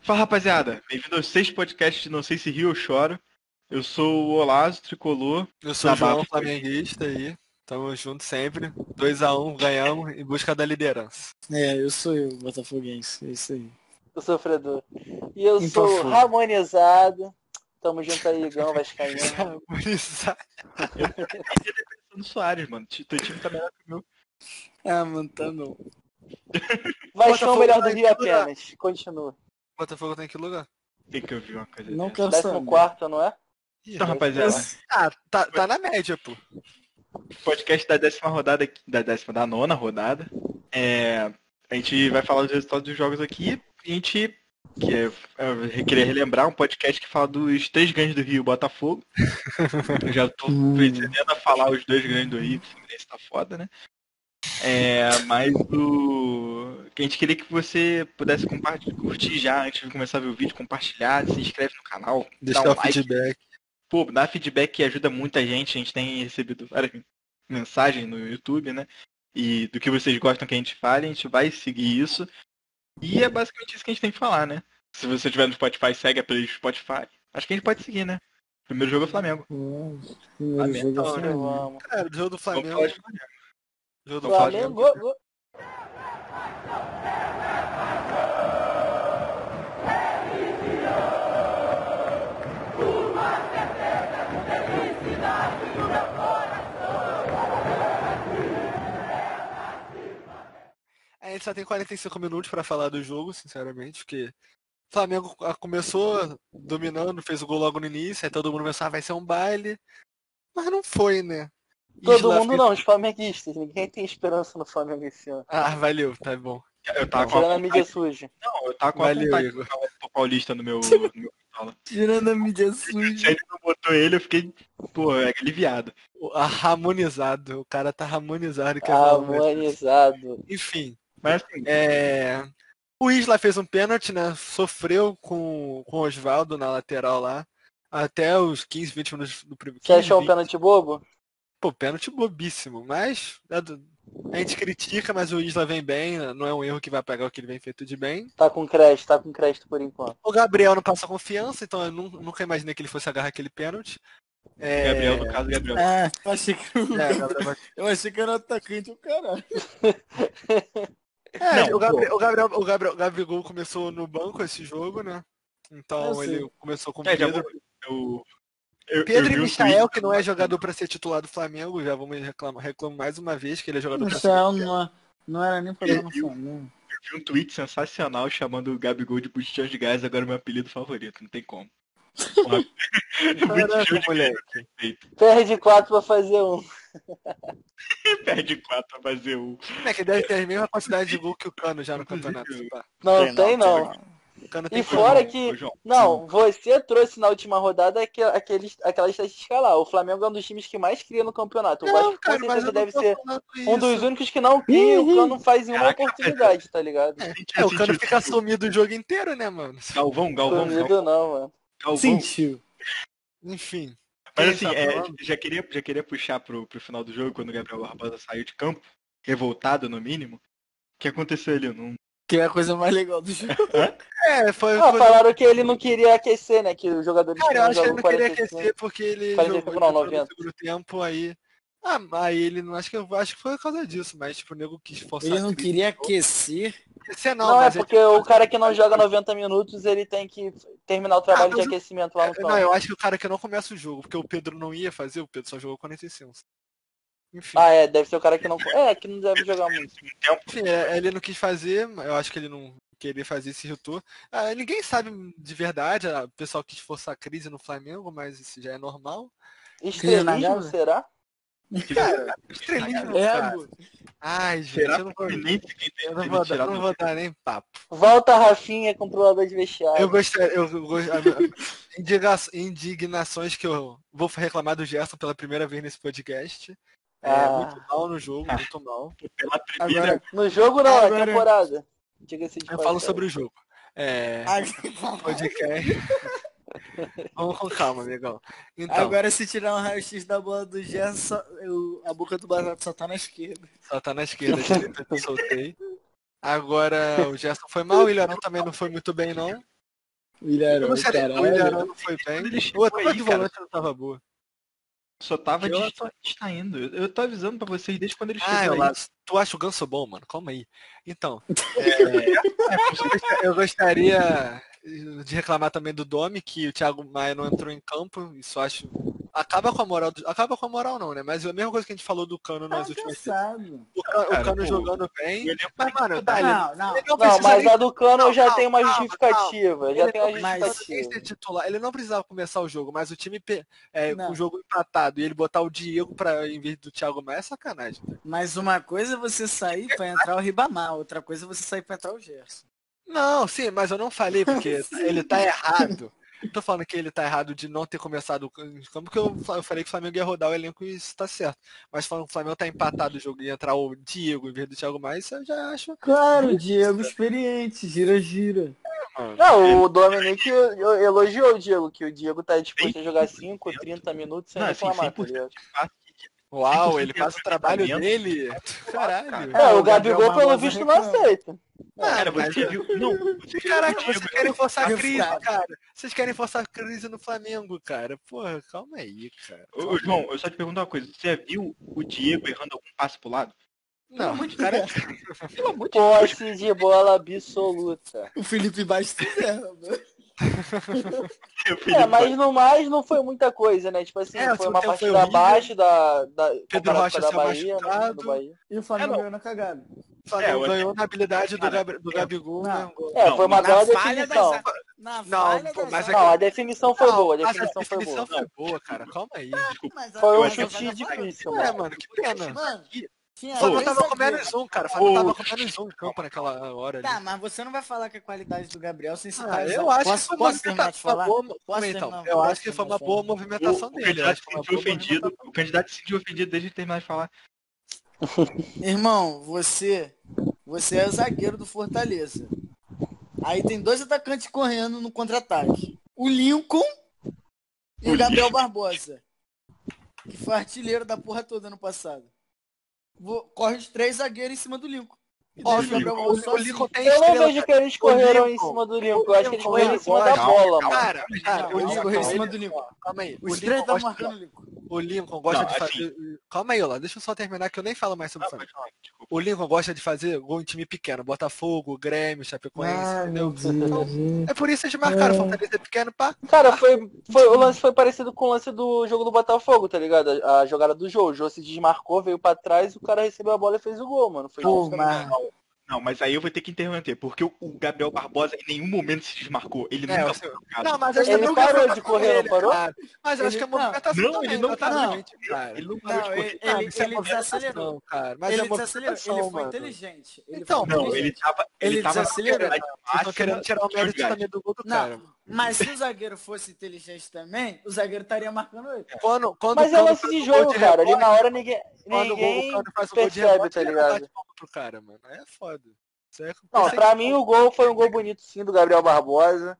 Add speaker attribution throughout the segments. Speaker 1: Fala rapaziada, bem-vindo aos seis podcasts de Não Sei Se Rio ou Choro. Eu sou o Olazo Tricolor.
Speaker 2: Eu
Speaker 3: Tá
Speaker 2: sou o
Speaker 1: Desabafo,
Speaker 2: João,
Speaker 1: pois.
Speaker 2: flamenguista aí. Tamo junto sempre. 2x1, ganhamos em busca da liderança.
Speaker 3: É, eu sou eu, botafoguense, é isso aí.
Speaker 4: o sofredor. E eu
Speaker 3: Então
Speaker 4: sou
Speaker 3: foi.
Speaker 4: Ramonizado. Tamo junto aí, Igão Vascaíno.
Speaker 2: Harmonizar.
Speaker 1: Sou do Soares, mano. Ti- Teu time tá melhor que o meu.
Speaker 3: Ah, mano, tá não.
Speaker 4: Vascão é o melhor do
Speaker 2: vai
Speaker 4: Rio
Speaker 2: segurar.
Speaker 4: apenas. Continua.
Speaker 2: Botafogo tem que lugar.
Speaker 1: Tem que ouvir uma coisa
Speaker 3: Não né?
Speaker 1: dessa.
Speaker 3: quero
Speaker 4: Décimo
Speaker 3: saber.
Speaker 4: quarto, né? não é?
Speaker 1: Então, rapaziada,
Speaker 2: Ah, tá, tá na média, pô.
Speaker 1: podcast da décima rodada, aqui- da décima, da nona rodada. É, a gente vai falar dos resultados dos jogos aqui. A gente que é, eu queria relembrar um podcast que fala dos três grandes do Rio e Botafogo. Eu já tô
Speaker 3: Hum.
Speaker 1: pretendendo a falar os dois grandes do Rio, o Fluminense tá foda, né? É, mas o. que A gente queria que você pudesse compartilhar, curtir já antes de começar a ver o vídeo, compartilhar, se inscreve no canal, dá um like
Speaker 2: feedback.
Speaker 1: pô, dá feedback que ajuda muita gente. A gente tem recebido várias mensagens no YouTube, né? E do que vocês gostam que a gente fale, a gente vai seguir isso. E é basicamente isso que a gente tem que falar, né? Se você tiver no Spotify, segue a playlist do Spotify. Acho que a gente pode seguir, né? Primeiro jogo é Flamengo.
Speaker 3: Ah, primeiro
Speaker 1: Tá mental,
Speaker 3: jogo é
Speaker 1: né,
Speaker 4: Eu
Speaker 3: Flamengo.
Speaker 4: amo.
Speaker 2: Cara, o jogo do
Speaker 1: Vamos
Speaker 2: Flamengo.
Speaker 1: falar de Flamengo.
Speaker 2: o jogo do
Speaker 1: Vamos falar de
Speaker 2: Flamengo.
Speaker 4: Flamengo. go- go-
Speaker 2: A gente só tem 45 minutos pra falar do jogo, sinceramente, porque o Flamengo ah, começou dominando, fez o gol logo no início, aí todo mundo pensou, ah, vai ser um baile. Mas não foi, né?
Speaker 4: Todo
Speaker 2: Isla
Speaker 4: mundo
Speaker 2: fez-
Speaker 4: não, os flamenguistas. Ninguém tem esperança no Flamengo esse ano.
Speaker 2: Ah, valeu, tá bom.
Speaker 1: Eu
Speaker 3: Ah,
Speaker 1: tava com a
Speaker 4: Tirando a
Speaker 1: vontade,
Speaker 4: mídia suja.
Speaker 1: não, eu tava com a
Speaker 2: Valeu,
Speaker 1: vontade de
Speaker 2: Igor.
Speaker 1: colocar o Paulista no meu, no meu controla.
Speaker 3: Tirando a mídia
Speaker 1: Se
Speaker 3: suja.
Speaker 1: ele não botou ele, eu fiquei, pô, é aliviado.
Speaker 2: O- a- harmonizado. O cara tá harmonizado.
Speaker 4: Ah,
Speaker 2: quer falar um negócio.
Speaker 4: Harmonizado.
Speaker 2: Enfim,
Speaker 1: Mas assim,
Speaker 2: é... o Isla fez um pênalti, né? Sofreu com, com o Oswaldo na lateral lá. Até os 15, 20 minutos do primeiro.
Speaker 4: Você achou um pênalti bobo?
Speaker 2: Pô, pênalti bobíssimo, mas né, do- a gente critica, mas o Isla vem bem, né, não é um erro que vai pagar o que ele vem feito de bem.
Speaker 4: Tá com crédito, tá com crédito por enquanto.
Speaker 2: O Gabriel não passa confiança, então eu nu- nunca imaginei que ele fosse agarrar aquele pênalti. É,
Speaker 1: Gabriel, no caso, Gabriel.
Speaker 3: Ah, eu achei, que...
Speaker 2: é, Gabriel-
Speaker 3: eu achei que era atacante, o caralho.
Speaker 2: É,
Speaker 1: Não,
Speaker 2: o, Gabriel, o, Gabriel, o, Gabriel, o Gabigol começou no banco esse jogo, né? Então
Speaker 3: Eu
Speaker 2: ele
Speaker 3: sei.
Speaker 2: começou com o
Speaker 1: É, já
Speaker 2: Pedro.
Speaker 1: eu, eu, eu
Speaker 2: Pedro
Speaker 1: vi
Speaker 2: e
Speaker 1: um
Speaker 2: Michael,
Speaker 1: tweet-
Speaker 2: que não é jogador pra ser titular do Flamengo, já vamos reclamar, reclamo mais uma vez que ele é jogador pra ser
Speaker 3: Michel não, um, não era nem pra jogar no
Speaker 1: Perdeu.
Speaker 3: Flamengo.
Speaker 1: vi um tweet sensacional chamando o Gabigol de botijão de gás, agora é meu apelido favorito, não tem como. Porra, botijão
Speaker 2: Caraca,
Speaker 1: de gás,
Speaker 2: moleque.
Speaker 4: Perde quatro pra fazer um.
Speaker 1: perde 4 a fazer um.
Speaker 2: É que deve ter a mesma quantidade de gol que o Cano já no campeonato. se pá.
Speaker 4: Não
Speaker 1: Tem não,
Speaker 4: tem não.
Speaker 2: O Cano
Speaker 4: E
Speaker 2: tem como.
Speaker 4: fora
Speaker 1: João,
Speaker 4: que.
Speaker 1: ô, João.
Speaker 4: Não, você trouxe na última rodada aque- aquele, aquela estatística lá. O Flamengo é um dos times que mais cria no campeonato. O Vasco com certeza deve ser um dos únicos que não cria, o Cano faz em uma
Speaker 1: Caraca,
Speaker 4: oportunidade, tá ligado?
Speaker 1: Sentiu-
Speaker 2: É, o Cano
Speaker 1: sentiu-
Speaker 2: fica sumido o jogo inteiro, né, mano?
Speaker 1: Galvão, Galvão, Galvão.
Speaker 4: Comigo não, mano.
Speaker 1: Galvão.
Speaker 3: Sentiu.
Speaker 2: Enfim.
Speaker 1: Mas
Speaker 2: Quem
Speaker 1: assim,
Speaker 2: tá
Speaker 1: é,
Speaker 2: falando?
Speaker 1: já, queria, já queria puxar pro, pro final do jogo, quando o Gabriel Barbosa saiu de campo, revoltado no mínimo. O que aconteceu ali? Não...
Speaker 3: Que é a coisa mais legal do jogo.
Speaker 2: É, foi.
Speaker 4: Ah,
Speaker 2: foi-
Speaker 4: falaram que ele não queria aquecer, né? Que os jogadores
Speaker 2: Cara, eu
Speaker 4: não
Speaker 2: acho que ele
Speaker 4: jogam
Speaker 2: não queria
Speaker 4: 45.
Speaker 2: aquecer porque ele
Speaker 4: 45
Speaker 2: jogou
Speaker 4: não,
Speaker 2: entrou
Speaker 4: 90.
Speaker 2: no segundo tempo aí. Ah, aí ele não acho que eu acho que foi por causa disso, mas tipo, o nego quis forçar.
Speaker 3: Ele não
Speaker 2: a
Speaker 3: queria
Speaker 2: crítica.
Speaker 3: aquecer.
Speaker 2: aquecer não,
Speaker 4: Não, é
Speaker 2: mas ele-
Speaker 4: porque o cara que não joga 90 minutos, ele tem que terminar o trabalho
Speaker 2: Ah,
Speaker 4: de
Speaker 2: mas-
Speaker 4: aquecimento lá no
Speaker 2: Não,
Speaker 4: campo.
Speaker 2: eu acho que o cara que não começa o jogo, porque o Pedro não ia fazer, o Pedro só jogou 45. Enfim,
Speaker 4: Ah, é, deve ser o cara que não. É, que não deve jogar muito.
Speaker 1: assim, um
Speaker 2: enfim, é, ele não quis fazer, eu acho que ele não queria fazer esse irritou. Ah, ninguém sabe de verdade, ah, o pessoal quis forçar a crise no Flamengo, mas isso já é normal.
Speaker 4: Estrelismo,
Speaker 3: Granada?
Speaker 4: será?
Speaker 2: Cara, estrelismo,
Speaker 3: É,
Speaker 2: cara.
Speaker 3: pô.
Speaker 2: Ai, gente,
Speaker 1: Será
Speaker 2: eu não
Speaker 1: que o
Speaker 2: vou,
Speaker 1: Fluminense quem tem
Speaker 2: eu não vou, dar,
Speaker 1: tirado
Speaker 2: não vou dar nem papo.
Speaker 4: Volta a Rafinha, controlador de vestiário.
Speaker 2: Eu gostaria, eu gost- a minha- indiga- indignações que eu vou reclamar do Gerson pela primeira vez nesse podcast. É,
Speaker 4: Ah.
Speaker 2: muito mal no jogo, muito mal.
Speaker 1: pela primeira
Speaker 2: né?
Speaker 3: Agora,
Speaker 4: No jogo não, é
Speaker 3: Agora-
Speaker 4: temporada. Diga-se de
Speaker 2: Eu
Speaker 4: passagem.
Speaker 2: falo sobre o jogo. É,
Speaker 3: agora,
Speaker 2: podcast. Vamos com calma, amigão. Então,
Speaker 3: agora se tirar um raio-x da bola do Gerson, só- eu- a boca do Batata só tá na esquerda.
Speaker 2: só tá na esquerda, direita eu soltei. Agora, o Gerson foi mal, o Ilharão também não foi muito bem, não.
Speaker 3: O Ilharão,
Speaker 2: Não, sério, o
Speaker 3: caralho.
Speaker 2: Ilharão não foi bem.
Speaker 1: Ele chegou
Speaker 2: O ataque
Speaker 1: aí,
Speaker 2: de
Speaker 1: cara,
Speaker 2: volante não tava boa.
Speaker 1: só tava
Speaker 2: Eu
Speaker 1: dist- distraindo. Eu, eu tô avisando pra vocês desde quando ele
Speaker 2: Ah,
Speaker 1: chegou lá.
Speaker 2: Lazo, tu acha o Ganso bom, mano? Calma aí. Então, é, eu gostaria de reclamar também do Domi, que o Thiago Maia não entrou em campo, isso acho... Acaba com a moral, do- acaba com a moral não, né? Mas é a mesma coisa que a gente falou do Cano nas
Speaker 3: Tá
Speaker 2: últimas...
Speaker 3: cansado.
Speaker 2: O Cano, o
Speaker 1: Cara,
Speaker 2: Cano
Speaker 1: pô,
Speaker 2: jogando
Speaker 1: O
Speaker 2: bem,
Speaker 1: elenco
Speaker 2: mas, mano, tá, ele
Speaker 3: Não, não.
Speaker 2: ele não
Speaker 4: Não,
Speaker 2: precisa
Speaker 4: mas
Speaker 2: nem-
Speaker 4: a do Cano eu já
Speaker 2: Não,
Speaker 4: tenho uma
Speaker 2: calma,
Speaker 4: justificativa. Já
Speaker 2: Ele é um
Speaker 4: tem uma
Speaker 2: não precisava nem
Speaker 4: justificativa.
Speaker 2: ser titular. Ele não precisava começar o jogo, mas o time pe- é,
Speaker 3: Não.
Speaker 2: o jogo empatado e ele botar o Diego para em vez do Thiago Maia é sacanagem. né?
Speaker 3: Mas uma coisa é você sair pra entrar o Ribamar, outra coisa é você sair pra entrar o Gerson.
Speaker 2: Não, sim, mas eu não falei porque ele tá errado. Eu Tô falando que ele tá errado de não ter começado o campo, porque eu, fa- eu falei que o Flamengo ia rodar o elenco e isso tá certo. Mas falando que o Flamengo tá empatado o jogo e entrar o Diego em vez do Thiago Maia, isso eu já acho.
Speaker 3: Claro, Diego experiente, gira, gira.
Speaker 4: Não, o Dominic elogiou o Diego, que o Diego tá disposto a jogar 5, 30 minutos sem
Speaker 1: Não, assim,
Speaker 4: reclamar, tá
Speaker 1: 100%.
Speaker 4: ligado?
Speaker 2: Uau, ele
Speaker 1: 100%
Speaker 2: faz o trabalho
Speaker 1: aproveitamento.
Speaker 2: dele. Caralho.
Speaker 1: cara.
Speaker 4: É, o
Speaker 3: o Gabriel
Speaker 4: Gabigol, pelo
Speaker 3: Barbosa
Speaker 4: visto, não
Speaker 3: reclama.
Speaker 4: aceita.
Speaker 1: Cara,
Speaker 2: mas-
Speaker 1: você viu. Não, você viu
Speaker 2: Caraca,
Speaker 1: o Diego,
Speaker 2: vocês querem forçar a
Speaker 3: Thiago
Speaker 2: crise,
Speaker 3: Fábio.
Speaker 2: cara. Vocês querem forçar a crise no Flamengo, cara. Porra, calma aí, cara.
Speaker 1: Ô, ô, João, eu só te pergunto uma coisa. Você já viu o Diego errando algum passo pro lado?
Speaker 2: Não,
Speaker 1: amor de
Speaker 2: cara,
Speaker 1: Pelo amor de Deus.
Speaker 4: Posse de bola absoluta.
Speaker 3: O Felipe Bastos erra, mano.
Speaker 1: meu filho.
Speaker 4: É, mas no mais não foi muita coisa, né? Tipo assim,
Speaker 2: É, o
Speaker 4: foi
Speaker 2: segundo
Speaker 4: uma
Speaker 2: tempo foi
Speaker 4: partida
Speaker 2: horrível.
Speaker 4: abaixo da, da
Speaker 2: Pedro
Speaker 4: comparado
Speaker 2: Rocha
Speaker 4: com a da
Speaker 2: saiu
Speaker 4: Bahia, né?
Speaker 2: machucado.
Speaker 4: Do Bahia.
Speaker 3: E o Flamengo
Speaker 1: É, não.
Speaker 3: ganhou na cagada.
Speaker 2: o Flamengo
Speaker 1: É, eu
Speaker 2: ganhou na habilidade do,
Speaker 1: Cara,
Speaker 2: Gabri- do Gabigol,
Speaker 3: Não.
Speaker 2: né? um gol.
Speaker 4: É,
Speaker 1: Não,
Speaker 4: foi
Speaker 1: na
Speaker 4: uma bela
Speaker 5: falha das-
Speaker 4: definição.
Speaker 3: então? Na
Speaker 2: Não,
Speaker 3: falha
Speaker 2: pô,
Speaker 3: das
Speaker 2: mas é
Speaker 4: Não, a definição foi boa, a
Speaker 2: Mas
Speaker 4: definição, foi boa.
Speaker 2: foi boa, cara. Calma aí.
Speaker 1: Desculpa.
Speaker 3: Mas a-
Speaker 4: Foi um
Speaker 3: mas a
Speaker 4: chute
Speaker 3: zaga falhou.
Speaker 4: difícil,
Speaker 2: É,
Speaker 4: mano.
Speaker 2: mano, que pena.
Speaker 3: Mano, tinha
Speaker 2: Só não
Speaker 3: dois
Speaker 2: tava com
Speaker 3: zagueiros.
Speaker 2: menos um, cara. Só não
Speaker 1: Ô.
Speaker 2: tava com menos um em campo naquela hora. ali.
Speaker 3: Tá, mas você não vai falar que a qualidade do Gabriel sem citar
Speaker 2: Ah,
Speaker 3: os
Speaker 2: eu
Speaker 3: zagueiros.
Speaker 2: acho que
Speaker 3: posso,
Speaker 2: foi tá uma
Speaker 3: posso terminar de
Speaker 2: movimentação
Speaker 3: falar?
Speaker 2: boa.
Speaker 3: Posso
Speaker 2: Então,
Speaker 3: terminar? um
Speaker 2: eu acho
Speaker 3: Posso
Speaker 2: que foi uma
Speaker 3: terminar de
Speaker 1: O,
Speaker 2: boa
Speaker 3: falar?
Speaker 2: movimentação
Speaker 1: o
Speaker 2: dele. eu
Speaker 1: candidato
Speaker 2: acho
Speaker 1: se
Speaker 2: que foi uma
Speaker 1: sentiu
Speaker 2: boa
Speaker 1: ofendido. O candidato se sentiu ofendido desde ele terminar de falar.
Speaker 3: Irmão, você, você é zagueiro do Fortaleza. Aí tem dois atacantes correndo no contra-ataque. O Lincoln e o Gabriel Barbosa. Que foi artilheiro da porra toda ano passado. Vo- Corre os três zagueiros em cima do Lincoln. E
Speaker 2: Ó,
Speaker 3: deixa o Gabriel
Speaker 2: o-
Speaker 3: Barbosa
Speaker 2: o Lincoln
Speaker 3: sozinho.
Speaker 2: tem
Speaker 4: Eu não
Speaker 2: estrela,
Speaker 4: vejo que eles correram em
Speaker 2: Lincoln.
Speaker 4: cima do Lincoln, eu acho que eles correram em cima da
Speaker 2: Calma,
Speaker 4: bola, mano.
Speaker 2: Cara, cara,
Speaker 3: Não,
Speaker 2: o
Speaker 3: eles correram em
Speaker 2: Lincoln,
Speaker 3: cima do Lincoln.
Speaker 2: calma aí. O
Speaker 3: Os
Speaker 2: Lincoln
Speaker 3: três estavam
Speaker 2: gosta-
Speaker 3: marcando o Lincoln.
Speaker 2: O Lincoln gosta
Speaker 1: Não, assim,
Speaker 2: de fazer. Calma aí, Olá, deixa eu só terminar que eu nem falo mais sobre o Flamengo.
Speaker 1: Desculpa.
Speaker 2: O Lincoln gosta de fazer gol em time pequeno, Botafogo, Grêmio, Chapecoense,
Speaker 3: Ah,
Speaker 2: entendeu? É por isso que eles marcaram, Fortaleza é pequeno, pá.
Speaker 4: Cara, foi, foi- o lance foi parecido com o lance do jogo do Botafogo, tá ligado? A, a jogada do Jô. O Jô se desmarcou, veio pra trás, o cara recebeu a bola e fez o gol, mano. Foi
Speaker 3: Pô,
Speaker 4: isso.
Speaker 3: mas-
Speaker 1: Não, mas aí eu vou ter que interromper, porque o o Gabriel Barbosa em nenhum momento se desmarcou. Ele
Speaker 2: É,
Speaker 1: nunca
Speaker 2: o seu-
Speaker 1: foi marcado.
Speaker 2: Não, mas
Speaker 4: acho que Ele não parou de correr, não parou?
Speaker 2: Cara. Mas eu acho que é
Speaker 3: Ele-
Speaker 2: uma movimentação
Speaker 1: não,
Speaker 2: também,
Speaker 1: ele não
Speaker 2: tá
Speaker 3: parou.
Speaker 2: cara.
Speaker 1: Ele não parou de
Speaker 3: Não,
Speaker 1: correr.
Speaker 3: ele,
Speaker 2: Cara,
Speaker 3: ele,
Speaker 2: isso é
Speaker 3: ele
Speaker 2: movimentação,
Speaker 3: desacelerou.
Speaker 2: Cara, mas
Speaker 3: Ele
Speaker 2: é uma
Speaker 3: desacelerou. Ele foi inteligente. Ele
Speaker 2: Então,
Speaker 3: foi
Speaker 1: Não, ele
Speaker 3: inteligente.
Speaker 1: tava. Ele,
Speaker 3: Ele
Speaker 1: tava na
Speaker 3: desacelerou.
Speaker 1: velocidade
Speaker 2: Estão querendo
Speaker 1: máxima
Speaker 2: tirar o
Speaker 1: dos
Speaker 2: mérito
Speaker 1: gás.
Speaker 2: também do gol do
Speaker 3: Não,
Speaker 2: cara.
Speaker 3: Mas se o zagueiro fosse inteligente também, o zagueiro estaria marcando ele.
Speaker 2: Quando, quando
Speaker 4: Mas
Speaker 2: o
Speaker 4: é
Speaker 2: Cano
Speaker 4: lance
Speaker 2: faz
Speaker 4: de
Speaker 2: o gol
Speaker 4: jogo, cara. Ali
Speaker 2: rebote,
Speaker 4: na hora ninguém.
Speaker 2: Quando o gol- o
Speaker 4: ninguém...
Speaker 2: Cano faz o gol de
Speaker 4: percebe,
Speaker 2: rebote,
Speaker 4: tá
Speaker 2: ele
Speaker 4: ligado?
Speaker 2: bate palma pro cara, mano. Aí É foda. Isso é
Speaker 4: Não,
Speaker 2: isso é-
Speaker 4: pra mim o gol foi um gol bonito sim do Gabriel Barbosa.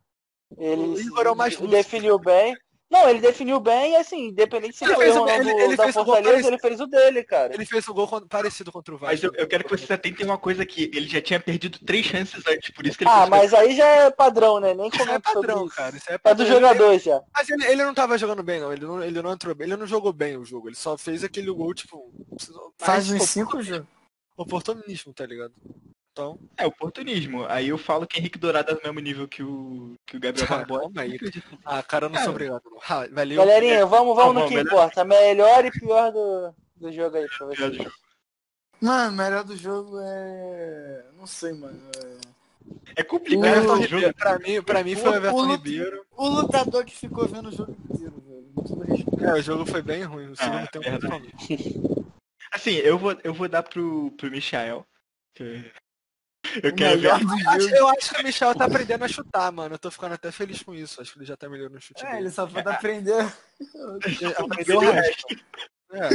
Speaker 2: O
Speaker 4: Ele
Speaker 2: Igor é o mais
Speaker 4: se-
Speaker 2: lúcido.
Speaker 4: definiu bem. Não, ele definiu bem e assim, independente se
Speaker 2: Ele
Speaker 4: foi
Speaker 2: fez
Speaker 4: ou
Speaker 2: o-
Speaker 4: não
Speaker 2: ele-
Speaker 4: do-
Speaker 2: ele
Speaker 4: da
Speaker 2: fez o gol
Speaker 4: Fortaleza,
Speaker 2: parecido.
Speaker 4: ele fez o dele, cara.
Speaker 2: Ele fez o gol con- parecido contra o Vasco. né?
Speaker 1: Mas eu, eu quero que você se atentem a uma coisa aqui. Ele já tinha perdido três chances antes, por isso que ele
Speaker 4: Ah,
Speaker 1: fez
Speaker 4: mas aí já é padrão, né? Nem
Speaker 2: Isso é
Speaker 4: comento sobre
Speaker 2: padrão,
Speaker 4: isso.
Speaker 2: cara. Isso é
Speaker 4: É do
Speaker 2: padrão.
Speaker 4: jogador já.
Speaker 2: Mas ele, ele não tava jogando bem, não. Ele, não. ele não entrou bem. Ele não jogou bem o jogo. Ele só fez aquele gol, tipo.
Speaker 3: Faz
Speaker 2: mais
Speaker 3: uns cinco jogos.
Speaker 2: Oportunismo, tá ligado? Então.
Speaker 1: É oportunismo. Aí eu falo que Henrique Dourado é do mesmo nível que o, que o Gabriel
Speaker 2: Tá.
Speaker 1: Barbosa.
Speaker 2: Tipo, Calma aí. Ah, cara, eu não sou
Speaker 1: Cara.
Speaker 2: obrigado. não. Ah, valeu.
Speaker 4: Galerinha, vamos,
Speaker 2: Ah,
Speaker 4: vamos
Speaker 1: Não,
Speaker 4: no que
Speaker 1: vamos,
Speaker 4: importa. Melhor e pior do, do jogo aí pra vocês.
Speaker 3: Mano, o melhor do jogo é. Não sei, mano. É-
Speaker 1: É
Speaker 2: O
Speaker 1: complicado
Speaker 2: Everton
Speaker 1: esse jogo.
Speaker 2: Ribeiro, pra mim, pra mim foi o
Speaker 3: O-
Speaker 2: Everton
Speaker 3: o-
Speaker 2: Ribeiro.
Speaker 3: O lutador que ficou vendo o jogo inteiro, velho. Com todo respeito.
Speaker 2: É, o jogo foi bem ruim. O segundo
Speaker 1: Ah,
Speaker 2: tempo
Speaker 1: verdade.
Speaker 2: principalmente.
Speaker 1: Assim, eu vou, eu vou dar pro, pro Michael. que- Eu
Speaker 3: O
Speaker 1: quero ver.
Speaker 3: melhor
Speaker 1: a-
Speaker 3: do
Speaker 2: Acho-
Speaker 3: jogo.
Speaker 2: Eu acho que o Michel tá aprendendo a chutar, mano. Eu tô ficando até feliz com isso. Acho que ele já tá melhorando no chute.
Speaker 3: É,
Speaker 2: dele.
Speaker 3: ele só falta aprender.
Speaker 2: Ele aprendeu o
Speaker 1: Ele-
Speaker 2: resto. É.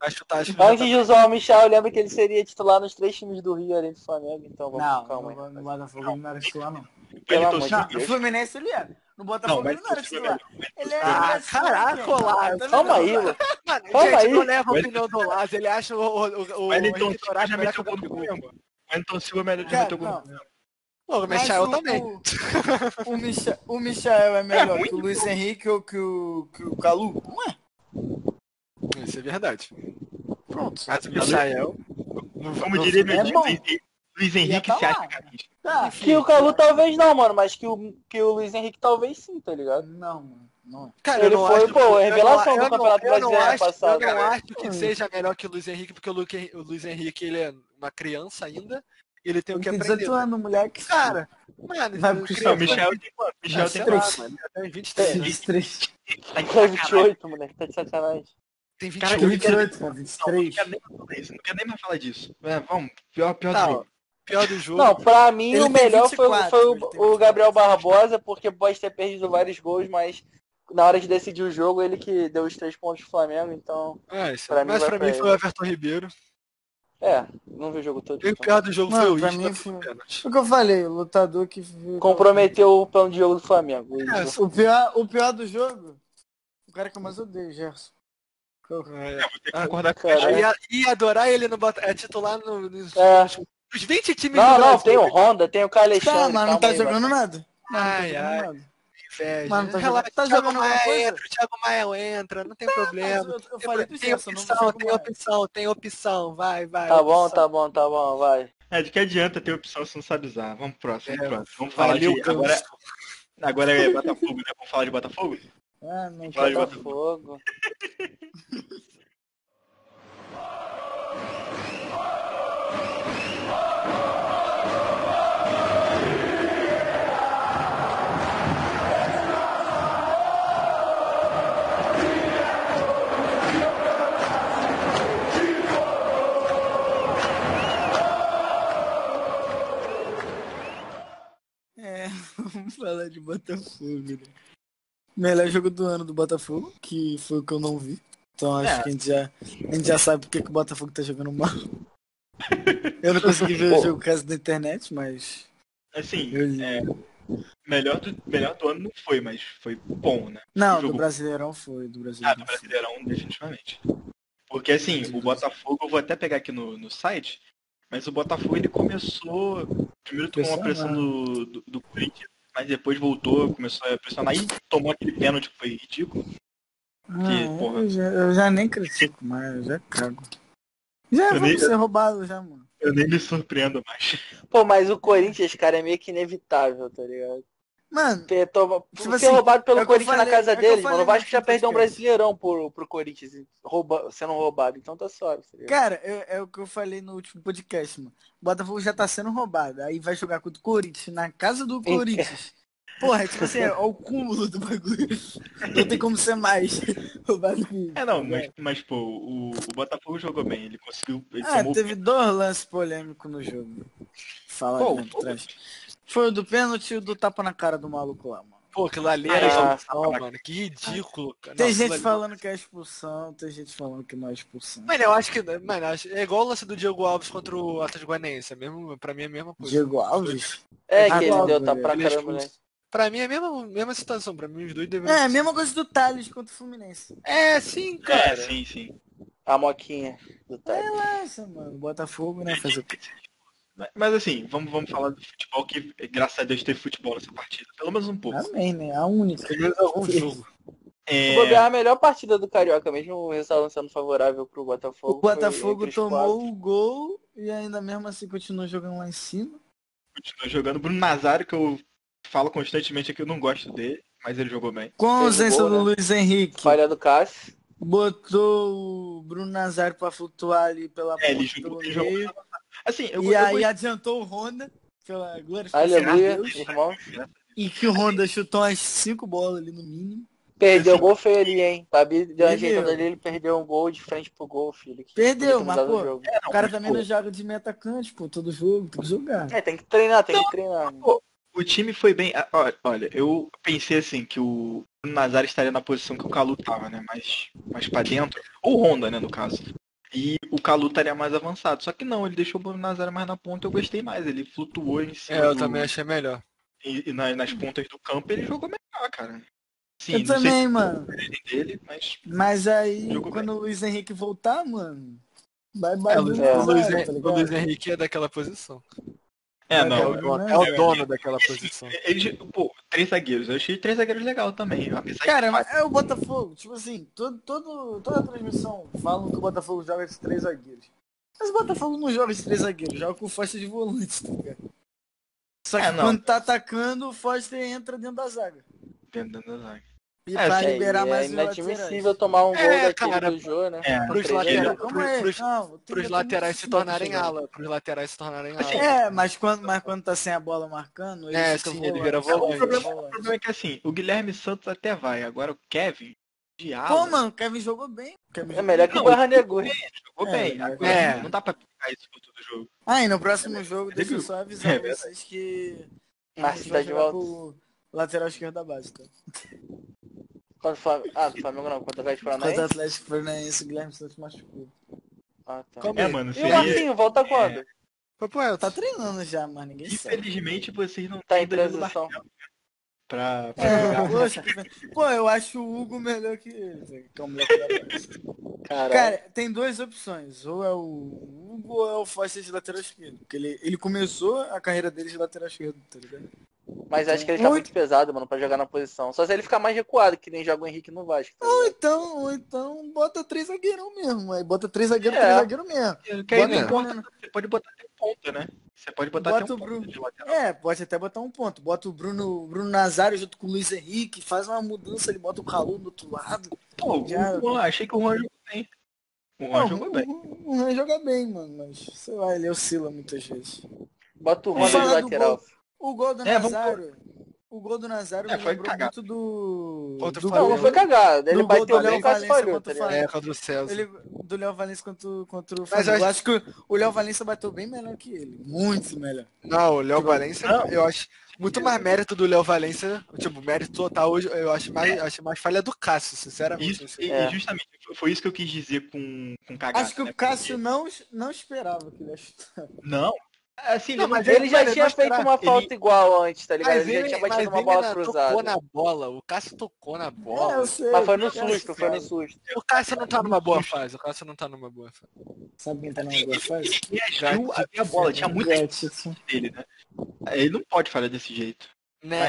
Speaker 2: Mas chutar, acho que já tá-
Speaker 4: Antes de usar o Michel, eu lembro que ele seria titular nos três times do Rio, além do Flamengo. Então vamos
Speaker 3: Não,
Speaker 4: com calma aí.
Speaker 3: no, no Botafogo ele não era titular, não.
Speaker 4: Pelo
Speaker 1: Wellington
Speaker 4: amor de
Speaker 1: Silva.
Speaker 3: Não, no Fluminense ele era. No
Speaker 1: Não,
Speaker 3: Botafogo
Speaker 1: mas
Speaker 3: ele não era
Speaker 1: isso é
Speaker 3: titular. Ele era.
Speaker 2: Ah,
Speaker 3: era titular,
Speaker 2: caraca,
Speaker 3: velho.
Speaker 2: Olá,
Speaker 3: Tá
Speaker 4: Calma
Speaker 3: vendo?
Speaker 4: aí, mano.
Speaker 2: Mano,
Speaker 4: Calma
Speaker 2: gente,
Speaker 4: aí.
Speaker 2: não leva a
Speaker 1: Wellington-
Speaker 2: opinião do Lázaro. Ele acha o, o, o, o
Speaker 1: Wellington
Speaker 2: Henrique
Speaker 1: Silva
Speaker 2: Dourado
Speaker 1: já
Speaker 2: melhor
Speaker 1: meteu
Speaker 2: que o
Speaker 1: o gol do
Speaker 2: Gabigol.
Speaker 1: Flamengo. Wellington Silva melhor de
Speaker 3: Cara,
Speaker 1: meter o gol.
Speaker 2: Pô, o Michael também.
Speaker 3: O, o, Micha, o Michael é melhor
Speaker 1: É
Speaker 3: que o Luiz Henrique ou que o, que o Calu? Não é.
Speaker 2: Isso é verdade.
Speaker 3: Pronto.
Speaker 2: Mas o Michael.
Speaker 1: Como diria meu
Speaker 3: é
Speaker 1: tio,
Speaker 3: bom.
Speaker 1: Luiz Henrique- Luiz Henrique
Speaker 3: tá
Speaker 1: se
Speaker 3: lá.
Speaker 1: acha carente.
Speaker 3: Tá.
Speaker 4: Que o Calu talvez não, mano, mas que o, que o Luiz Henrique talvez sim, tá ligado?
Speaker 3: Não, mano. Não é.
Speaker 2: Cara,
Speaker 4: Ele
Speaker 2: eu não
Speaker 4: foi,
Speaker 2: acho,
Speaker 4: pô,
Speaker 2: eu
Speaker 4: a
Speaker 2: não-
Speaker 4: revelação do
Speaker 2: eu não-
Speaker 4: Campeonato
Speaker 2: eu não
Speaker 4: Brasileiro ano
Speaker 2: acho-
Speaker 4: passado. né?
Speaker 2: Eu não
Speaker 1: Cara,
Speaker 2: acho que seja melhor que o Luiz Henrique, porque o, Luque- o Luiz Henrique, ele é uma criança ainda, ele tem o
Speaker 3: Ele
Speaker 2: que
Speaker 3: tem
Speaker 2: aprender.
Speaker 3: 18 anos, moleque.
Speaker 2: Cara, mano,
Speaker 3: Vai pro
Speaker 1: Não,
Speaker 2: criança,
Speaker 3: Cristiano,
Speaker 1: Michel tem quanto? Michel
Speaker 2: Ah,
Speaker 1: tem
Speaker 2: sei lá,
Speaker 1: quanto?
Speaker 2: mano, ele tem 23,
Speaker 3: Tem
Speaker 2: né?
Speaker 3: 23.
Speaker 1: Tá de
Speaker 4: Tá
Speaker 1: sacanagem.
Speaker 4: 28, moleque, tá de sacanagem.
Speaker 2: Tem
Speaker 1: Cara,
Speaker 2: 21.
Speaker 1: eu-
Speaker 3: 28, cara,
Speaker 1: Não, não
Speaker 3: 23.
Speaker 1: quero nem mais falar isso, não quero nem mais falar disso. É, vamos, pior, pior
Speaker 2: Tá,
Speaker 1: do
Speaker 2: ó,
Speaker 1: jogo.
Speaker 2: pior do jogo.
Speaker 4: Não, pra mim
Speaker 3: Ele
Speaker 4: o
Speaker 3: tem
Speaker 4: melhor foi, o-
Speaker 3: 24,
Speaker 4: foi
Speaker 3: ele
Speaker 4: o,
Speaker 3: tem
Speaker 4: o
Speaker 3: 24.
Speaker 4: Gabriel Barbosa, porque pode ter perdido vários gols, mas na hora de decidir o jogo, ele que deu os três pontos pro Flamengo, então.
Speaker 2: É, isso.
Speaker 4: pra mim
Speaker 2: mas
Speaker 4: vai
Speaker 2: pra
Speaker 4: pra
Speaker 2: mim
Speaker 4: ele.
Speaker 2: foi o Everton Ribeiro.
Speaker 4: É, não vi o jogo todo.
Speaker 2: E o
Speaker 4: então.
Speaker 2: pior do jogo
Speaker 3: Mano,
Speaker 2: foi o
Speaker 3: pra
Speaker 2: Isla
Speaker 3: mim
Speaker 2: dos
Speaker 3: foi-
Speaker 2: pênaltis.
Speaker 3: Foi o que eu falei, o lutador que. viu-
Speaker 4: Comprometeu o plano de jogo do Flamengo. o Isla.
Speaker 3: O pior, o pior do jogo, o cara que eu mais odeio, Gerson.
Speaker 1: Vou ter
Speaker 2: É.
Speaker 1: que concordar com o
Speaker 4: cara.
Speaker 1: Michel.
Speaker 2: Ia, ia adorar ele no bota- é titular no, nos,
Speaker 4: É.
Speaker 2: nos 20 times
Speaker 4: Não,
Speaker 2: do
Speaker 4: não,
Speaker 2: Brasil.
Speaker 4: tem o Honda, tem o Calexandre.
Speaker 3: Tá, mas não tá
Speaker 4: calma aí,
Speaker 3: jogando nada.
Speaker 2: Ai, ai,
Speaker 3: Não tá jogando nada.
Speaker 2: inveja.
Speaker 3: Mano, tá
Speaker 2: Relaxa,
Speaker 3: jogando- tá
Speaker 2: o Thiago
Speaker 3: jogando
Speaker 2: Maia
Speaker 3: alguma coisa? tá
Speaker 2: entra, o Thiago Maia entra, não tem
Speaker 3: Mas
Speaker 2: problema.
Speaker 3: eu, eu falei pro
Speaker 2: Tem
Speaker 3: Gerson, não é.
Speaker 2: opção,
Speaker 3: jogo
Speaker 2: tem
Speaker 3: mais.
Speaker 2: opção, tem opção, vai, vai.
Speaker 4: Tá bom,
Speaker 2: opção.
Speaker 4: tá bom, tá bom, vai.
Speaker 1: É, de que adianta ter opção se não sabe usar? Vamos pro próximo,
Speaker 2: É,
Speaker 1: vamos pro próximo. Vamos falar
Speaker 2: Valeu,
Speaker 1: de...
Speaker 2: Ganso.
Speaker 1: Agora, é- agora é Botafogo, né? Vamos falar de Botafogo?
Speaker 3: Ah, não
Speaker 1: Vai,
Speaker 3: tá.
Speaker 4: Botafogo.
Speaker 3: É, vamos falar de Botafogo, né? Melhor jogo do ano do Botafogo, que foi o que eu não vi. Então acho
Speaker 1: É.
Speaker 3: que a gente já, a gente já sabe porque que o Botafogo tá jogando mal. Eu não consegui ver o
Speaker 4: Pô.
Speaker 3: jogo por causa da internet, mas.
Speaker 1: Assim,
Speaker 3: Eu li.
Speaker 1: é, melhor, do, melhor do ano não foi, mas foi bom, né?
Speaker 3: Não, do
Speaker 1: jogo-
Speaker 3: Brasileirão foi, do
Speaker 1: Ah,
Speaker 3: Brasileirão.
Speaker 1: do
Speaker 3: foi.
Speaker 1: Brasileirão, definitivamente. Porque assim, o Botafogo, eu vou até pegar aqui no, no site, mas o Botafogo ele começou. Primeiro tomou uma pressão do, do, do Corinthians, mas depois voltou, começou a pressionar e tomou aquele pênalti que foi ridículo.
Speaker 3: Ah,
Speaker 1: porra.
Speaker 3: eu, já, eu já nem critico mais, eu já cago. Já
Speaker 1: Eu
Speaker 3: vamos
Speaker 1: nem-
Speaker 3: ser roubado já, mano.
Speaker 1: Eu nem me surpreendo mais.
Speaker 4: Pô, mas o Corinthians, cara, é meio que inevitável, tá ligado?
Speaker 3: Mano,
Speaker 4: Ter, toma-
Speaker 3: Tipo
Speaker 4: ser
Speaker 3: assim,
Speaker 4: roubado pelo
Speaker 3: é o que eu
Speaker 4: Corinthians na
Speaker 3: falei-
Speaker 4: casa
Speaker 3: é o que eu
Speaker 4: deles, mano.
Speaker 3: falei assim,
Speaker 4: O Vasco
Speaker 3: no
Speaker 4: já perdeu um
Speaker 3: podcast.
Speaker 4: brasileirão pro, pro Corinthians e rouba, sendo roubado, então tá só.
Speaker 3: Cara, é, é o que eu falei no último podcast, mano. O Botafogo já tá sendo roubado. Aí vai jogar contra o Corinthians, na casa do Corinthians. Porra, tipo assim, é o cúmulo do bagulho. Não tem como ser mais roubado que isso.
Speaker 1: É não, mas, mas pô, o, o Botafogo jogou bem, ele conseguiu. Ele
Speaker 3: Ah,
Speaker 1: tomou o
Speaker 3: teve dois lances polêmicos no jogo. Falar
Speaker 1: Qual?
Speaker 3: de atrás. Foi o do pênalti e o do tapa na cara do maluco lá, mano.
Speaker 2: Pô, tá aquilo ali era
Speaker 4: Ah,
Speaker 2: expulsão, mano. Que ridículo, cara.
Speaker 3: Tem
Speaker 2: Não, aquilo
Speaker 3: gente
Speaker 2: ali-
Speaker 3: falando que é expulsão, tem gente falando que não é expulsão.
Speaker 2: Mano, eu acho que. Mano, eu acho- é igual o lance do Diego Alves contra o Atlético Guanense. É mesmo, pra mim é a mesma coisa.
Speaker 3: Diego Alves?
Speaker 4: É
Speaker 3: Ah,
Speaker 4: que ele
Speaker 3: não,
Speaker 4: deu tá
Speaker 3: velho,
Speaker 4: pra
Speaker 2: ele é
Speaker 4: caramba, né?
Speaker 2: expulso. Pra mim é a mesma, mesma situação. Pra mim os dois devem.
Speaker 3: É, a mesma coisa do Thales contra o Fluminense.
Speaker 2: É, sim,
Speaker 1: pé. É,
Speaker 2: cara.
Speaker 1: sim, sim.
Speaker 4: A moquinha do Tati.
Speaker 3: Nossa, É mano, Botafogo, né? Fazer o quê?
Speaker 1: Mas- Mas assim, vamos, vamos falar do futebol, que graças a Deus teve futebol nessa partida, pelo menos um pouco.
Speaker 3: Amém, né? A única.
Speaker 2: Pelo menos algum jogo.
Speaker 1: É,
Speaker 4: Se bobear a melhor partida do Carioca, mesmo o resultado sendo favorável pro Botafogo.
Speaker 3: O
Speaker 4: foi
Speaker 3: Botafogo
Speaker 4: entre os
Speaker 3: tomou
Speaker 4: quatro.
Speaker 3: o gol e ainda mesmo assim continua jogando lá em cima.
Speaker 1: continua jogando. Bruno Nazário, que eu falo constantemente aqui, eu não gosto dele, mas ele jogou bem.
Speaker 3: Com
Speaker 4: Fez
Speaker 3: a
Speaker 4: o
Speaker 3: ausência
Speaker 4: gol,
Speaker 3: do
Speaker 4: né?
Speaker 3: Luiz Henrique,
Speaker 4: Falha do Cássio.
Speaker 3: botou o Bruno Nazário pra flutuar ali pela
Speaker 1: É, ele
Speaker 3: ponta,
Speaker 1: jogou,
Speaker 3: pelo
Speaker 1: ele jogou.
Speaker 3: meio.
Speaker 1: Assim, eu,
Speaker 3: E
Speaker 1: eu
Speaker 3: aí
Speaker 1: gosto-
Speaker 3: adiantou o Honda, pela glória
Speaker 4: Aleluia,
Speaker 3: Deus.
Speaker 4: irmão.
Speaker 1: né?
Speaker 3: E que o Honda chutou umas cinco bolas ali no mínimo.
Speaker 4: Perdeu o gol feio ali, hein? Babi deu uma
Speaker 3: Perdeu.
Speaker 4: ajeitada ali, ele perdeu um gol de frente pro gol, filho. que podia
Speaker 3: Perdeu,
Speaker 4: ter
Speaker 3: mas
Speaker 4: mudado o
Speaker 3: pô,
Speaker 4: jogo.
Speaker 1: É, não,
Speaker 3: o cara
Speaker 1: mas,
Speaker 3: também
Speaker 1: pô,
Speaker 3: não joga de meio atacante, pô, todo jogo, tem que jogar.
Speaker 4: É, tem que treinar, tem que treinar. né? mano.
Speaker 1: O time foi bem. ah, ó- Olha, eu pensei assim que o Bruno Nazário estaria na posição que o Calu tava, né? Mais, mais pra dentro. Ou Honda, né, no caso. E o Calu estaria mais avançado. Só que não, ele deixou o Bruno Nazário mais na ponta, eu gostei mais. Ele flutuou em cima
Speaker 2: É, eu
Speaker 1: do-
Speaker 2: também achei melhor.
Speaker 1: e, e na- nas pontas do campo, ele jogou melhor, cara. Sim,
Speaker 3: Eu
Speaker 1: não
Speaker 3: também, mano.
Speaker 1: sei se é dele, mas
Speaker 3: Mas aí,
Speaker 1: Jogou
Speaker 3: quando o Luiz Henrique voltar, mano, Vai
Speaker 2: É,
Speaker 3: mais
Speaker 2: o Luiz,
Speaker 4: É.
Speaker 2: o Luiz Hen- o
Speaker 3: tá
Speaker 2: Luiz
Speaker 3: ligado?
Speaker 2: Henrique é daquela posição.
Speaker 1: É,
Speaker 2: é,
Speaker 1: não.
Speaker 2: o dono,
Speaker 3: né?
Speaker 2: é o dono daquela posição.
Speaker 1: Eles, pô, três zagueiros. Eu achei três zagueiros legal também.
Speaker 4: Tá
Speaker 1: Apesar de-
Speaker 3: Cara, mas é o Botafogo. Tipo assim, todo, todo, toda a transmissão falam que o Botafogo joga esses três zagueiros. Mas o Botafogo não joga esses três zagueiros, joga com faixa de volante, tá ligado? Só que
Speaker 1: É, não.
Speaker 3: quando tá atacando, o Foster entra dentro da zaga.
Speaker 1: Dentro da zaga.
Speaker 3: E
Speaker 1: É,
Speaker 3: pra
Speaker 1: sim,
Speaker 3: liberar
Speaker 4: é
Speaker 3: mais os
Speaker 4: inadmissível
Speaker 3: laterais.
Speaker 4: tomar um gol
Speaker 2: É,
Speaker 4: daquele
Speaker 2: cara,
Speaker 4: do Jô, né?
Speaker 1: É,
Speaker 2: Pros
Speaker 4: Três
Speaker 2: laterais,
Speaker 4: zagueiros.
Speaker 3: Calma
Speaker 2: pros,
Speaker 3: aí,
Speaker 2: pros,
Speaker 3: calma, tem
Speaker 2: pros
Speaker 3: que
Speaker 2: laterais se
Speaker 3: botar muito
Speaker 2: tornarem
Speaker 3: chegar.
Speaker 2: ala. Pros laterais se tornarem
Speaker 1: Assim,
Speaker 2: ala.
Speaker 3: É, mas quando, mas quando tá sem a bola marcando, ele
Speaker 2: É,
Speaker 3: fica
Speaker 2: sim, ele vira
Speaker 1: o,
Speaker 2: volante.
Speaker 1: problema, o
Speaker 3: volante.
Speaker 1: problema é que assim, o Guilherme Santos até vai. Agora o Kevin, diabo,
Speaker 3: Pô, mano, o Kevin jogou bem. O Kevin
Speaker 4: Ah, É
Speaker 3: jogou
Speaker 4: melhor
Speaker 3: bem.
Speaker 4: que o Barra Negou.
Speaker 1: jogou
Speaker 3: é,
Speaker 1: bem.
Speaker 3: é
Speaker 1: Agora,
Speaker 2: verdade.
Speaker 1: Não dá pra aplicar isso pro todo jogo.
Speaker 3: Ah, e no próximo jogo, deixa eu
Speaker 1: Digo,
Speaker 3: só avisar
Speaker 1: é verdade.
Speaker 3: vocês que.
Speaker 4: Márcio tá de volta.
Speaker 3: o lateral esquerdo da base, tá?
Speaker 4: Contra o Flamengo. Ah, do Flamengo não, contra o Atlético
Speaker 3: Contra o
Speaker 4: Paranaense.
Speaker 3: Atlético Paranaense, o Guilherme Santos machucou.
Speaker 4: Ah, tá.
Speaker 2: Calma
Speaker 1: É,
Speaker 2: aí.
Speaker 1: mano,
Speaker 4: E o
Speaker 1: seria...
Speaker 4: Marcinho volta quando?
Speaker 2: Mas, pô, eu
Speaker 3: Tá
Speaker 2: tá-
Speaker 3: treinando já, mas ninguém sabe.
Speaker 1: Infelizmente vocês não
Speaker 4: Tá
Speaker 1: têm
Speaker 4: em
Speaker 1: Danilo
Speaker 4: transição.
Speaker 1: Barcelos pra, pra
Speaker 3: É,
Speaker 1: jogar.
Speaker 3: poxa, pô, eu acho o Hugo melhor que ele, velho, que é o moleque da base.
Speaker 4: Caralho.
Speaker 3: Cara, tem duas opções. Ou é o Hugo ou é o Foster de lateral esquerdo. Porque ele, ele começou a carreira dele de lateral esquerdo, tá ligado?
Speaker 4: Mas acho que ele tá muito pesado, mano, pra jogar na posição. Só se ele ficar mais recuado, que nem joga o Henrique no Vasco. tá
Speaker 3: Ou
Speaker 4: ligado?
Speaker 3: então, ou então bota três zagueirão mesmo. Aí bota três zagueiro,
Speaker 4: É.
Speaker 3: três zagueiro mesmo.
Speaker 1: Que aí
Speaker 3: Bota
Speaker 1: não
Speaker 2: o
Speaker 1: importa, você pode botar até ponta, né? Você pode botar
Speaker 3: Bota
Speaker 1: até um
Speaker 3: o
Speaker 1: ponta
Speaker 3: Bruno.
Speaker 1: de lateral.
Speaker 3: É, pode até botar um ponto. Bota o Bruno, Bruno Nazário junto com o Luiz Henrique, faz uma mudança, ele bota o Calu do outro lado.
Speaker 1: Pô,
Speaker 3: Já-
Speaker 1: o Juan, achei que o Juan jogou bem. O Juan
Speaker 3: Não,
Speaker 1: jogou bem.
Speaker 3: O Ran joga bem, mano, mas sei lá, ele oscila muitas vezes.
Speaker 4: Bota o
Speaker 1: Vamos
Speaker 4: Ronald de
Speaker 3: falar do
Speaker 4: lateral.
Speaker 3: O gol do
Speaker 1: É, vamos-
Speaker 3: Nazário. O gol do Nazário
Speaker 1: É,
Speaker 3: me
Speaker 1: foi
Speaker 3: lembrou
Speaker 1: cagado.
Speaker 3: muito do.
Speaker 2: Outro
Speaker 3: do
Speaker 4: Não,
Speaker 2: Valeu.
Speaker 4: não foi cagado. Ele
Speaker 3: Do gol
Speaker 4: bateu
Speaker 3: do
Speaker 4: bem e
Speaker 3: Léo
Speaker 4: quase
Speaker 3: Valência
Speaker 4: falhou,
Speaker 3: contra
Speaker 4: tá
Speaker 3: o
Speaker 4: ligado?
Speaker 2: é, contra o Celso.
Speaker 3: Ele, do Léo Valência contra, o- contra o
Speaker 2: Mas
Speaker 3: Flamengo.
Speaker 2: eu
Speaker 3: Eu acho que o Léo Valência bateu bem melhor que ele. Muito melhor.
Speaker 1: É
Speaker 2: Tipo, Não, o Léo Valência, eu acho muito mais mérito do Léo Valência, tipo, mérito total hoje, eu acho mais, eu acho mais falha do Cássio, sinceramente.
Speaker 1: Isso,
Speaker 2: assim.
Speaker 1: e,
Speaker 4: É.
Speaker 1: e justamente, foi- foi isso que eu quis dizer com, com cagada.
Speaker 3: Acho que
Speaker 1: né?
Speaker 3: o Cássio não, não esperava que ele ia chutar.
Speaker 1: Porque- Não. Assim,
Speaker 2: Não,
Speaker 1: ele
Speaker 2: mas
Speaker 1: mas
Speaker 4: Ele já
Speaker 2: Mas
Speaker 4: tinha
Speaker 2: ele-
Speaker 4: feito uma
Speaker 1: ele-
Speaker 4: falta igual antes, tá ligado?
Speaker 2: Mas
Speaker 4: Ele, já tinha batido uma bola
Speaker 2: ainda
Speaker 4: cruzada.
Speaker 2: tocou na bola, o Cássio tocou na
Speaker 3: É, eu
Speaker 2: bola.
Speaker 3: sei.
Speaker 4: Mas foi no
Speaker 3: Eu
Speaker 4: susto, foi no
Speaker 3: sei.
Speaker 4: susto.
Speaker 2: O Cássio não tá numa boa fase, o Cássio não tá numa boa fase.
Speaker 3: Sabe quem tá na boa fase?
Speaker 1: reagiu a ver a bola, tinha muita
Speaker 3: é. Gretchen.
Speaker 1: dele, né? Ele não pode falhar desse jeito.
Speaker 2: Né,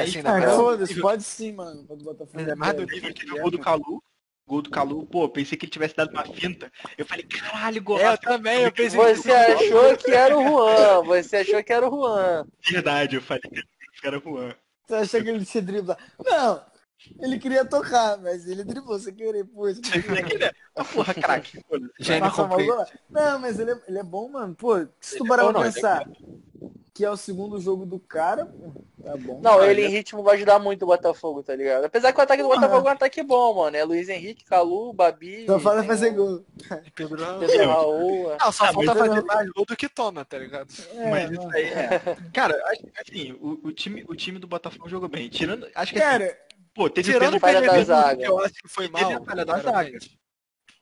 Speaker 1: Mas- é um
Speaker 2: assim, na
Speaker 3: Ah,
Speaker 1: Não,
Speaker 2: verdade,
Speaker 3: foda-se, pode sim, mano. Pode botar fogo.
Speaker 2: Ainda mais do
Speaker 1: Teve teve o gol é do Calu, gol do Calu, pô, pensei que ele tivesse dado uma finta. Eu falei, caralho, gol.
Speaker 2: É, eu também, eu pensei
Speaker 4: Você achou que era o Juan, você achou que era o Juan.
Speaker 1: Verdade, eu falei, cara, Juan.
Speaker 3: Você acha que ele se dribla? Não! Ele queria tocar, mas ele driblou sem querer, pô. tá isso que-
Speaker 1: É que ele é- Ah, porra, craque. pô.
Speaker 2: Gênio
Speaker 3: Marcou mal
Speaker 2: completo.
Speaker 3: gol. Tá Não, mas ele é, ele é bom, mano. Pô, se tu
Speaker 1: Ele é
Speaker 3: parar
Speaker 1: bom,
Speaker 3: pra
Speaker 1: não, ele é
Speaker 3: pensar que é o segundo jogo do cara, pô, tá bom.
Speaker 4: Não, ele em ritmo vai ajudar muito o Botafogo, tá ligado? Apesar que o ataque do Botafogo é um ataque bom, mano. É Luiz Henrique, Calu, Babi.
Speaker 3: Só fala
Speaker 1: é
Speaker 4: tem
Speaker 3: fazer
Speaker 4: o
Speaker 3: gol.
Speaker 2: Pedro-
Speaker 4: Pedro Raul. é.
Speaker 2: Não, só
Speaker 1: Ah,
Speaker 2: falta
Speaker 1: mas-
Speaker 2: fazer mais gol do que toma, tá ligado?
Speaker 3: É,
Speaker 1: Mas
Speaker 3: mano.
Speaker 1: isso aí é. Cara, acho que, assim, o, o time, o time do Botafogo jogou bem. Tirando. Acho que assim,
Speaker 3: Cara,
Speaker 1: pô, teve
Speaker 2: Tirando
Speaker 1: pênalti-
Speaker 2: o
Speaker 4: falha da
Speaker 2: Pedro,
Speaker 4: zaga.
Speaker 2: eu acho que foi
Speaker 1: Teve
Speaker 2: mal.
Speaker 1: a falha da zaga.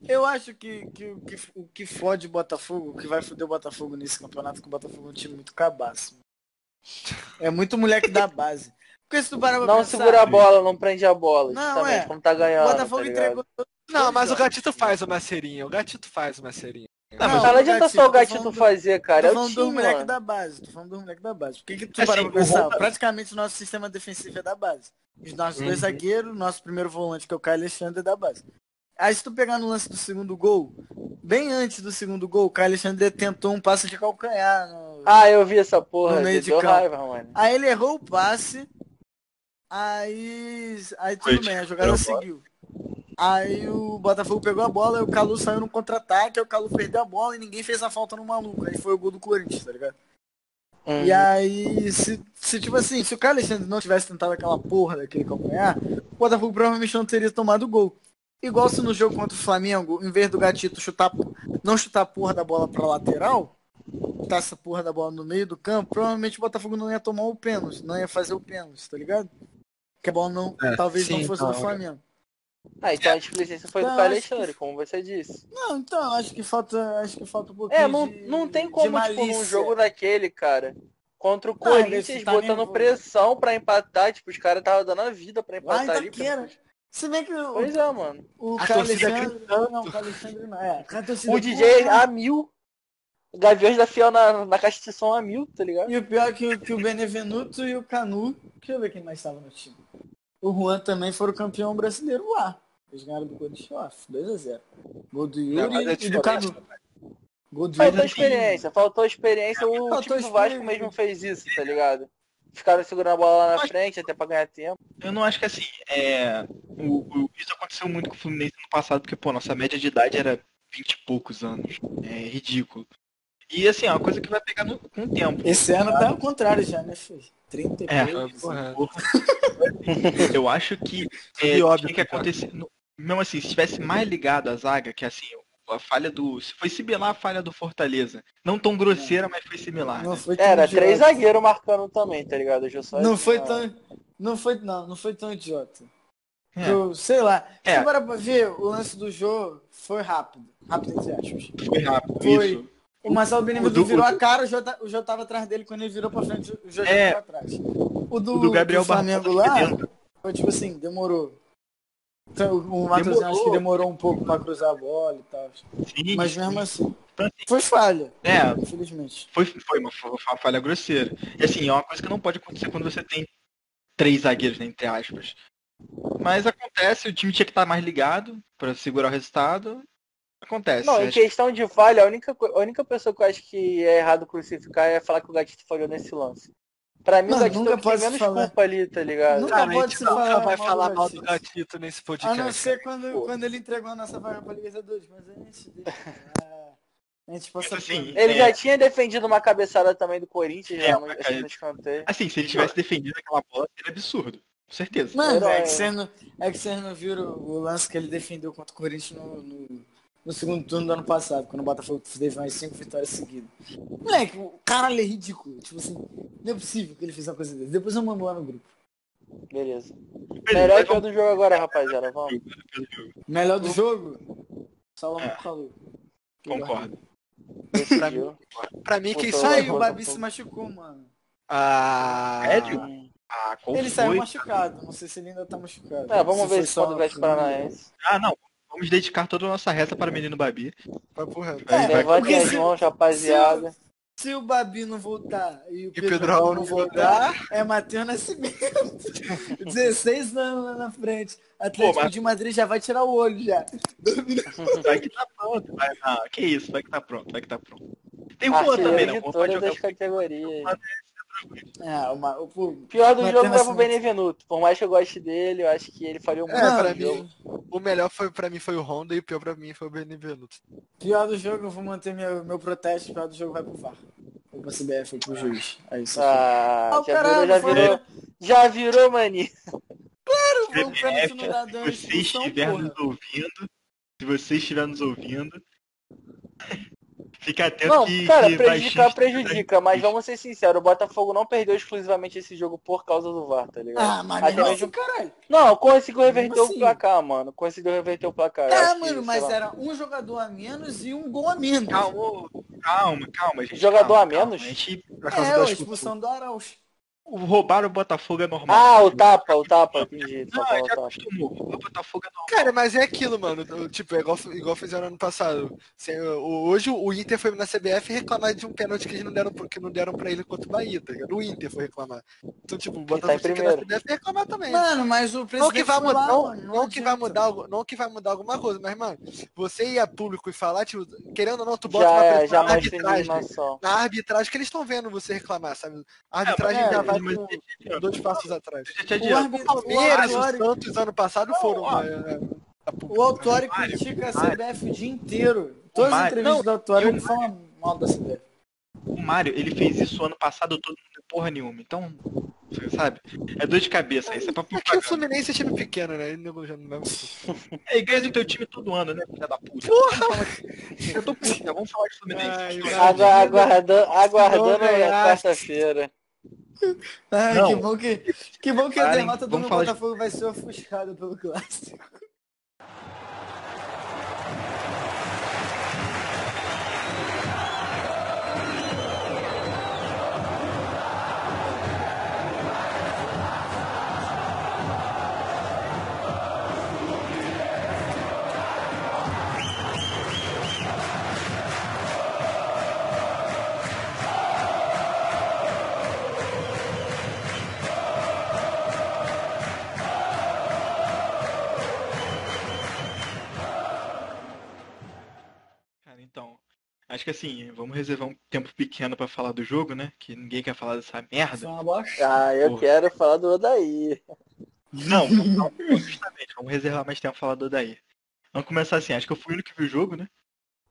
Speaker 3: eu acho que, que, o que o que fode o Botafogo, o que vai foder o Botafogo nesse campeonato, que o Botafogo é um time muito cabaço. É muito moleque da base. Porque se tu parar pra
Speaker 4: Não
Speaker 3: pensar,
Speaker 4: segura a bola, não prende a bola,
Speaker 3: Não,
Speaker 4: justamente,
Speaker 3: é.
Speaker 4: como tá
Speaker 3: o
Speaker 4: ganhando.
Speaker 3: Botafogo
Speaker 4: tá ligado?
Speaker 3: entregou
Speaker 2: Não, mas o Gatito faz o macerinha, o Gatito faz o macerinha.
Speaker 1: Não, mas
Speaker 2: é
Speaker 4: Não, não
Speaker 3: o
Speaker 4: adianta
Speaker 3: Gatito,
Speaker 4: só o
Speaker 3: tô falando
Speaker 4: gatito
Speaker 3: do-
Speaker 4: fazer, cara.
Speaker 3: Tô
Speaker 4: É o
Speaker 3: falando
Speaker 4: time,
Speaker 3: dos moleques
Speaker 4: mano.
Speaker 3: da base, tô falando dos moleques da base. Por que, que tu
Speaker 1: Assim,
Speaker 3: parou
Speaker 1: o
Speaker 3: pra pensar?
Speaker 1: Honda-
Speaker 3: Praticamente o nosso sistema defensivo é da base. Os nossos
Speaker 4: Uhum.
Speaker 3: dois zagueiros, nosso primeiro volante, que é o Caio Alexandre, é da base. Aí se tu pegar no lance do segundo gol, bem antes do segundo gol, o Caio Alexandre tentou um passe de calcanhar. no-
Speaker 4: Ah, eu vi essa porra,
Speaker 3: No meio
Speaker 4: me
Speaker 3: de
Speaker 4: deu
Speaker 3: campo.
Speaker 4: raiva, mano.
Speaker 3: Aí ele errou o passe, aí. Aí tudo
Speaker 1: Foi,
Speaker 3: bem, a jogada
Speaker 1: eu
Speaker 3: seguiu. Aí o Botafogo pegou a bola, aí o Calu saiu no contra-ataque, aí o Calu perdeu a bola e ninguém fez a falta no maluco. Aí foi o gol do Corinthians, tá ligado? E aí, se, se tipo assim, se o Caio Alexandre não tivesse tentado aquela porra daquele calcanhar, o Botafogo provavelmente não teria tomado o gol. Igual se no jogo contra o Flamengo, em vez do Gatito chutar, não chutar a porra da bola pra lateral, chutar essa porra da bola no meio do campo, provavelmente o Botafogo não ia tomar o pênalti, não ia fazer o pênalti, tá ligado? Que a bola não,
Speaker 2: É,
Speaker 3: talvez
Speaker 2: sim,
Speaker 3: não fosse
Speaker 2: não,
Speaker 3: do Flamengo.
Speaker 4: Ah, então a explicência foi do
Speaker 3: Não,
Speaker 4: Caio
Speaker 3: acho que-
Speaker 4: Alexandre, como você disse.
Speaker 3: Não, então, acho que falta, acho que falta um pouquinho
Speaker 4: É, não,
Speaker 3: de-
Speaker 4: não tem
Speaker 3: de
Speaker 4: como, tipo, num
Speaker 3: malícia.
Speaker 4: jogo daquele, cara. Contra o
Speaker 3: Não, ele
Speaker 4: Corinthians,
Speaker 3: tá
Speaker 4: botando
Speaker 3: nervoso.
Speaker 4: pressão pra empatar, tipo, os caras estavam dando a vida pra
Speaker 3: Lá
Speaker 4: empatar
Speaker 3: em
Speaker 4: ali.
Speaker 3: Itaquera. Se bem que o,
Speaker 4: Pois é, mano.
Speaker 3: o
Speaker 2: A
Speaker 3: Caio
Speaker 2: torcida
Speaker 3: Alexandre. Não, o Caio Alexandre não. É, a torcida,
Speaker 4: O DJ
Speaker 3: porra.
Speaker 4: a mil. Gaviões da Fiel na, na caixa de som a mil, tá ligado?
Speaker 3: E o pior é que, o- que o Benevenuto e o Canu. Deixa eu ver quem mais estava no time. O Juan também foram campeão brasileiro lá. Eles ganharam do Corinthians 2x0. Gol do Yuri
Speaker 2: mas é
Speaker 3: e do
Speaker 2: diferente.
Speaker 3: Canu. Gol do
Speaker 4: Faltou
Speaker 3: Yuri.
Speaker 4: experiência, faltou experiência. O
Speaker 3: Faltou
Speaker 4: time do
Speaker 3: experiência.
Speaker 4: Vasco mesmo fez isso, tá ligado? Ficaram segurando a bola lá na
Speaker 1: Mas-
Speaker 4: frente até pra ganhar tempo.
Speaker 1: Eu não acho que assim, é, o- o- isso aconteceu muito com o Fluminense no passado, porque, pô, nossa média de idade era 20 e poucos anos. É ridículo. E assim, é uma coisa que vai pegar no, com o tempo.
Speaker 3: Esse ano tá ao contrário já, né, filho? 30 e
Speaker 1: É.
Speaker 3: poucos.
Speaker 2: Porra.
Speaker 1: Eu acho que
Speaker 2: Sob
Speaker 1: é,
Speaker 2: óbito,
Speaker 1: tinha que
Speaker 2: cara.
Speaker 1: acontecer. no- Mesmo assim, se tivesse mais ligado a zaga, que assim, a falha do. se Foi similar à falha do Fortaleza. Não tão grosseira, mas foi similar.
Speaker 3: Não
Speaker 1: Né?
Speaker 3: foi tão
Speaker 4: Era,
Speaker 3: idiota.
Speaker 4: três zagueiros marcando também, tá ligado? Eu só-
Speaker 3: Não foi tão. Não foi, não, não foi tão idiota.
Speaker 1: É.
Speaker 3: Eu, sei lá.
Speaker 1: É.
Speaker 3: Se parar pra ver, o lance do jogo foi rápido. Rápido entre aspas.
Speaker 1: Foi rápido,
Speaker 3: Foi.
Speaker 1: isso.
Speaker 3: O Marcelo Benevenuto
Speaker 1: do-
Speaker 3: virou
Speaker 1: o
Speaker 3: a cara, o Jô, ta- o Jô tava atrás dele, quando ele virou pra frente, o Jô
Speaker 1: É.
Speaker 3: tava pra trás. O do,
Speaker 1: O do Gabriel
Speaker 3: do Flamengo
Speaker 1: Barbosa foi
Speaker 3: lá, foi tipo assim, demorou. Então, o Matheus
Speaker 1: Demorou.
Speaker 3: acho que demorou um pouco pra cruzar a bola e tal.
Speaker 1: Sim,
Speaker 3: Mas
Speaker 1: sim.
Speaker 3: mesmo assim,
Speaker 1: Então, assim,
Speaker 3: foi falha,
Speaker 1: é,
Speaker 3: infelizmente.
Speaker 1: Foi, foi, uma, foi uma falha grosseira. E assim, é uma coisa que não pode acontecer quando você tem três zagueiros, né, entre aspas. Mas acontece, o time tinha que estar mais ligado pra segurar o resultado. Acontece.
Speaker 4: Não, em
Speaker 1: acho-
Speaker 4: questão de falha, a única, co- a única pessoa que eu acho que é errado crucificar é falar que o Gatito falhou nesse lance. Pra mim,
Speaker 3: Mano,
Speaker 4: o Gatito
Speaker 3: nunca
Speaker 4: é o que tem
Speaker 3: posso
Speaker 4: menos
Speaker 3: falar.
Speaker 4: culpa ali, tá ligado?
Speaker 3: Nunca
Speaker 2: Cara, a
Speaker 3: pode
Speaker 2: gente
Speaker 3: se
Speaker 2: nunca
Speaker 3: falar
Speaker 2: vai
Speaker 3: mal do
Speaker 2: falar mal do
Speaker 3: Gatito.
Speaker 2: gatito nesse
Speaker 3: A
Speaker 2: podcast.
Speaker 3: não ser
Speaker 4: Pô.
Speaker 3: quando, quando ele entregou a nossa vaga pra Libertadores, mas a gente deixa. lá. A gente passa
Speaker 1: Mas, assim,
Speaker 3: por-
Speaker 4: Ele
Speaker 1: É.
Speaker 4: já tinha defendido uma cabeçada também do Corinthians,
Speaker 1: É,
Speaker 4: já no,
Speaker 1: mas,
Speaker 4: assim,
Speaker 1: cara,
Speaker 4: no escanteio.
Speaker 1: Assim, se ele tivesse defendido aquela bola, seria absurdo. Com certeza.
Speaker 3: Mano,
Speaker 4: Herói.
Speaker 3: é que vocês não, é que vocês não viram o lance que ele defendeu contra o Corinthians no, no- no segundo turno do ano passado, quando o Botafogo teve mais cinco vitórias seguidas. Moleque, o caralho é ridículo. Tipo assim, não é possível que ele fez uma coisa dessa. Depois eu mando lá no grupo.
Speaker 4: Beleza.
Speaker 1: Beleza,
Speaker 4: Melhor
Speaker 1: mas
Speaker 4: que o do jogo agora, rapaziada. Vamos.
Speaker 3: Melhor do jogo?
Speaker 4: É.
Speaker 3: Salomão Calu.
Speaker 1: vamos- concordo.
Speaker 4: Decidiu.
Speaker 2: Pra mim, quem
Speaker 4: Botou-
Speaker 2: saiu.
Speaker 3: Aí o Babi se machucou, mano.
Speaker 2: Ah.
Speaker 1: Sério? Ah, qual
Speaker 3: Ele
Speaker 1: foi?
Speaker 3: saiu machucado. Não sei se ele ainda tá machucado.
Speaker 4: É, vamos
Speaker 3: Se
Speaker 4: ver
Speaker 3: foi
Speaker 4: esse
Speaker 3: só
Speaker 4: ponto do Atlético
Speaker 3: uma-
Speaker 4: Paranaense.
Speaker 1: Ah, não. Vamos dedicar toda a nossa reta para o menino Babi.
Speaker 2: Papo reto.
Speaker 3: É, porque
Speaker 4: Levantem as
Speaker 3: se-
Speaker 4: mãos, rapaziada.
Speaker 3: Se o Babi não voltar e o
Speaker 2: E
Speaker 3: Pedro
Speaker 2: Pedro
Speaker 3: Raul
Speaker 2: Raul
Speaker 3: não
Speaker 2: voltar?
Speaker 3: voltar, é Matheus Nascimento. 16 anos lá na frente. Atlético
Speaker 1: Pô, mas-
Speaker 3: de Madrid já vai tirar o olho já.
Speaker 1: Vai que tá pronto. Vai, ah, que isso, vai que tá pronto, vai que tá pronto. Tem rua também, né?
Speaker 4: Artilheiro de
Speaker 1: Rua pode
Speaker 4: todas
Speaker 1: jogar
Speaker 4: as categorias.
Speaker 3: É, o Ma- o- pô,
Speaker 4: Pior do
Speaker 3: Mas
Speaker 4: jogo
Speaker 3: tem
Speaker 4: vai pro
Speaker 3: nascimento.
Speaker 4: Benevenuto. Por mais que eu goste dele, eu acho que ele falhou muito.
Speaker 2: É,
Speaker 3: Não,
Speaker 2: pra
Speaker 4: no jogo.
Speaker 2: mim, o melhor foi, pra mim foi o Honda e o pior pra mim foi o Benevenuto.
Speaker 3: pior do jogo, eu vou manter meu, meu protesto. Pior do jogo vai pro VAR. Ou pro CBF, ou pro juiz. Aí só.
Speaker 4: Ah,
Speaker 3: Ah,
Speaker 4: já
Speaker 3: caralho,
Speaker 4: virou, já
Speaker 3: foi-
Speaker 4: virou. Já virou, mani.
Speaker 3: o pênalti não dá dano
Speaker 1: Se você
Speaker 2: então,
Speaker 1: estiver nos ouvindo, se você estiver nos ouvindo, fica atento
Speaker 4: Não,
Speaker 1: que,
Speaker 4: cara,
Speaker 1: que
Speaker 4: prejudicar
Speaker 1: baixista-
Speaker 4: prejudica, mas vamos ser sinceros, o Botafogo não perdeu exclusivamente esse jogo por causa do VAR, tá ligado?
Speaker 3: Ah, mas
Speaker 4: Até
Speaker 3: mesmo
Speaker 4: mesmo-
Speaker 3: assim, caralho.
Speaker 4: Não, conseguiu reverter
Speaker 3: assim?
Speaker 4: o placar, mano. Conseguiu reverter o placar. eu
Speaker 3: É,
Speaker 4: acho que,
Speaker 3: mano,
Speaker 4: sei
Speaker 3: mas
Speaker 4: lá.
Speaker 3: era um jogador a menos e um gol a menos.
Speaker 1: Calma, calma, calma, gente.
Speaker 4: Jogador
Speaker 1: calma,
Speaker 4: a
Speaker 1: calma.
Speaker 4: menos?
Speaker 1: A gente-
Speaker 2: Por causa
Speaker 3: É, a
Speaker 2: das
Speaker 3: expulsão do Araújo.
Speaker 1: o roubar o Botafogo é normal.
Speaker 4: Ah, o tapa, o tapa, entendi. Só
Speaker 1: Não,
Speaker 4: falar
Speaker 1: a
Speaker 4: o
Speaker 1: gente
Speaker 4: tapa.
Speaker 1: acostumou. Roubar o Botafogo é normal.
Speaker 2: Cara, mas é aquilo, mano. do- Tipo, é igual, igual fizeram ano passado. Assim, o- hoje o Inter foi na CBF reclamar de um pênalti que eles não deram, porque não deram pra ele contra o Bahia, tá ligado? O Inter foi reclamar. Então, tipo, o Botafogo tem que ir na
Speaker 4: primeiro.
Speaker 2: CBF e reclamar também.
Speaker 3: Mano, mas o presidente
Speaker 2: Não que, vai
Speaker 3: foi lá,
Speaker 2: mudar, não,
Speaker 3: mano,
Speaker 2: não que vai
Speaker 3: adianta.
Speaker 2: mudar, algo- não que vai mudar alguma coisa, mas, mano, você ir a público e falar, tipo, querendo ou não, tu bota
Speaker 4: Já,
Speaker 2: uma
Speaker 4: é,
Speaker 2: pressão
Speaker 4: já
Speaker 2: na
Speaker 4: mostra
Speaker 3: né?
Speaker 2: arbitragem.
Speaker 4: indignação.
Speaker 2: Na arbitragem que eles estão vendo você reclamar, sabe? A arbitragem
Speaker 3: É,
Speaker 2: já
Speaker 3: mas-
Speaker 2: vai
Speaker 1: mas- é.
Speaker 2: com dois passos atrás.
Speaker 1: Eu te
Speaker 3: O
Speaker 1: adianto.
Speaker 3: árbitro,
Speaker 2: Palmeiras,
Speaker 3: o
Speaker 2: o
Speaker 3: Autori,
Speaker 2: Santos, ano passado foram.
Speaker 1: ó,
Speaker 2: é, a público.
Speaker 3: o Autori critica a CBF o dia inteiro. Todas as
Speaker 1: Mário-
Speaker 3: entrevistas
Speaker 1: não,
Speaker 3: do Autori
Speaker 1: e o
Speaker 3: ele fala mal da CBF.
Speaker 1: O Mário, ele fez isso ano passado, todo mundo porra nenhuma. Então, você sabe? É dor de cabeça. Isso é pra
Speaker 2: Aqui o
Speaker 1: propaganda.
Speaker 2: Fluminense é time pequeno, né? Ele não já não leva.
Speaker 1: É, e ganha do teu time todo ano, né, filha da puta? Eu tô puto, né? Vamos falar de Fluminense.
Speaker 2: Ai,
Speaker 1: Vamos
Speaker 2: cara.
Speaker 1: falar de-
Speaker 4: Agua- aguardando aguardando
Speaker 2: Se não
Speaker 4: a
Speaker 2: ganhar-
Speaker 4: quarta-feira.
Speaker 5: Ah,
Speaker 3: Ai,
Speaker 1: Não.
Speaker 3: que bom que, que, bom que a
Speaker 1: Parem,
Speaker 3: derrota do
Speaker 1: vamos
Speaker 3: meu
Speaker 1: falar de-
Speaker 3: Botafogo vai ser ofuscada pelo clássico.
Speaker 1: Então, acho que assim, vamos reservar um tempo pequeno pra falar do jogo, né? Que ninguém quer falar dessa merda.
Speaker 3: Isso é uma bosta.
Speaker 4: Ah, eu
Speaker 1: Porra.
Speaker 4: quero falar do Odaí.
Speaker 1: Não, não, justamente, vamos reservar mais tempo pra falar do daí. Vamos começar assim, acho que eu fui o único que viu o jogo, né?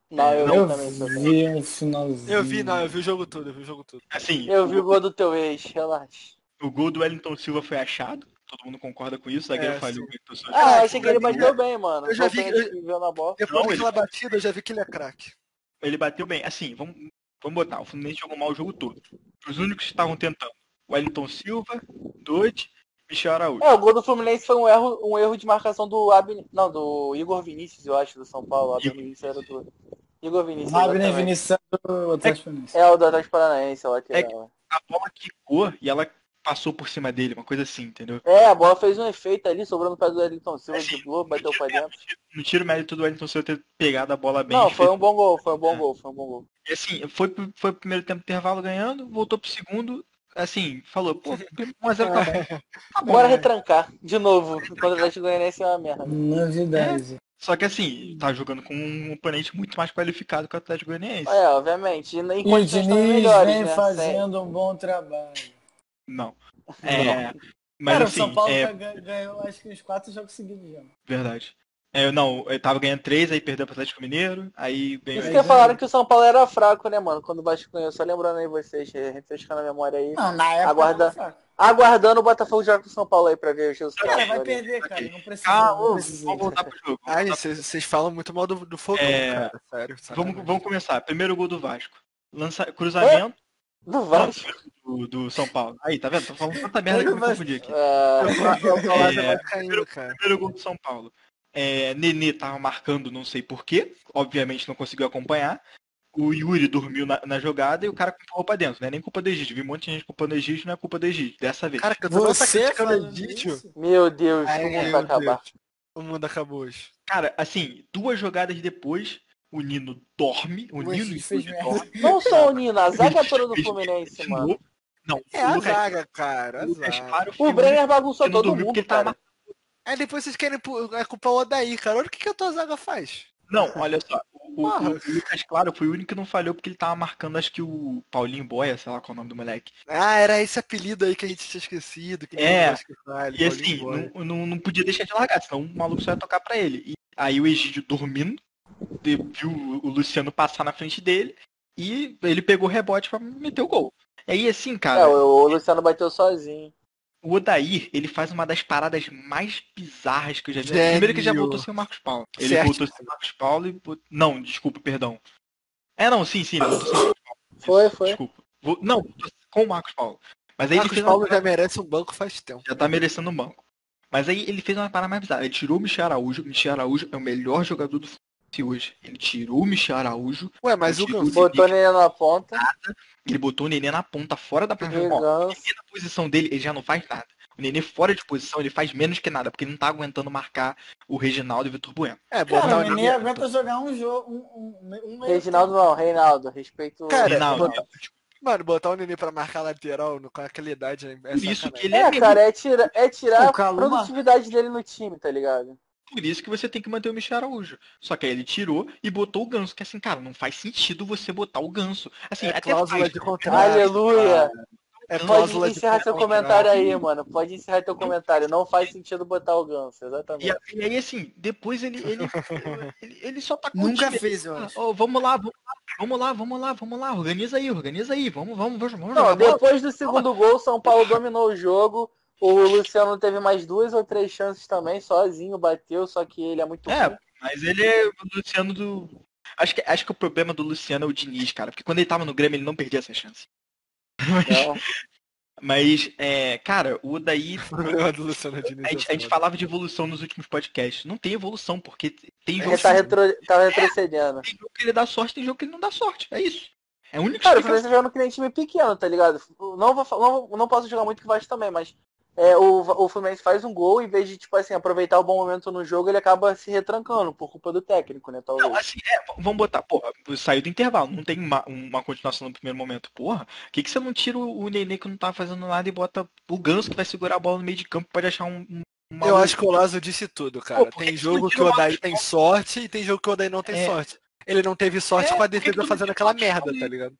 Speaker 4: Não, eu,
Speaker 1: Não,
Speaker 4: também sou. dessa.
Speaker 5: vi um finalzinho.
Speaker 2: Eu vi, não, eu vi o jogo todo, eu vi o jogo todo.
Speaker 1: Assim,
Speaker 4: Eu vi o gol do teu ex, relaxa.
Speaker 1: o gol do Wellington Silva foi achado, todo mundo concorda com isso, o zagueiro
Speaker 2: É,
Speaker 1: falhou. o Wellington Silva-
Speaker 4: Ah, achei que ele bateu
Speaker 1: Não,
Speaker 4: bem, mano.
Speaker 2: Eu já
Speaker 4: Só
Speaker 2: vi-
Speaker 4: o pênalti que viu na bola.
Speaker 2: Depois
Speaker 1: ele-
Speaker 2: daquela batida, eu já vi que ele é craque.
Speaker 1: Ele bateu bem. Assim, vamos, vamos botar. O Fluminense jogou mal o jogo todo. Os únicos que estavam tentando. Wellington Silva, Doide, Michel Araújo.
Speaker 4: É, o gol do Fluminense foi um erro, um erro de marcação do Abner. Não, do Igor Vinícius, eu acho, do São Paulo. O Abner
Speaker 1: Igor.
Speaker 4: Vinícius era do. Igor Vinícius.
Speaker 5: Abner
Speaker 4: exatamente.
Speaker 5: Vinicius do Atlético Paranaense.
Speaker 4: É o do Atlético Paranaense, o
Speaker 2: É
Speaker 4: lateral.
Speaker 1: A bola quicou e ela passou por cima dele, uma coisa assim, entendeu?
Speaker 4: É, a bola fez um efeito ali, sobrou no pé do Elton Silva, driblou, bateu pra dentro.
Speaker 1: Não tira o mérito do Wellington Silva ter pegado a bola bem.
Speaker 4: Não, foi
Speaker 1: feito.
Speaker 4: um bom gol, foi um bom
Speaker 1: É.
Speaker 4: gol, foi um bom gol.
Speaker 1: E assim, foi, pro- foi pro primeiro tempo intervalo ganhando, voltou pro segundo, assim, falou, pô, 1x0 tá bom.
Speaker 4: É.
Speaker 1: Tá bom.
Speaker 2: né?
Speaker 4: Bora retrancar, de novo, contra o Atlético Goianiense é uma merda.
Speaker 5: Novidade.
Speaker 1: Só que assim, tá jogando com um oponente muito mais qualificado que o Atlético Goianiense.
Speaker 4: É, obviamente. E em
Speaker 5: E o
Speaker 4: condições
Speaker 5: Diniz
Speaker 4: também melhores,
Speaker 5: vem
Speaker 4: né?
Speaker 5: fazendo um bom trabalho.
Speaker 1: Não. É, mas
Speaker 5: Cara,
Speaker 1: assim,
Speaker 5: o São Paulo
Speaker 1: é,
Speaker 5: tá gan- ganhou acho que uns quatro jogos seguidos já.
Speaker 1: Verdade. É, eu não, eu tava ganhando 3, aí perdeu pro Atlético Mineiro, aí ganhou.
Speaker 4: Isso
Speaker 5: Mas
Speaker 4: que
Speaker 5: é.
Speaker 4: falaram que o São Paulo era fraco, né, mano? Quando o Vasco ganhou, só lembrando aí vocês, refrescando a tá memória aí.
Speaker 5: Não, na época
Speaker 4: Aguarda-
Speaker 5: era fraco.
Speaker 4: Aguardando o Botafogo jogar com o São Paulo aí pra ver os resultados.
Speaker 5: Cara, vai
Speaker 4: olha.
Speaker 5: perder, cara.
Speaker 1: Ok.
Speaker 5: Não precisa.
Speaker 1: Calma,
Speaker 5: não
Speaker 1: vamos
Speaker 5: precisa.
Speaker 1: voltar pro jogo.
Speaker 2: Ai,
Speaker 1: Vamos,
Speaker 2: vocês vocês falam muito mal do, do fogão,
Speaker 1: tá É,
Speaker 2: cara. Sério.
Speaker 1: vamos,
Speaker 2: sacanagem.
Speaker 1: vamos começar. Primeiro gol do Vasco. Lança, cruzamento
Speaker 4: Do Vasco.
Speaker 1: do, do São Paulo. Aí, tá vendo? Tô falando tanta merda que eu me confundi aqui.
Speaker 4: Ah,
Speaker 2: Eu tô lá, já
Speaker 1: É.
Speaker 2: vai caindo, cara.
Speaker 1: Primeiro gol do São Paulo. É, Nenê tava marcando, não sei porquê. Obviamente não conseguiu acompanhar. O Yuri dormiu na, na jogada e o cara empurrou pra dentro. Não é nem culpa do Egídio. Vi um monte de gente culpando o Egídio, não é culpa do Egídio. Dessa vez.
Speaker 2: Cara, que eu tô
Speaker 5: Você
Speaker 2: tão
Speaker 5: falando
Speaker 2: sacrificando Egídio.
Speaker 5: isso?
Speaker 4: meu Deus,
Speaker 2: Ai,
Speaker 4: o mundo é, vai
Speaker 2: meu
Speaker 4: acabar.
Speaker 2: Deus. O mundo acabou hoje.
Speaker 1: Cara, assim, duas jogadas depois, o Nino dorme. O
Speaker 5: O
Speaker 1: Nino
Speaker 5: Egídio fez
Speaker 1: inclusive,
Speaker 5: merda.
Speaker 1: dorme.
Speaker 4: Não só o Nino, a zaga
Speaker 1: Ele
Speaker 4: toda do
Speaker 1: fez
Speaker 4: Fluminense,
Speaker 1: de
Speaker 4: mano.
Speaker 1: novo. Não, o
Speaker 2: É a
Speaker 1: Lucas,
Speaker 2: zaga, cara.
Speaker 1: o
Speaker 2: a
Speaker 1: Lucas
Speaker 2: zaga.
Speaker 1: para o
Speaker 4: O
Speaker 1: filme,
Speaker 4: Brenner bagunçou
Speaker 1: ele não
Speaker 4: todo
Speaker 1: dormiu porque
Speaker 4: mundo,
Speaker 1: ele tava
Speaker 4: cara.
Speaker 2: Aí depois vocês querem pu- é culpar o Odaí, cara. Olha o que, que a tua zaga faz.
Speaker 1: Não, olha só. O, o-
Speaker 2: Porra.
Speaker 1: o Lucas Claro foi o único que não falhou porque ele tava marcando, acho que o Paulinho Boia, sei lá qual é o nome do moleque.
Speaker 2: Ah, era esse apelido aí que a gente tinha esquecido. Que ninguém
Speaker 1: É.
Speaker 2: mais que fale,
Speaker 1: E
Speaker 2: Paulinho
Speaker 1: assim,
Speaker 2: Boy.
Speaker 1: não, não, não podia deixar de largar, senão o maluco só ia tocar pra ele. E aí o Egídio dormindo, de- viu o Luciano passar na frente dele e ele pegou o rebote pra meter o gol. E aí assim, cara.
Speaker 4: É, o o Luciano bateu sozinho.
Speaker 1: O Odair, ele faz uma das paradas mais bizarras que eu já vi.
Speaker 2: Gênio.
Speaker 1: Primeiro que já voltou sem o Marcos Paulo. Ele
Speaker 2: Certo.
Speaker 1: voltou sem o Marcos Paulo e... bot- Não, desculpa, perdão. É, não, sim, sim. ele voltou sem o Marcos Paulo. Isso,
Speaker 4: Foi, foi.
Speaker 1: Desculpa. Vo- Não, voltou com o Marcos Paulo. Mas aí ele
Speaker 2: Marcos
Speaker 1: fez
Speaker 2: Paulo
Speaker 1: Paulo
Speaker 2: já merece um banco faz tempo.
Speaker 1: já tá merecendo um banco. Mas aí ele fez uma parada mais bizarra. Ele tirou o Michel Araújo. O Michel Araújo é o melhor jogador do Fluminense hoje. Ele tirou o Michel Araújo.
Speaker 2: Ué, mas o
Speaker 1: Tirou
Speaker 2: Ganso.
Speaker 4: Botou o Nenê na ponta.
Speaker 1: Ah, Ele botou o Nenê na ponta, fora da posição. Ó,
Speaker 4: Vingança.
Speaker 1: Nenê na posição dele, ele já não faz nada. O Nenê fora de posição, ele faz menos que nada, porque ele não tá aguentando marcar o Reginaldo e o Vitor Bueno.
Speaker 2: É, botar
Speaker 5: Cara,
Speaker 2: o
Speaker 5: o Nenê
Speaker 2: Nenê.
Speaker 5: aguenta jogar um jogo, um, um, um meio
Speaker 4: Reginaldo não, Reinaldo, respeito.
Speaker 2: Cara,
Speaker 1: Reinaldo,
Speaker 2: botar- Mano, botar o Nenê pra marcar lateral no- com aquela idade é
Speaker 1: por isso que
Speaker 2: sacanagem.
Speaker 1: ele é,
Speaker 4: É, cara, é, tira, é tirar
Speaker 5: O
Speaker 4: a
Speaker 5: Kaluma-
Speaker 4: produtividade dele no time, tá ligado?
Speaker 1: por isso que você tem que manter o Michel Araújo. Só que aí ele tirou e botou o ganso. Que assim, cara, não faz sentido você botar o ganso. Assim,
Speaker 2: É
Speaker 1: até
Speaker 2: cláusula
Speaker 1: faz.
Speaker 2: de contrato.
Speaker 4: Aleluia!
Speaker 2: É
Speaker 4: Pode
Speaker 2: cláusula de
Speaker 4: encerrar seu
Speaker 2: contrato.
Speaker 4: comentário aí, mano. Pode encerrar teu comentário. Não faz sentido botar o Ganso,
Speaker 1: E,
Speaker 4: exatamente.
Speaker 1: a- e aí, assim, depois ele, ele, ele, ele só tá
Speaker 3: Nunca fez, eu acho.
Speaker 1: vamos lá, vamos lá, vamos lá, vamos lá, vamos lá, organiza aí, organiza aí, vamos, vamos, vamos, vamos
Speaker 4: Não,
Speaker 1: jogar bola.
Speaker 4: depois do segundo gol, o São Paulo dominou o jogo. O Luciano teve mais duas ou três chances também, sozinho, bateu, só que ele é muito
Speaker 1: É,
Speaker 4: ruim.
Speaker 1: mas ele é o Luciano do. Acho que, acho que o problema do Luciano é o Diniz, cara. Porque quando ele tava no Grêmio, ele não perdia essa chance.
Speaker 4: Então,
Speaker 1: Mas, é, cara, o Odaí.
Speaker 2: O problema do Luciano Diniz. é
Speaker 1: A gente, a gente falava de evolução nos últimos podcasts. Não tem evolução, porque tem jogo,
Speaker 4: ele tá,
Speaker 1: que,
Speaker 4: retro- tá retrocedendo.
Speaker 1: tem jogo que ele dá sorte, tem jogo que ele não dá sorte. É isso. É a única
Speaker 4: Cara, o
Speaker 1: explicação.
Speaker 4: Fluminense tá jogando que nem time pequeno, tá ligado? Não, vou, fa- não, vou- não posso jogar muito que o Vasco também, mas é, o, Va- o Fluminense faz um gol, em vez de, tipo assim, aproveitar o bom momento no jogo, ele acaba se retrancando por culpa do técnico, né? Talvez.
Speaker 1: Não, assim, é, v- vamos botar, porra, saiu do intervalo, não tem uma, uma continuação no primeiro momento. Porra, por que, que você não tira o o Nenê que não tá fazendo nada e bota o Ganso que vai segurar a bola no meio de campo, pode achar um. um
Speaker 2: Eu
Speaker 1: maluco?
Speaker 2: acho que o Lazo disse tudo, cara.
Speaker 1: Pô, por que
Speaker 2: tem
Speaker 1: que
Speaker 2: jogo
Speaker 1: você
Speaker 2: que o
Speaker 1: tirou o
Speaker 2: Odaí
Speaker 1: Marcos
Speaker 2: tem sorte e tem jogo que o Odaí não tem
Speaker 1: É.
Speaker 2: sorte. ele não teve sorte
Speaker 1: É,
Speaker 2: com a
Speaker 1: por que que
Speaker 2: defesa
Speaker 1: todo
Speaker 2: fazendo
Speaker 1: mundo
Speaker 2: aquela
Speaker 1: fala
Speaker 2: merda,
Speaker 1: isso?
Speaker 2: tá ligado?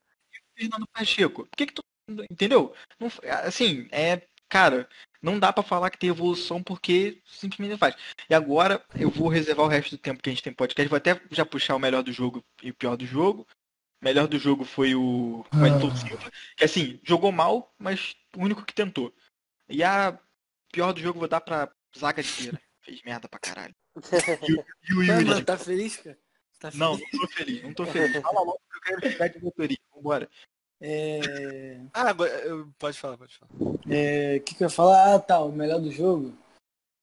Speaker 1: Fernando Pacheco. Por que que tu... Entendeu? Não f- assim, é... Cara, não dá pra falar que tem evolução porque simplesmente não faz. E agora eu vou reservar o resto do tempo que a gente tem podcast. Vou até já puxar o melhor do jogo e o pior do jogo. O melhor do jogo foi o o Wellington Silva, que assim, jogou mal, mas o único que tentou. E a pior do jogo eu vou dar pra zaga de feira. Fez merda pra caralho. E o- E o Yuri,
Speaker 3: Mano, tá feliz, cara? Tá
Speaker 1: Não,
Speaker 3: feliz?
Speaker 1: não tô feliz, não tô feliz. Fala logo que eu quero chegar de motorista. Vambora.
Speaker 5: É.
Speaker 2: Ah, agora, eu- pode falar, pode falar.
Speaker 5: É, o que, que eu ia falar? Ah, tá, o melhor do jogo.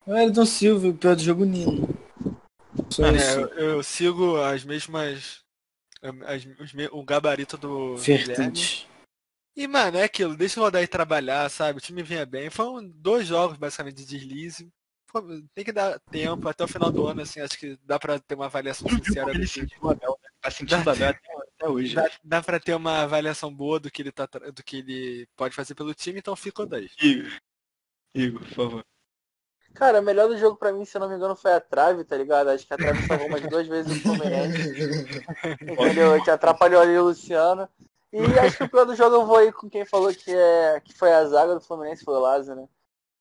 Speaker 5: É O Elton Silva, o pior do jogo, o Nino. Só
Speaker 2: É,
Speaker 5: isso.
Speaker 2: eu, eu sigo as mesmas. as- os me- o gabarito do. Guilherme.
Speaker 5: Vertente.
Speaker 2: E, mano, é aquilo, deixa o Rodai trabalhar, sabe? O time vinha bem. Foram dois jogos, basicamente, de deslize. Foi- Tem que dar tempo até o final do ano, assim, acho que dá pra ter uma avaliação
Speaker 1: Tu viu
Speaker 2: sincera.
Speaker 1: como
Speaker 2: do
Speaker 1: ele
Speaker 2: que-
Speaker 1: sentiu o Abel, né? Tá sentindo o Abel até, até hoje.
Speaker 2: Dá, dá pra ter uma avaliação boa do que ele tá tra- do que ele pode fazer pelo time, então fica o 10.
Speaker 1: Igor, Igor, por favor.
Speaker 4: Cara, o melhor do jogo pra mim, se eu não me engano, foi a trave, tá ligado? Acho que a trave salvou umas duas vezes o Fluminense. Entendeu? Que atrapalhou ali o Luciano. E acho que o pior do jogo eu vou ir com quem falou que, é, que foi a zaga do Fluminense, foi o Lázaro, né?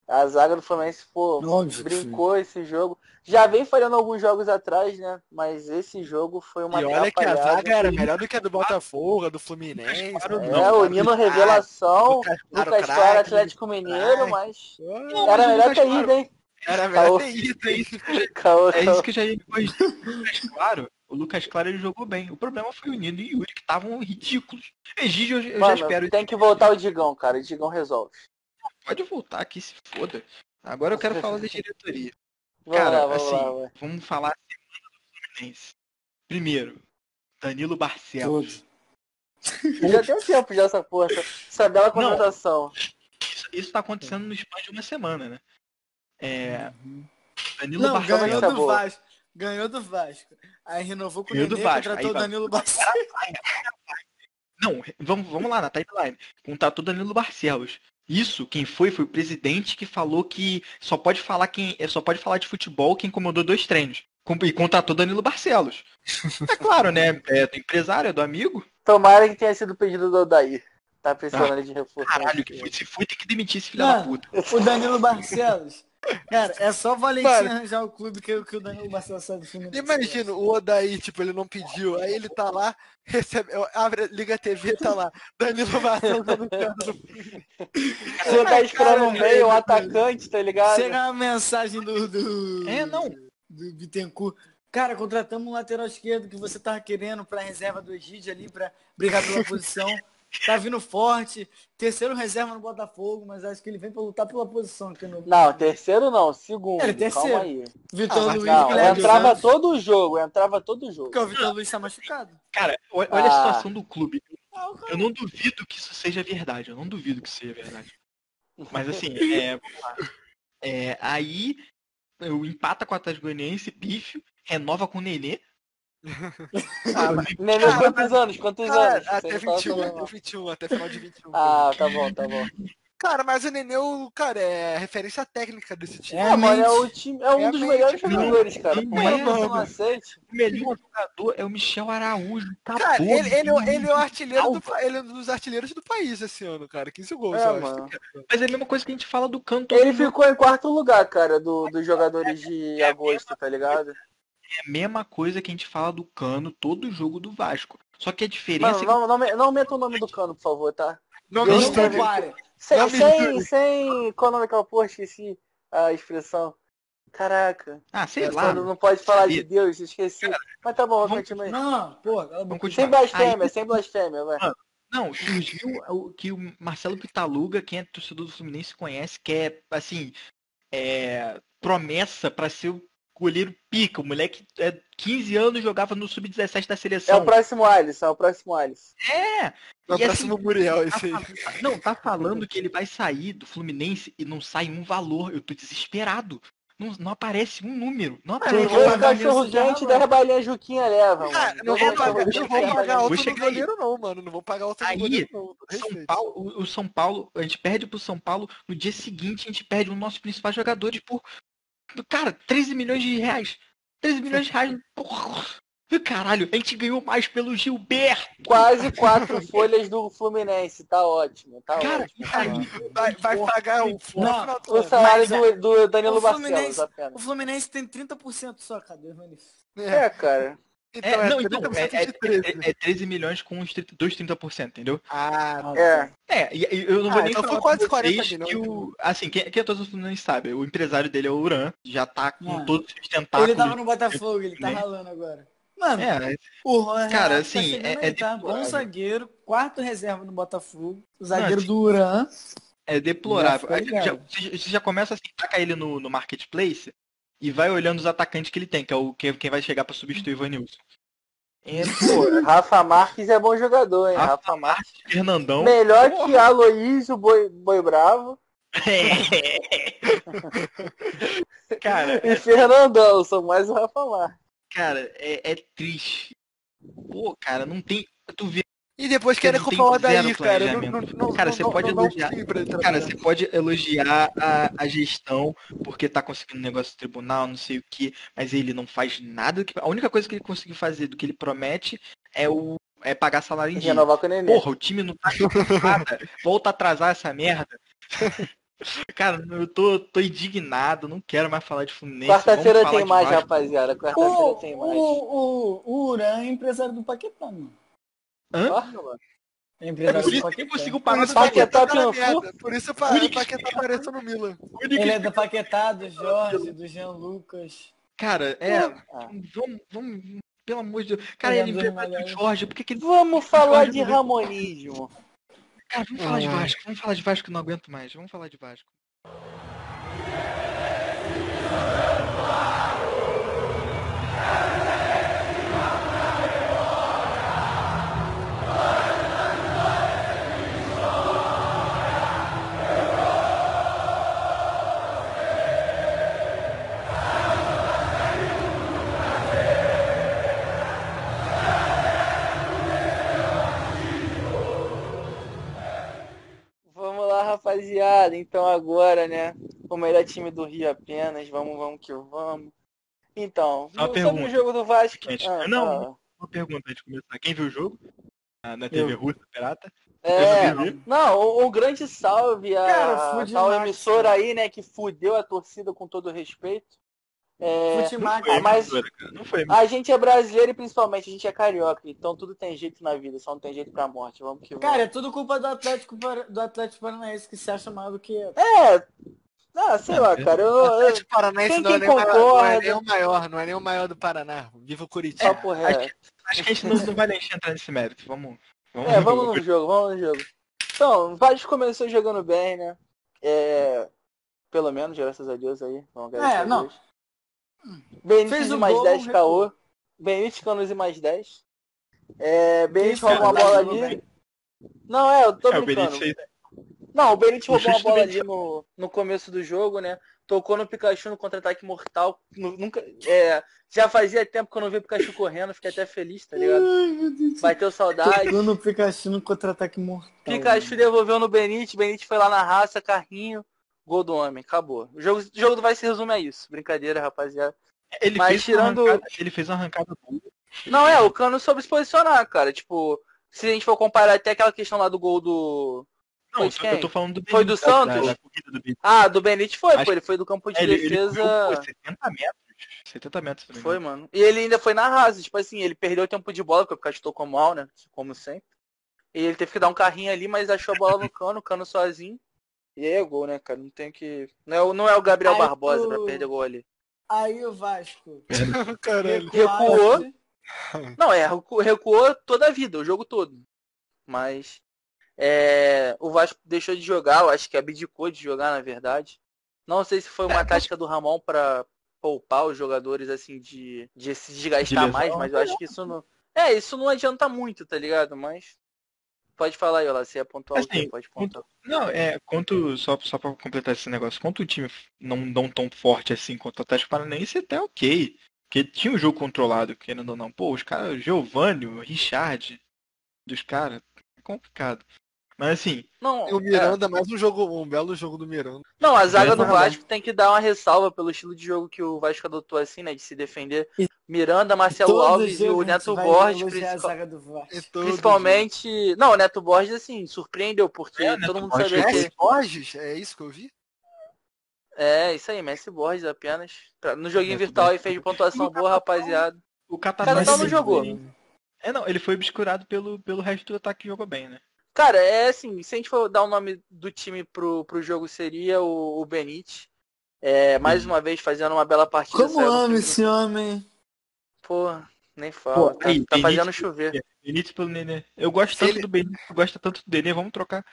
Speaker 4: A zaga do Fluminense, pô,
Speaker 5: Óbvio. que foi.
Speaker 4: brincou esse jogo. Já vem falhando alguns jogos atrás, né? Mas esse jogo foi uma
Speaker 2: e olha que a
Speaker 4: atrapalhada.
Speaker 2: zaga era melhor do que a do Botafogo, a do Fluminense.
Speaker 1: Claro,
Speaker 2: né?
Speaker 4: É, o Nino revelação,
Speaker 2: Lucas Claro,
Speaker 4: Lucas Claro,
Speaker 2: craque.
Speaker 4: Atlético Mineiro,
Speaker 2: craque.
Speaker 4: mas...
Speaker 2: Pô,
Speaker 1: Não, mas
Speaker 4: Era
Speaker 1: o
Speaker 4: melhor
Speaker 1: Lucas
Speaker 4: ter
Speaker 1: Claro-
Speaker 4: ido, hein?
Speaker 2: Era melhor
Speaker 4: Caô.
Speaker 2: ter ido, hein?
Speaker 4: Caô,
Speaker 1: É
Speaker 4: caô.
Speaker 1: isso que eu já ia depois. O Lucas Claro, o Lucas Claro ele jogou bem. O problema foi o Nino e o Yuri, que estavam ridículos. Egídio, eu, eu já
Speaker 4: Mano,
Speaker 1: espero.
Speaker 4: tem que voltar o Digão, cara. O Digão resolve.
Speaker 1: Pode voltar aqui, se foda. Agora eu quero falar da diretoria.
Speaker 4: Vamos
Speaker 1: Cara,
Speaker 4: lá, vamos
Speaker 1: assim,
Speaker 4: lá, vai.
Speaker 1: Vamos falar a semana do Fluminense. Primeiro, Danilo Barcelos.
Speaker 5: Todo.
Speaker 4: Já tem um tempo já essa porra. essa- Essa bela contratação.
Speaker 1: Isso, isso tá acontecendo no espaço de uma semana, né? É,
Speaker 4: Uhum.
Speaker 1: Danilo
Speaker 5: Não,
Speaker 1: Barcelos.
Speaker 5: ganhou
Speaker 4: tá
Speaker 5: do
Speaker 4: boa.
Speaker 5: Vasco. Ganhou do Vasco. Aí renovou com o
Speaker 1: Ganhou do
Speaker 5: Nenê,
Speaker 1: Vasco,
Speaker 5: contratou
Speaker 1: aí
Speaker 5: o
Speaker 1: vai.
Speaker 5: Danilo Barcelos.
Speaker 1: Não, re- vamos, vamos lá, na timeline. Contatou Danilo Barcelos. Isso, quem foi, foi o presidente que falou que só pode falar quem é, só pode falar de futebol quem comandou dois treinos. Com- E contratou Danilo Barcelos. É claro, né? É do empresário, é do amigo.
Speaker 4: Tomara que tenha sido o pedido do Odair. Tá precisando ali de reforço.
Speaker 1: Ah, Caralho, que foi, se foi, tem que demitir esse filho da
Speaker 5: Não.
Speaker 1: puta.
Speaker 5: O Danilo Barcelos. Cara, é só o Valentim
Speaker 2: Mano.
Speaker 5: arranjar o clube que, que o Danilo Barcelos sai do Fluminense.
Speaker 2: Imagina, o Odaí, tipo, ele não pediu, aí ele tá lá, recebe, abre, liga a TV, tá lá, Danilo Barcelos anunciando.
Speaker 4: Você tá esperando um
Speaker 5: Caralho,
Speaker 4: meio, um
Speaker 5: velho.
Speaker 4: atacante, tá ligado?
Speaker 5: Chega uma mensagem do, do.
Speaker 1: É, não.
Speaker 5: Do Bittencourt. Cara, contratamos um lateral esquerdo que você tava querendo pra reserva do Egídio ali, pra brigar pela posição. Tá vindo forte. Terceiro reserva no Botafogo, mas acho que ele vem pra lutar pela posição aqui no.
Speaker 4: Não, terceiro não, segundo.
Speaker 5: Ele é terceiro.
Speaker 4: Calma aí.
Speaker 5: Vitor
Speaker 2: Ah, mas
Speaker 5: Luiz,
Speaker 4: Não,
Speaker 5: Guilherme
Speaker 4: entrava
Speaker 5: Santos,
Speaker 4: todo o jogo, entrava todo o jogo.
Speaker 5: Porque o Vitor Luiz tá machucado.
Speaker 1: Cara, o- olha a
Speaker 4: Ah.
Speaker 1: situação do clube.
Speaker 5: Ah, o cara-
Speaker 1: Eu não duvido que isso seja verdade. Eu não duvido que isso seja verdade. Mas assim, é, vamos lá. É, aí eu empata com o Atlético Goianiense, pífio, renova com o Nenê.
Speaker 4: Nenê, quantos anos? Quantos
Speaker 2: Cara,
Speaker 4: anos? Você
Speaker 2: até
Speaker 4: não tava
Speaker 2: 21,
Speaker 4: falando.
Speaker 2: até 21, até final de 21.
Speaker 4: Ah, tá bom, tá bom.
Speaker 2: Cara, mas o Nenê, o- cara, é referência técnica desse time.
Speaker 4: É, mano, é,
Speaker 5: mente.
Speaker 4: o time, é um dos
Speaker 2: Realmente,
Speaker 4: melhores
Speaker 1: não.
Speaker 4: jogadores, cara. um
Speaker 1: Não
Speaker 4: Por mais
Speaker 1: é,
Speaker 4: que você não
Speaker 1: mano.
Speaker 4: aceite,
Speaker 1: O melhor jogador é o Michel Araújo. Tá
Speaker 2: Cara,
Speaker 1: bom.
Speaker 2: ele, ele é o- ele é o artilheiro do, pa- ele é um dos artilheiros do país esse ano, cara. 15 gols,
Speaker 4: É,
Speaker 2: eu acho.
Speaker 4: mano.
Speaker 1: Mas é a mesma coisa que a gente fala do canto.
Speaker 4: Ele ficou em quarto lugar, cara, do, dos jogadores de agosto, tá ligado?
Speaker 1: É a mesma coisa que a gente fala do cano todo jogo do Vasco. Só que a diferença
Speaker 4: Mano,
Speaker 1: é que
Speaker 4: não, não, me- não meta o nome do cano, por favor, tá?
Speaker 2: Não,
Speaker 4: Eu
Speaker 5: Não
Speaker 2: não,
Speaker 4: não
Speaker 2: não,
Speaker 4: teve-
Speaker 5: compara.
Speaker 4: Sem,
Speaker 2: Não me
Speaker 4: sem,
Speaker 2: julgue.
Speaker 4: sem. Qual o nome daquela porra? Esqueci a expressão. Caraca.
Speaker 1: Ah, sei lá.
Speaker 4: Quando não pode falar de
Speaker 1: sabia.
Speaker 4: Deus, esqueci. Mas tá bom, vai
Speaker 1: vamos-
Speaker 4: continuar aí.
Speaker 5: Não, porra, cala a boca.
Speaker 1: Vamos continuar.
Speaker 4: Sem blasfêmia,
Speaker 1: Aí-
Speaker 4: sem blasfêmia, vai.
Speaker 1: não, surgiu o que o Marcelo Pitaluga, quem é torcedor do Fluminense, conhece, que é, assim, é, promessa pra ser o goleiro pica. O moleque é 15 anos jogava no sub-17 da
Speaker 4: É o
Speaker 1: seleção.
Speaker 4: próximo Alisson, é o próximo Alisson.
Speaker 1: É!
Speaker 2: é o
Speaker 1: E
Speaker 2: próximo Muriel
Speaker 1: Tá
Speaker 2: esse aí.
Speaker 1: fal- Não, tá falando que ele vai sair do Fluminense e não sai um valor. Eu tô desesperado. Não, não aparece um número. Não
Speaker 4: Tem
Speaker 1: aparece.
Speaker 5: vou
Speaker 4: dois
Speaker 5: pagar
Speaker 4: cachorro
Speaker 5: isso já,
Speaker 4: quente,
Speaker 5: mano.
Speaker 4: 10 balinhas Juquinha leva,
Speaker 2: Cara,
Speaker 4: mano.
Speaker 2: não
Speaker 4: Dois
Speaker 2: vou
Speaker 4: cachorro
Speaker 2: pagar,
Speaker 4: quente,
Speaker 2: não vou
Speaker 4: dez
Speaker 2: pagar
Speaker 4: balinhas
Speaker 1: Vou
Speaker 2: alto do
Speaker 1: chegar aí.
Speaker 2: goleiro não, mano. Não vou pagar alto do
Speaker 1: Aí,
Speaker 2: goleiro não.
Speaker 1: São
Speaker 2: Respeito.
Speaker 1: Paulo, o- o São Paulo, a gente perde pro São Paulo, no dia seguinte a gente perde um dos nossos principais jogadores por. Cara, 13 milhões de reais. 13 milhões de reais. Porra. Caralho, a gente ganhou mais pelo Gilberto.
Speaker 4: Quase quatro folhas do Fluminense. Tá ótimo, tá
Speaker 1: Cara,
Speaker 4: ótimo.
Speaker 1: isso aí
Speaker 2: Vai, vai pagar o Fla-
Speaker 5: Não,
Speaker 2: final do
Speaker 4: O
Speaker 2: ano.
Speaker 4: salário
Speaker 5: mas
Speaker 4: do, do Danilo
Speaker 5: o Fluminense-
Speaker 4: Barcelos apenas.
Speaker 5: O Fluminense tem 30% só, cadê?
Speaker 2: É,
Speaker 4: É, cara.
Speaker 2: então
Speaker 1: É,
Speaker 2: é
Speaker 1: não, então,
Speaker 2: 30%
Speaker 1: é,
Speaker 2: de
Speaker 1: é,
Speaker 2: 13.
Speaker 1: é- é 13 milhões com uns 30, dois 30%, entendeu?
Speaker 2: Ah,
Speaker 4: É.
Speaker 1: É, e, e eu não
Speaker 2: Ah,
Speaker 1: vou nem
Speaker 2: então
Speaker 1: falar
Speaker 2: foi quase
Speaker 1: pra
Speaker 2: 40
Speaker 1: vocês
Speaker 2: milhões,
Speaker 1: que o... Assim, quem, quem é todo Fluminense sabe, o empresário dele é o Uran, já tá com
Speaker 5: É.
Speaker 1: todos os tentáculos.
Speaker 5: ele tava no Botafogo, ele tá
Speaker 1: né?
Speaker 5: ralando agora. Mano,
Speaker 1: É,
Speaker 5: o Ronaldo
Speaker 1: Cara,
Speaker 5: tá
Speaker 1: assim,
Speaker 5: chegando aí,
Speaker 1: é- é
Speaker 5: tá? Bom
Speaker 1: deplorável.
Speaker 5: zagueiro, quarto reserva no Botafogo, o zagueiro
Speaker 1: Não,
Speaker 5: do Uran.
Speaker 1: é deplorável.
Speaker 5: Já
Speaker 1: Aí
Speaker 5: ficou
Speaker 1: já-
Speaker 5: ligado.
Speaker 1: Você já, você já começa assim, taca ele no, no marketplace e vai olhando os atacantes que ele tem, que é o, quem, quem vai chegar pra substituir o Ivanilson. É, pô,
Speaker 4: Rafa Marques é bom jogador, hein?
Speaker 1: Rafa
Speaker 4: Rafa Marques.
Speaker 1: Fernandão.
Speaker 4: Melhor que Aloysio Boi, Boi Bravo
Speaker 1: cara,
Speaker 4: e Fernandão. São mais o Rafa Marques.
Speaker 1: cara, é, é triste. Pô, cara, não tem. Tu vê
Speaker 2: E depois querem
Speaker 1: Não tem
Speaker 2: culpar o Adair,
Speaker 1: zero
Speaker 2: cara. Não, não,
Speaker 1: planejamento.
Speaker 2: não,
Speaker 1: Cara,
Speaker 2: não,
Speaker 1: você
Speaker 2: não,
Speaker 1: pode
Speaker 2: não dá um
Speaker 1: elogiar.
Speaker 2: time pra ele
Speaker 1: Cara,
Speaker 2: trabalhar.
Speaker 1: você pode elogiar a, a gestão porque tá conseguindo negócio do tribunal, não sei o que, mas ele não faz nada. do que- a única coisa que ele conseguiu fazer do que ele promete é o é pagar salário em
Speaker 4: E
Speaker 1: dia.
Speaker 4: Renovar com o Nenê.
Speaker 1: Porra, o time não tá jogando nada. Volta a atrasar essa merda. Cara, eu tô, tô indignado, não quero mais falar de Fluminense. vamos
Speaker 4: Quarta-feira
Speaker 1: falar
Speaker 4: tem
Speaker 1: de
Speaker 4: mais,
Speaker 1: Vasco.
Speaker 4: rapaziada.
Speaker 5: O,
Speaker 4: Quarta-feira tem mais.
Speaker 5: o, o, o Uran é empresário do Paquetá, mano.
Speaker 1: Hã?
Speaker 4: Porra, mano.
Speaker 5: É
Speaker 1: É
Speaker 5: empresário
Speaker 1: por
Speaker 5: do
Speaker 1: isso que eu
Speaker 5: Paquetá.
Speaker 1: consigo
Speaker 2: Por
Speaker 1: parar
Speaker 2: isso
Speaker 1: do
Speaker 2: o Paquetá
Speaker 4: Paquetá
Speaker 2: tá na
Speaker 1: é
Speaker 4: triunfou.
Speaker 2: merda. Por isso o Pa- o Paquetá apareceu no Milan.
Speaker 1: Paquetá.
Speaker 5: Ele é do Paquetá, do Jorge, do Jean Lucas.
Speaker 1: Cara, é.
Speaker 4: Ah.
Speaker 1: Vamos, vamos. Pelo amor de Deus. Cara,
Speaker 5: Olhando
Speaker 1: ele é do
Speaker 5: Magalhães.
Speaker 1: Jorge, por que, que ele
Speaker 4: Vamos falar de Ramonismo.
Speaker 1: Cara, vamos falar de
Speaker 2: Ah.
Speaker 1: Vasco, vamos falar de Vasco, eu não aguento mais, vamos falar de Vasco.
Speaker 4: Vamos lá, rapaziada. Então agora, né? O melhor time do Rio apenas. Vamos, vamos que vamos. Então,
Speaker 1: Só uma
Speaker 4: sobre
Speaker 1: pergunta.
Speaker 4: o jogo do Vasco.
Speaker 1: Gente,
Speaker 4: Ah,
Speaker 1: não. Uma pergunta antes de começar, quem viu o jogo? Na, na TV russa, pirata?
Speaker 4: ah,
Speaker 1: Eu
Speaker 4: é.
Speaker 1: não vi.
Speaker 4: Não, o, o grande salve a
Speaker 5: Cara,
Speaker 4: a
Speaker 5: Food
Speaker 4: tal
Speaker 5: Max,
Speaker 4: emissora aí, né? Que fudeu a torcida com todo respeito. É,
Speaker 5: Futimax.
Speaker 1: Foi a
Speaker 4: Ah, mas-
Speaker 1: emissora, cara, Não foi a emissora.
Speaker 4: a gente é brasileiro e principalmente a gente é carioca. Então tudo tem jeito na vida, só não tem jeito pra morte. Vamos que vamos.
Speaker 5: Cara, é tudo culpa do Atlético, Par- do Atlético Paranaense que se acha maior do que
Speaker 4: é. Ah, sei
Speaker 1: Ah,
Speaker 4: lá,
Speaker 1: eu-
Speaker 4: cara. Eu, eu,
Speaker 2: Atlético Paranaense
Speaker 4: Quem-
Speaker 2: não é
Speaker 4: quem
Speaker 2: nem o maior- não é
Speaker 4: concorda?
Speaker 2: nem o maior, não é nem o maior do Paraná. Viva o Curitiba.
Speaker 5: é,
Speaker 4: papo reto.
Speaker 1: Acho que a gente não, não vai deixar entrar nesse mérito, vamos. vamos
Speaker 4: É, vamos no jogo, vamos no jogo. Então, o Vasco começou jogando bem, né? É, pelo menos, graças a Deus aí. Vamos agradecer
Speaker 5: É,
Speaker 4: a
Speaker 5: não.
Speaker 4: Deus. Benítez
Speaker 5: Fez
Speaker 4: e
Speaker 5: o
Speaker 4: mais
Speaker 5: gol,
Speaker 4: 10
Speaker 5: recuou.
Speaker 4: KO. Benítez Canos e mais 10. É, Benítez
Speaker 5: Quem
Speaker 4: roubou uma
Speaker 5: fez o
Speaker 4: bola
Speaker 5: gol,
Speaker 4: ali. Não, é, eu tô
Speaker 1: É, o
Speaker 4: brincando.
Speaker 1: Benítez fez-
Speaker 4: Não, o Benítez
Speaker 1: O
Speaker 4: roubou uma
Speaker 1: chute do
Speaker 4: bola
Speaker 1: Benítez.
Speaker 4: ali no, no começo do jogo, né? Tocou no Pikachu no contra-ataque mortal. Nu- Nunca, é, já fazia tempo que eu não vi o Pikachu correndo, fiquei até feliz, tá ligado? Bateu saudade.
Speaker 5: Tocando o Pikachu no contra-ataque mortal.
Speaker 1: Tá
Speaker 4: Pikachu devolveu no Benítez, Benítez foi lá na raça, carrinho, gol do homem, acabou. O jogo, o jogo do Vai se resume a isso. Brincadeira, rapaziada.
Speaker 1: Ele
Speaker 4: Mas
Speaker 1: fez
Speaker 4: tirando-
Speaker 1: uma arrancada, ele fez uma arrancada boa.
Speaker 4: Não, é, o Cano soube se posicionar, cara. Tipo, se a gente for comparar até aquela questão lá do gol do...
Speaker 1: Não, eu
Speaker 4: de
Speaker 1: tô,
Speaker 4: quem?
Speaker 1: eu tô falando do Benítez.
Speaker 4: Foi do
Speaker 1: tá? Da-
Speaker 4: Santos?
Speaker 1: Da, corrida do Benítez.
Speaker 4: Ah, do Benítez foi,
Speaker 1: Acho
Speaker 4: pô. Ele foi do campo de
Speaker 1: Ele, tá ele
Speaker 4: defesa...
Speaker 1: correu, pô, 70 metros. 70 metros também.
Speaker 4: Foi, mano. E ele ainda foi na raça, tipo assim, ele perdeu o tempo de bola, porque o Pikachu tocou mal, né? Como sempre. E ele teve que dar um carrinho ali, mas achou a bola no cano, o cano sozinho. E aí é gol, né, cara? Não tem que. Não é, o- não é o Gabriel
Speaker 5: Aí
Speaker 4: Barbosa
Speaker 5: tu-
Speaker 4: pra perder gol ali.
Speaker 5: Aí o Vasco.
Speaker 2: Caralho.
Speaker 4: Recuou. Não, é, recu- recuou toda a vida, o jogo todo. Mas. é, o Vasco deixou de jogar, eu acho que abdicou de jogar, na verdade. Não sei se
Speaker 5: É,
Speaker 4: foi uma tática do Ramon pra poupar os jogadores, assim, de, de se
Speaker 1: De
Speaker 4: desgastar
Speaker 1: lesão.
Speaker 4: mais,
Speaker 5: tá
Speaker 4: mas eu acho que isso não. É, isso não adianta muito, tá ligado? Mas. Pode falar aí, Ola, se é pontuar o
Speaker 1: Assim,
Speaker 4: quê? Pode pontuar.
Speaker 1: Não, é, quanto, só, só pra completar esse negócio, quanto o time não, não tão forte assim contra o Atlético Paranaense, até ok. Porque tinha o jogo controlado, querendo ou não. Pô, os caras, o Giovanni, o Richard, dos caras, é complicado. Mas assim,
Speaker 4: Não,
Speaker 2: E o
Speaker 4: é.
Speaker 2: Miranda, mais um jogo, um belo jogo do Miranda.
Speaker 4: Não, a zaga
Speaker 1: Mas
Speaker 5: né,
Speaker 4: do
Speaker 1: não vai.
Speaker 4: Vasco tem que dar uma ressalva pelo estilo de jogo que o Vasco adotou assim, né? De se defender.
Speaker 5: E
Speaker 4: Miranda, Marcelo
Speaker 5: Todo
Speaker 4: Alves e
Speaker 5: jogo a
Speaker 4: é o
Speaker 5: gente
Speaker 4: Neto
Speaker 5: vai
Speaker 4: Borges,
Speaker 5: elogiar a
Speaker 4: principal-
Speaker 5: zaga do Vasco.
Speaker 2: É todo
Speaker 4: principalmente. Não, o Neto Borges, assim, surpreendeu, porque
Speaker 1: É, o Neto
Speaker 4: todo mundo
Speaker 1: Borges
Speaker 4: sabia
Speaker 1: é
Speaker 2: Messi
Speaker 4: que.
Speaker 1: esse.
Speaker 2: Borges? É isso que eu vi?
Speaker 4: É, isso aí, Messi Borges apenas. Pra- No joguinho
Speaker 1: Neto
Speaker 4: virtual aí
Speaker 1: É, Borges.
Speaker 4: fez pontuação boa, rapaziada.
Speaker 1: o
Speaker 4: O cara
Speaker 1: Catatá.
Speaker 4: não
Speaker 5: Mas-
Speaker 4: jogou.
Speaker 1: É não, ele foi obscurado pelo, pelo resto do ataque que jogou bem, né?
Speaker 4: Cara, é assim, se a gente for dar o nome do time pro, pro jogo, seria o, o Benítez. É, mais uma vez fazendo uma bela partida.
Speaker 5: Como
Speaker 4: saiu no
Speaker 5: amo
Speaker 4: segundo-
Speaker 5: esse homem?
Speaker 4: Pô, nem fala.
Speaker 1: Pô,
Speaker 4: tá
Speaker 1: aí,
Speaker 4: tá fazendo
Speaker 1: Benítez- é.
Speaker 4: chover.
Speaker 1: Benítez pelo Nenê. Eu gosto tanto
Speaker 2: Ele-
Speaker 1: do Benítez, tu gosta tanto do Nenê, vamos trocar.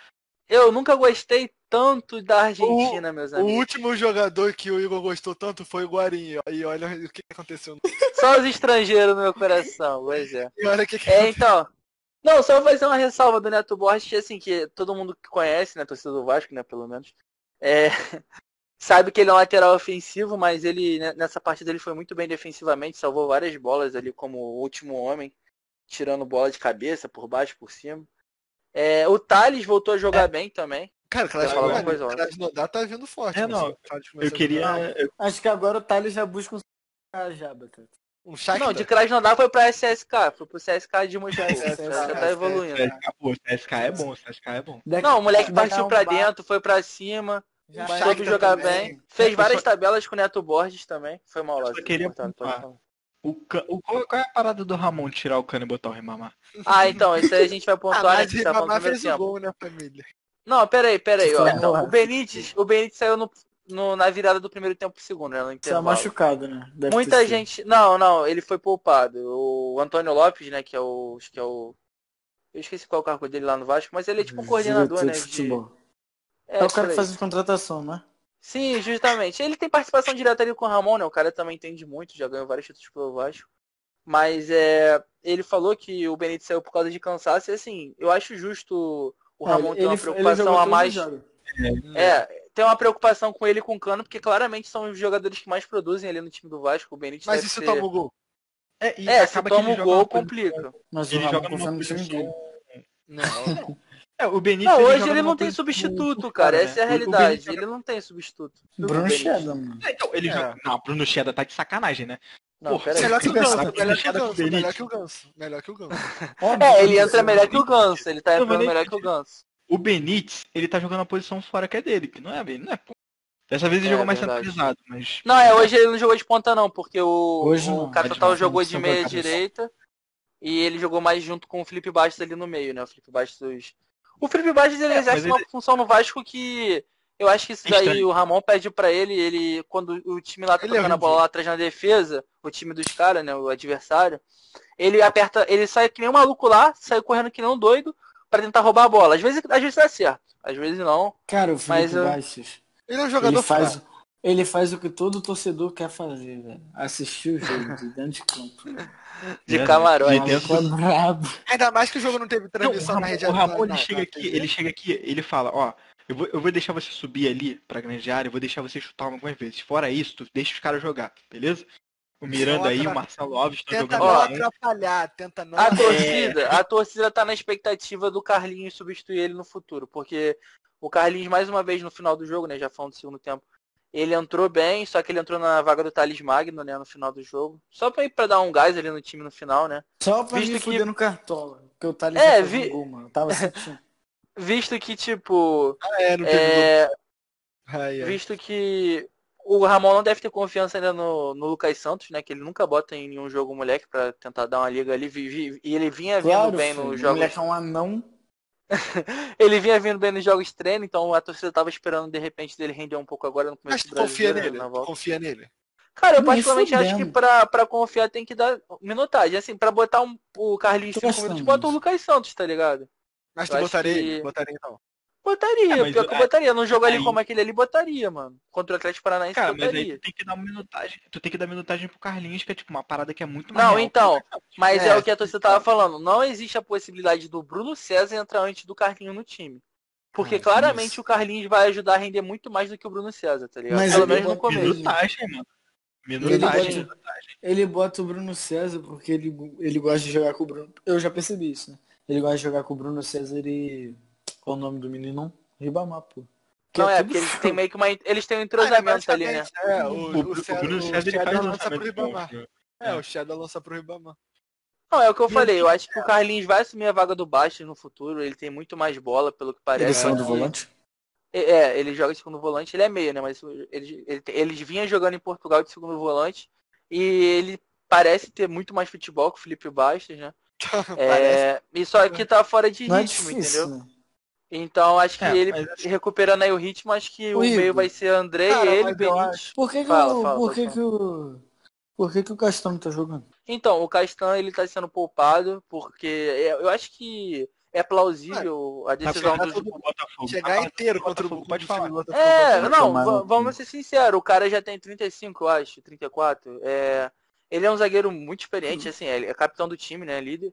Speaker 4: Eu nunca gostei tanto da Argentina, meus
Speaker 2: O
Speaker 4: amigos.
Speaker 2: último jogador que o Igor gostou tanto foi o Guarim. E olha o que aconteceu.
Speaker 4: Só os estrangeiros no meu coração, pois é.
Speaker 2: E olha o que que
Speaker 4: É, então. Não, só fazer uma ressalva do Neto Borges, que, assim, que todo mundo que conhece, né, torcida do Vasco, né, pelo menos, é, sabe que ele é um lateral ofensivo, mas ele, né, nessa partida, ele foi muito bem defensivamente, salvou várias bolas ali como o último homem, tirando bola de cabeça, por baixo, por cima. É, o Thales voltou a
Speaker 5: É.
Speaker 4: jogar bem também.
Speaker 2: Cara, Clash
Speaker 1: Quer falar
Speaker 2: Nodar,
Speaker 1: alguma
Speaker 4: coisa, ó?
Speaker 2: Clash Nodar tá vindo forte.
Speaker 1: É,
Speaker 2: mas
Speaker 1: não,
Speaker 2: o Thales começou
Speaker 1: Eu
Speaker 2: a
Speaker 1: queria.
Speaker 2: jogar.
Speaker 1: eu-
Speaker 5: Acho que agora o Thales já busca um Jaba, cara.
Speaker 2: Um
Speaker 5: Tá
Speaker 2: Shakhtar.
Speaker 4: Não, de Krasnodar foi pra SSK, foi pro CSK de Moscou.
Speaker 5: É,
Speaker 2: CSK,
Speaker 4: Já tá evoluindo.
Speaker 1: CSK, pô, CSK é bom, CSK é bom.
Speaker 5: Daqui-
Speaker 4: Não, o moleque
Speaker 5: Vai
Speaker 4: partiu
Speaker 5: dar um
Speaker 4: pra
Speaker 5: bar-
Speaker 4: dentro, foi pra cima,
Speaker 5: já tá
Speaker 2: Vai
Speaker 5: vai
Speaker 4: soube
Speaker 2: Shakhtar
Speaker 4: jogar
Speaker 2: também.
Speaker 4: bem. Fez
Speaker 1: Eu
Speaker 4: várias
Speaker 1: só-
Speaker 4: tabelas com o Neto Borges também. Foi mal,
Speaker 1: Eu só
Speaker 4: Lázaro,
Speaker 1: queria
Speaker 4: portanto, pode
Speaker 1: pontuar.
Speaker 4: falar.
Speaker 1: O can... o... Qual qual é a parada do Ramon tirar o cano e botar o Remamar?
Speaker 4: Ah, então, isso aí a gente vai
Speaker 2: Ah,
Speaker 4: pontuar, né?
Speaker 2: mas
Speaker 4: que tá falando
Speaker 2: Ribamar
Speaker 4: do meu
Speaker 2: fez o
Speaker 4: tempo.
Speaker 2: gol, né, família?
Speaker 4: Não, peraí, peraí, ó.
Speaker 5: Vai
Speaker 4: Então,
Speaker 5: lá.
Speaker 4: o Benítez, o Benítez saiu no, no- na virada do primeiro tempo pro segundo, né? No
Speaker 5: Tá
Speaker 4: intervalo.
Speaker 5: machucado, né? Deve ter
Speaker 4: Muita
Speaker 5: sido.
Speaker 4: gente. Não, não, ele foi poupado. O Antônio Lopes, né, que é o. Acho que é o. Eu esqueci qual é o cargo dele lá no Vasco, mas ele é tipo um coordenador,
Speaker 5: Diretor
Speaker 4: né?
Speaker 5: Uhum. de
Speaker 4: De...
Speaker 5: futebol.
Speaker 4: É,
Speaker 5: É o
Speaker 4: por
Speaker 5: cara
Speaker 4: aí.
Speaker 5: que faz as contratações, né?
Speaker 4: Sim, justamente. Ele tem participação direta ali com o Ramon, né? O cara também entende muito, já ganhou vários títulos pelo Vasco. Mas é, ele falou que o Benítez saiu por causa de cansaço e assim, eu acho justo o
Speaker 5: É,
Speaker 4: Ramon ter uma
Speaker 5: jogou
Speaker 4: preocupação a
Speaker 5: todos os
Speaker 4: mais.
Speaker 5: jogos.
Speaker 4: É, tem uma preocupação com ele e com o Cano, porque claramente são os jogadores que mais produzem ali no time do Vasco, o Benítez
Speaker 2: Mas
Speaker 4: deve
Speaker 2: isso
Speaker 4: ser-
Speaker 2: toma o gol.
Speaker 1: É, e
Speaker 4: É, se toma o
Speaker 1: joga
Speaker 4: gol,
Speaker 1: uma coisa-
Speaker 4: complica.
Speaker 5: Mas o
Speaker 1: Ele
Speaker 5: Ramon
Speaker 1: joga
Speaker 5: confia
Speaker 1: numa
Speaker 5: no time dele.
Speaker 1: posição. É, o Benítez.
Speaker 4: Não, hoje
Speaker 1: joga
Speaker 4: ele não
Speaker 1: numa
Speaker 4: tem
Speaker 1: posição
Speaker 4: substituto,
Speaker 1: muito
Speaker 4: cara.
Speaker 1: fora,
Speaker 4: Essa é a
Speaker 1: né? O- o
Speaker 4: realidade.
Speaker 1: Benítez joga-
Speaker 4: Ele não tem substituto.
Speaker 5: Bruno
Speaker 4: Benítez.
Speaker 5: Cheda, mano.
Speaker 1: É, então, ele
Speaker 2: É.
Speaker 1: joga. Não, Bruno Cheda tá de sacanagem, né?
Speaker 4: Não,
Speaker 1: Porra,
Speaker 4: peraí.
Speaker 1: será
Speaker 2: Melhor que o
Speaker 1: Pensar
Speaker 2: Ganso,
Speaker 1: que
Speaker 2: melhor que
Speaker 1: puxaram
Speaker 2: o
Speaker 1: pro
Speaker 2: Ganso,
Speaker 1: Benítez.
Speaker 2: melhor que o Ganso, melhor que o Ganso.
Speaker 4: É, ele entra melhor que o Ganso. Ele tá
Speaker 1: Não, mas
Speaker 4: entrando
Speaker 1: nem-
Speaker 4: melhor que o Ganso.
Speaker 1: O Benítez, ele tá jogando a posição fora que é dele, que não é bem, não é. pô. Dessa vez ele
Speaker 4: É,
Speaker 1: jogou mais
Speaker 4: verdade.
Speaker 1: centralizado, mas.
Speaker 4: Não, é, hoje ele não jogou de ponta não, porque o,
Speaker 5: Hoje
Speaker 4: o
Speaker 5: não,
Speaker 4: Catatal
Speaker 1: mas
Speaker 4: jogou
Speaker 1: não
Speaker 4: de
Speaker 1: jogou
Speaker 4: meia
Speaker 1: cabeça.
Speaker 4: direita e ele jogou mais junto com o Felipe Bastos ali no meio, né? O Felipe Bastos. O Felipe Bastos ele
Speaker 1: É, mas
Speaker 4: exerce
Speaker 1: ele-
Speaker 4: uma função no Vasco que eu acho que isso
Speaker 1: É
Speaker 4: daí
Speaker 1: estranho.
Speaker 4: o Ramon pediu pra ele, ele quando o time lá tá
Speaker 2: Ele é
Speaker 4: tocando a bola
Speaker 2: horrível.
Speaker 4: lá atrás na defesa, o time dos caras, né, o adversário, ele aperta, ele sai que nem um maluco lá, sai correndo que nem um doido pra tentar roubar a bola. Às vezes, às vezes dá certo, às vezes não.
Speaker 5: Cara, o Felipe
Speaker 4: Mas eu-
Speaker 5: Bastos.
Speaker 2: Ele é um
Speaker 5: Ele
Speaker 2: jogador fraco.
Speaker 5: faz, ele faz o que todo torcedor quer fazer, velho. Assistir o jogo de dentro de campo.
Speaker 4: De
Speaker 1: É, né?
Speaker 4: camarote.
Speaker 1: De
Speaker 5: Maluco
Speaker 1: dentro-
Speaker 5: é brabo.
Speaker 2: Ainda mais que o jogo não teve
Speaker 1: Não, o
Speaker 2: transmissão na
Speaker 1: Ramon,
Speaker 2: rede né,
Speaker 1: o Ramon,
Speaker 2: na-
Speaker 1: ele
Speaker 2: na-
Speaker 1: chega
Speaker 2: na
Speaker 1: aqui,
Speaker 2: TV.
Speaker 1: ele chega aqui, ele fala, ó, eu vou, eu vou deixar você subir ali pra grande área, eu vou deixar você chutar algumas vezes. Fora isso, tu deixa os caras jogar, beleza? O Miranda aí, o
Speaker 2: atra-
Speaker 1: Marcelo Alves estão
Speaker 2: Tenta
Speaker 1: jogando
Speaker 2: não
Speaker 4: Ó,
Speaker 1: bem.
Speaker 2: atrapalhar, tenta não
Speaker 4: A
Speaker 2: atrapalhar.
Speaker 4: torcida, a torcida tá na expectativa do Carlinhos substituir ele no futuro, porque o Carlinhos mais uma vez no final do jogo, né, já falando do segundo tempo, ele entrou bem, só que ele entrou na vaga do Thales Magno, né, no final do jogo. Só pra ir pra dar um gás ali no time no final, né?
Speaker 5: Só pra
Speaker 4: Visto
Speaker 5: me
Speaker 4: que-
Speaker 5: fuder no cartola. Porque o Thales
Speaker 4: É,
Speaker 5: já fez um
Speaker 4: vi-
Speaker 5: gol, mano. Eu Tava sentindo.
Speaker 4: Visto que tipo,
Speaker 2: Ah, é, não teve gol.
Speaker 4: é,
Speaker 2: Ai, ai.
Speaker 4: visto que o Ramon não deve ter confiança ainda no, no Lucas Santos, né, que ele nunca bota em nenhum jogo o moleque pra tentar dar uma liga ali, vi- vi- e ele vinha tá vindo
Speaker 5: Claro,
Speaker 4: bem
Speaker 5: filho,
Speaker 4: nos
Speaker 5: O
Speaker 4: jogos
Speaker 5: moleque é um anão.
Speaker 4: Ele vinha vindo bem nos jogos de treino, então a torcida tava esperando de repente dele render um pouco agora no
Speaker 2: Mas
Speaker 4: começo
Speaker 2: tu
Speaker 4: do
Speaker 2: confia
Speaker 4: brasileiro, né,
Speaker 2: nele,
Speaker 4: na
Speaker 2: tu
Speaker 4: volta.
Speaker 2: confia nele.
Speaker 4: Cara, eu
Speaker 5: Nem
Speaker 4: particularmente acho que
Speaker 5: fudendo.
Speaker 4: pra, pra confiar tem que dar minutagem. Assim, pra botar um, o Carlinhos
Speaker 5: Tô
Speaker 4: 5 minutos,
Speaker 5: gastando
Speaker 4: bota o
Speaker 5: isso.
Speaker 4: Lucas Santos, tá ligado?
Speaker 2: Mas
Speaker 4: Eu
Speaker 2: tu
Speaker 4: acho
Speaker 2: botaria
Speaker 4: que-
Speaker 2: ele? Botaria não.
Speaker 4: Botaria,
Speaker 1: É, mas
Speaker 4: pior
Speaker 1: o-
Speaker 4: que eu botaria. Num jogo ali
Speaker 1: aí-
Speaker 4: como aquele ali, botaria, mano. Contra o Atlético Paranaense,
Speaker 1: Cara, mas aí
Speaker 4: botaria.
Speaker 1: tu tem que dar uma minutagem, tu tem que dar minutagem pro Carlinhos, que é tipo uma parada que é muito mais
Speaker 4: Não,
Speaker 1: real.
Speaker 4: então, mas é,
Speaker 2: É,
Speaker 4: o que a torcida tava falando. Não existe a possibilidade do Bruno César entrar antes do Carlinhos no time. Porque
Speaker 5: Ah,
Speaker 4: claramente
Speaker 5: isso.
Speaker 4: o Carlinhos vai ajudar a render muito mais do que o Bruno César, tá ligado?
Speaker 5: Mas
Speaker 4: Pelo
Speaker 5: ele
Speaker 4: menos no
Speaker 5: bota-
Speaker 4: começo.
Speaker 1: Minutagem, mano.
Speaker 5: Ele bota,
Speaker 1: Minutagem.
Speaker 5: ele bota o Bruno César porque ele, ele gosta de jogar com o Bruno. Eu já percebi isso, né? Ele gosta de jogar com o Bruno César e. Qual o nome do menino? Ribamar, pô.
Speaker 4: Não é,
Speaker 5: tudo
Speaker 4: porque eles têm meio que uma. Eles têm um
Speaker 2: Ah, ele é
Speaker 4: entrosamento ali, né?
Speaker 2: basicamente, É, o,
Speaker 1: O,
Speaker 2: o,
Speaker 1: Bru-
Speaker 2: Shadow-
Speaker 1: o Bruno
Speaker 2: o
Speaker 1: César ele
Speaker 2: Shadow
Speaker 1: faz
Speaker 2: lança pro
Speaker 1: lançamentos bons.
Speaker 2: Ribamar.
Speaker 1: viu?
Speaker 2: É, o Shadow lança pro Ribamar.
Speaker 4: Não, é o que eu falei. Eu acho que o Carlinhos vai assumir a vaga do Bastos no futuro. Ele tem muito mais bola, pelo que parece.
Speaker 5: Ele saiu do
Speaker 4: E-
Speaker 5: volante?
Speaker 4: É, ele joga de segundo volante, ele é meio, né? Mas ele, ele, ele vinha jogando em Portugal de segundo volante e ele parece ter muito mais futebol que o Felipe Bastos, né? É, e só que tá fora de
Speaker 5: Não é
Speaker 4: ritmo, entendeu?
Speaker 5: difícil, né?
Speaker 4: Então acho que
Speaker 1: É,
Speaker 4: ele
Speaker 1: mas acho-
Speaker 4: recuperando aí o ritmo, acho que o,
Speaker 5: O Igor.
Speaker 4: meio vai ser André,
Speaker 2: Cara,
Speaker 4: ele,
Speaker 2: mas eu
Speaker 4: Benítez.
Speaker 5: Por que que,
Speaker 4: Fala,
Speaker 5: o,
Speaker 4: fala,
Speaker 5: por
Speaker 4: pode
Speaker 5: que,
Speaker 4: falar.
Speaker 5: que o... Por que que o Castanho tá jogando?
Speaker 4: Então, o Castan ele tá sendo poupado, porque é- eu acho que é plausível a
Speaker 1: Na
Speaker 4: decisão
Speaker 2: tá
Speaker 1: final
Speaker 4: dos.
Speaker 1: do Botafogo.
Speaker 2: Chegar
Speaker 1: Na
Speaker 2: inteiro
Speaker 1: Botafogo,
Speaker 2: contra o Botafogo,
Speaker 1: pode falar.
Speaker 4: É,
Speaker 5: Vai
Speaker 4: não,
Speaker 5: tomar
Speaker 4: va-
Speaker 5: no
Speaker 4: vamos ser sinceros, o cara já tem 35, eu acho, 34. É, ele é um zagueiro muito
Speaker 2: Uhum.
Speaker 4: experiente, assim, ele é capitão do time, né, líder.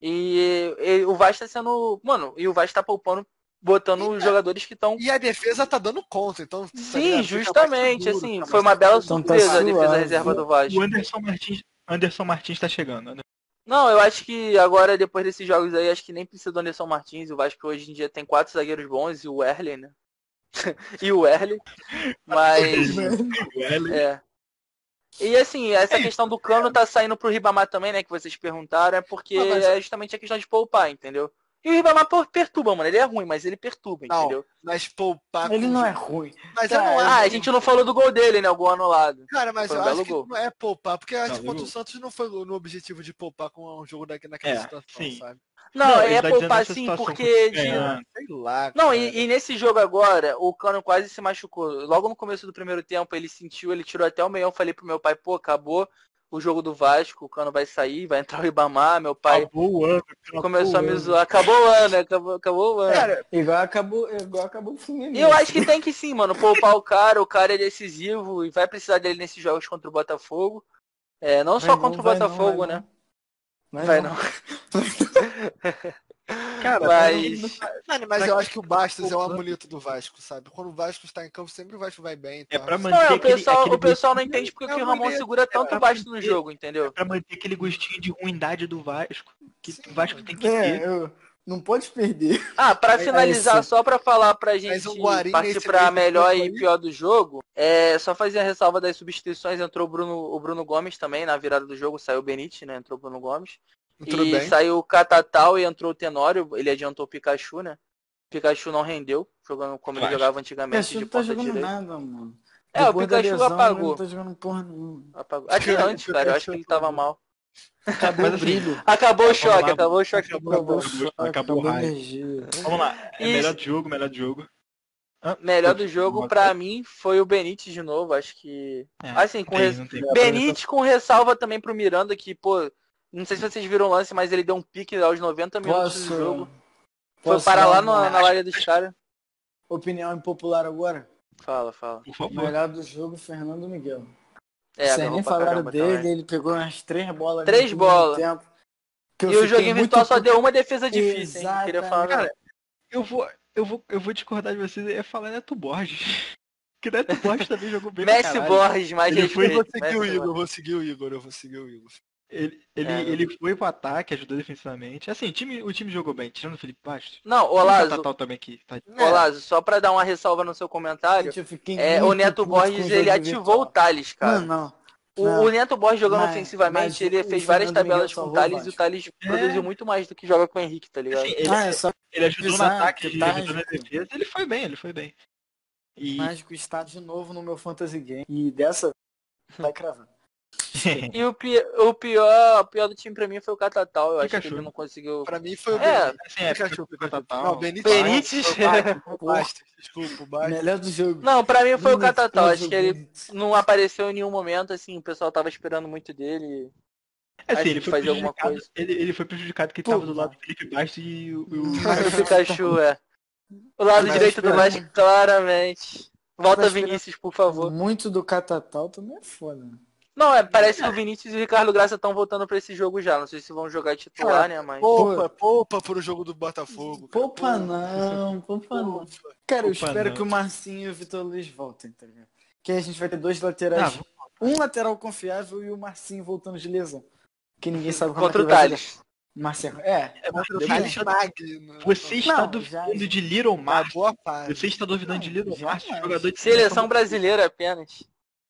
Speaker 4: E, e o Vasco tá sendo, mano, e o Vasco tá poupando, botando
Speaker 2: E,
Speaker 4: os jogadores que estão...
Speaker 2: E a defesa tá dando conta, então. tá
Speaker 4: Sim,
Speaker 2: ligado? Fica mais
Speaker 4: justamente,
Speaker 2: seguro,
Speaker 4: assim,
Speaker 2: fica
Speaker 4: foi uma
Speaker 2: mais
Speaker 4: bela
Speaker 5: Então tá
Speaker 4: surpresa a defesa
Speaker 5: suave.
Speaker 4: reserva do Vasco.
Speaker 1: O Anderson Martins, Anderson Martins tá chegando. né?
Speaker 4: Não, eu acho que agora, depois desses jogos aí, acho que nem precisa do Anderson Martins. O Vasco hoje em dia tem quatro zagueiros bons e o Erlen, né? e o Erlen. Mas. é. E assim,
Speaker 1: É.
Speaker 4: essa questão do cano tá saindo pro Ribamar também, né? Que vocês perguntaram, é porque
Speaker 2: Não, mas-
Speaker 4: é justamente a questão de poupar, entendeu? E o Ribamar pô, perturba, mano. Ele é ruim, mas ele perturba,
Speaker 2: Não,
Speaker 4: entendeu?
Speaker 2: Mas poupar.
Speaker 5: Ele
Speaker 2: com-
Speaker 5: não é ruim.
Speaker 2: Mas eu
Speaker 5: cara,
Speaker 2: não acho.
Speaker 4: Ah, a gente não falou do gol dele, né? O gol anulado.
Speaker 2: Cara, mas
Speaker 4: Foi
Speaker 2: eu
Speaker 4: um
Speaker 2: acho
Speaker 4: belo
Speaker 2: que
Speaker 4: gol.
Speaker 2: não é poupar, porque eu acho que
Speaker 1: Não,
Speaker 2: contra o
Speaker 1: eu-
Speaker 2: Santos não foi no objetivo de poupar com um jogo daqui naquela
Speaker 1: É,
Speaker 2: situação,
Speaker 1: sim.
Speaker 2: sabe?
Speaker 4: Não,
Speaker 1: Não, ele
Speaker 4: é
Speaker 1: tá dizendo
Speaker 4: poupar
Speaker 1: essa
Speaker 4: sim,
Speaker 1: situação
Speaker 4: porque.
Speaker 1: com-
Speaker 4: de-
Speaker 1: É.
Speaker 2: Sei lá.
Speaker 4: Não,
Speaker 2: cara.
Speaker 4: e, e nesse jogo agora, o Cano quase se machucou. Logo no começo do primeiro tempo, ele sentiu, ele tirou até o meião. Falei pro meu pai, pô, acabou o jogo do Vasco, o Cano vai sair, vai entrar o Ibamar. Meu pai
Speaker 1: Acabou o ano. acabou
Speaker 4: começou a
Speaker 1: o
Speaker 4: me
Speaker 1: ano.
Speaker 4: zoar. Acabou o ano, é, acabou, acabou o ano.
Speaker 2: Cara,
Speaker 5: Igual acabou, igual acabou o Fluminense.
Speaker 4: E eu acho que tem que sim, mano, poupar o cara, o cara é decisivo e vai precisar dele nesses jogos contra o Botafogo. É, não só
Speaker 5: Vai não,
Speaker 4: contra o
Speaker 5: vai não,
Speaker 4: Botafogo,
Speaker 5: vai
Speaker 4: né?
Speaker 5: não.
Speaker 4: Vai não.
Speaker 2: Cara,
Speaker 1: é
Speaker 4: Mas.
Speaker 2: Mano, mas eu acho que o Bastos é o amuleto do Vasco, sabe? Quando o Vasco está em campo, sempre o Vasco vai bem.
Speaker 1: É
Speaker 2: Tá?
Speaker 1: pra
Speaker 4: Não,
Speaker 1: manter
Speaker 4: é, o
Speaker 1: aquele-
Speaker 4: pessoal,
Speaker 1: aquele
Speaker 4: o pessoal não entende porque
Speaker 2: É
Speaker 4: que o
Speaker 2: uma
Speaker 4: Ramon
Speaker 2: beleza,
Speaker 4: segura tanto
Speaker 1: cara.
Speaker 4: baixo no jogo, entendeu?
Speaker 1: é pra manter aquele gostinho de ruindade do Vasco. Que
Speaker 2: Sim.
Speaker 1: o Vasco tem que ter.
Speaker 5: É, eu- não pode perder.
Speaker 4: Ah, pra
Speaker 5: Aí-
Speaker 4: finalizar,
Speaker 5: aí sim.
Speaker 4: só pra falar pra
Speaker 2: Mas
Speaker 4: gente
Speaker 2: o Guarini,
Speaker 4: partir
Speaker 2: esse
Speaker 4: pra
Speaker 2: meio
Speaker 4: melhor
Speaker 2: tempo
Speaker 4: e
Speaker 2: aí-
Speaker 4: pior do jogo, é só fazer a ressalva das substituições, entrou o Bruno, o Bruno Gomes também na virada do jogo, saiu o Benítez, né? Entrou o Bruno Gomes.
Speaker 2: Tudo
Speaker 4: e
Speaker 2: bem.
Speaker 4: saiu o Catatal e entrou o Tenório, ele adiantou o Pikachu, né? O Pikachu não rendeu, jogando como ele
Speaker 1: Vasco.
Speaker 4: jogava
Speaker 5: O
Speaker 4: antigamente
Speaker 5: Pikachu
Speaker 4: de
Speaker 5: não tá
Speaker 4: ponta
Speaker 5: jogando
Speaker 4: direita.
Speaker 5: nada, mano.
Speaker 4: É, o
Speaker 5: Depois da
Speaker 4: Pikachu
Speaker 5: lesão, ele
Speaker 4: apagou.
Speaker 5: Não tá jogando porra
Speaker 3: né?
Speaker 5: nenhuma.
Speaker 4: Apagou. Até antes, cara, eu acho que ele tava mal.
Speaker 5: Acabou
Speaker 1: assim,
Speaker 5: o brilho.
Speaker 4: Acabou o choque,
Speaker 1: lá.
Speaker 4: acabou o choque.
Speaker 5: Acabou o choque,
Speaker 1: Acabou o
Speaker 5: acabou a
Speaker 1: raio.
Speaker 5: energia.
Speaker 1: Vamos lá. É
Speaker 4: Isso.
Speaker 1: melhor de jogo, melhor de jogo. Hã?
Speaker 4: Melhor
Speaker 1: Pode-
Speaker 4: do jogo,
Speaker 1: pode-
Speaker 4: pra mim, foi o Benítez de novo, acho que...
Speaker 1: É,
Speaker 4: Assim, com, res...
Speaker 1: Tem, não tem.
Speaker 3: tá-
Speaker 4: Benítez com ressalva também pro Miranda, que, pô, não sei se vocês viram o lance, mas ele deu um pique aos 90 minutos
Speaker 5: Posso,
Speaker 4: do jogo. Foi
Speaker 5: posso
Speaker 4: parar
Speaker 5: dar
Speaker 4: lá
Speaker 5: uma
Speaker 4: na, na área dos caras.
Speaker 5: opinião impopular agora?
Speaker 4: Fala, fala.
Speaker 1: Por favor.
Speaker 5: Melhor do jogo, Fernando Miguel.
Speaker 4: É,
Speaker 5: Sem
Speaker 4: agarrou
Speaker 5: nem
Speaker 4: pra
Speaker 5: falar
Speaker 4: caramba
Speaker 5: dele,
Speaker 4: também.
Speaker 5: ele pegou umas três bolas. ali
Speaker 4: Três
Speaker 5: no
Speaker 4: bolas.
Speaker 5: primeiro tempo, que eu
Speaker 4: E o
Speaker 5: fiquei
Speaker 4: joguinho
Speaker 5: muito
Speaker 4: virtual só
Speaker 5: puto.
Speaker 4: deu uma defesa difícil, hein?
Speaker 5: Exatamente.
Speaker 4: Queria falar.
Speaker 1: Cara, Eu vou, eu vou, eu vou discordar de vocês é falar Neto Borges. Que Neto Borges também jogou bem pra
Speaker 4: Messi
Speaker 1: caralho.
Speaker 4: Borges, mais
Speaker 1: Ele foi
Speaker 2: Eu vou
Speaker 4: respeito.
Speaker 2: seguir
Speaker 4: Messi
Speaker 2: o
Speaker 4: Borges.
Speaker 2: Igor, eu vou seguir o Igor, eu vou seguir o Igor.
Speaker 1: Ele, ele,
Speaker 4: É.
Speaker 1: ele foi pro ataque, ajudou defensivamente. Assim, o time, o time jogou bem, tirando o Felipe Bastos.
Speaker 4: Não,
Speaker 5: tá
Speaker 1: Tem O
Speaker 4: Olazo,
Speaker 1: Catatal também que tá...
Speaker 4: Olazo, só pra dar uma ressalva no seu comentário,
Speaker 5: É. Gente, eu fiquei
Speaker 4: é,
Speaker 5: muito
Speaker 4: o Neto
Speaker 5: puto com
Speaker 4: Borges,
Speaker 5: o
Speaker 4: ele
Speaker 5: jogo
Speaker 4: ativou o
Speaker 5: virtual.
Speaker 4: Thales, cara.
Speaker 5: Mano, não.
Speaker 4: O,
Speaker 5: Não.
Speaker 4: o Neto Borges jogando
Speaker 5: Mas-
Speaker 4: ofensivamente,
Speaker 5: mas
Speaker 4: ele
Speaker 5: o-
Speaker 4: fez
Speaker 5: o
Speaker 4: várias
Speaker 5: Fernando
Speaker 4: tabelas
Speaker 5: Miguel
Speaker 4: com
Speaker 5: salvou
Speaker 4: o Thales
Speaker 5: o
Speaker 4: e o Thales produziu muito mais do que joga com o Henrique, tá ligado?
Speaker 1: Assim, ele,
Speaker 5: Ah, é só
Speaker 1: ele ajudou
Speaker 5: bizarro,
Speaker 1: no ataque, ele
Speaker 5: tático.
Speaker 1: ajudou na defesa, ele foi bem, ele foi bem. E
Speaker 5: mágico está de novo no meu fantasy game. E dessa vai cravar.
Speaker 1: assim,
Speaker 4: E o, pi o pior, o pior do time pra mim foi o Catatal, eu acho que
Speaker 1: Pikachu.
Speaker 4: ele não conseguiu.
Speaker 2: Pra mim foi o
Speaker 4: É,
Speaker 1: assim, é,
Speaker 2: Pikachu,
Speaker 1: o Catatal.
Speaker 2: Não, Benítez.
Speaker 4: Benítez.
Speaker 2: O Bastos, desculpa, o Bastos.
Speaker 5: Melhor do jogo.
Speaker 4: Não, pra mim foi o
Speaker 5: Bruno
Speaker 4: Catatal,
Speaker 5: fez
Speaker 4: acho
Speaker 5: o
Speaker 4: que ele
Speaker 5: gol.
Speaker 4: não apareceu em nenhum momento, assim, o pessoal tava esperando muito dele.
Speaker 1: Assim,
Speaker 4: acho
Speaker 1: ele
Speaker 4: que
Speaker 1: foi
Speaker 4: fazer alguma
Speaker 1: prejudicado.
Speaker 4: coisa.
Speaker 1: Ele, ele foi prejudicado que ele
Speaker 5: Pô,
Speaker 1: tava do lado
Speaker 5: mano.
Speaker 1: do Felipe Bastos e o. e o-
Speaker 4: O Pikachu, é. O lado
Speaker 5: Mas
Speaker 4: direito do
Speaker 5: esperando.
Speaker 4: Vasco, claramente. Volta
Speaker 5: Mas esperando.
Speaker 4: Vinícius, por favor.
Speaker 5: Muito do Catatal também é foda. né?
Speaker 4: Não, é, parece que o Vinícius e o Ricardo Graça estão voltando pra esse jogo já. Não sei se vão jogar titular, né, mas...
Speaker 2: Poupa, poupa pro jogo do Botafogo. cara.
Speaker 5: Poupa não, poupa não. Cara, eu
Speaker 1: Poupa
Speaker 5: espero
Speaker 1: não.
Speaker 5: que o Marcinho e o Vitor Luiz voltem, tá ligado? Que aí a gente vai ter dois laterais.
Speaker 1: Ah,
Speaker 5: um lateral confiável e o Marcinho voltando de lesão. Que ninguém sabe como é que
Speaker 4: Contra o
Speaker 5: ele vai
Speaker 4: Thales.
Speaker 3: Marcelo. É.
Speaker 1: É, Marcelo
Speaker 2: Deu
Speaker 1: Salles,
Speaker 2: magno.
Speaker 1: Você está
Speaker 3: Não, já-
Speaker 1: duvidando de Little Márcio.
Speaker 2: Acabou a fase.
Speaker 1: Você está duvidando de Little
Speaker 3: já
Speaker 1: Márcio,
Speaker 3: é.
Speaker 1: jogador de
Speaker 4: Seleção brasileira apenas.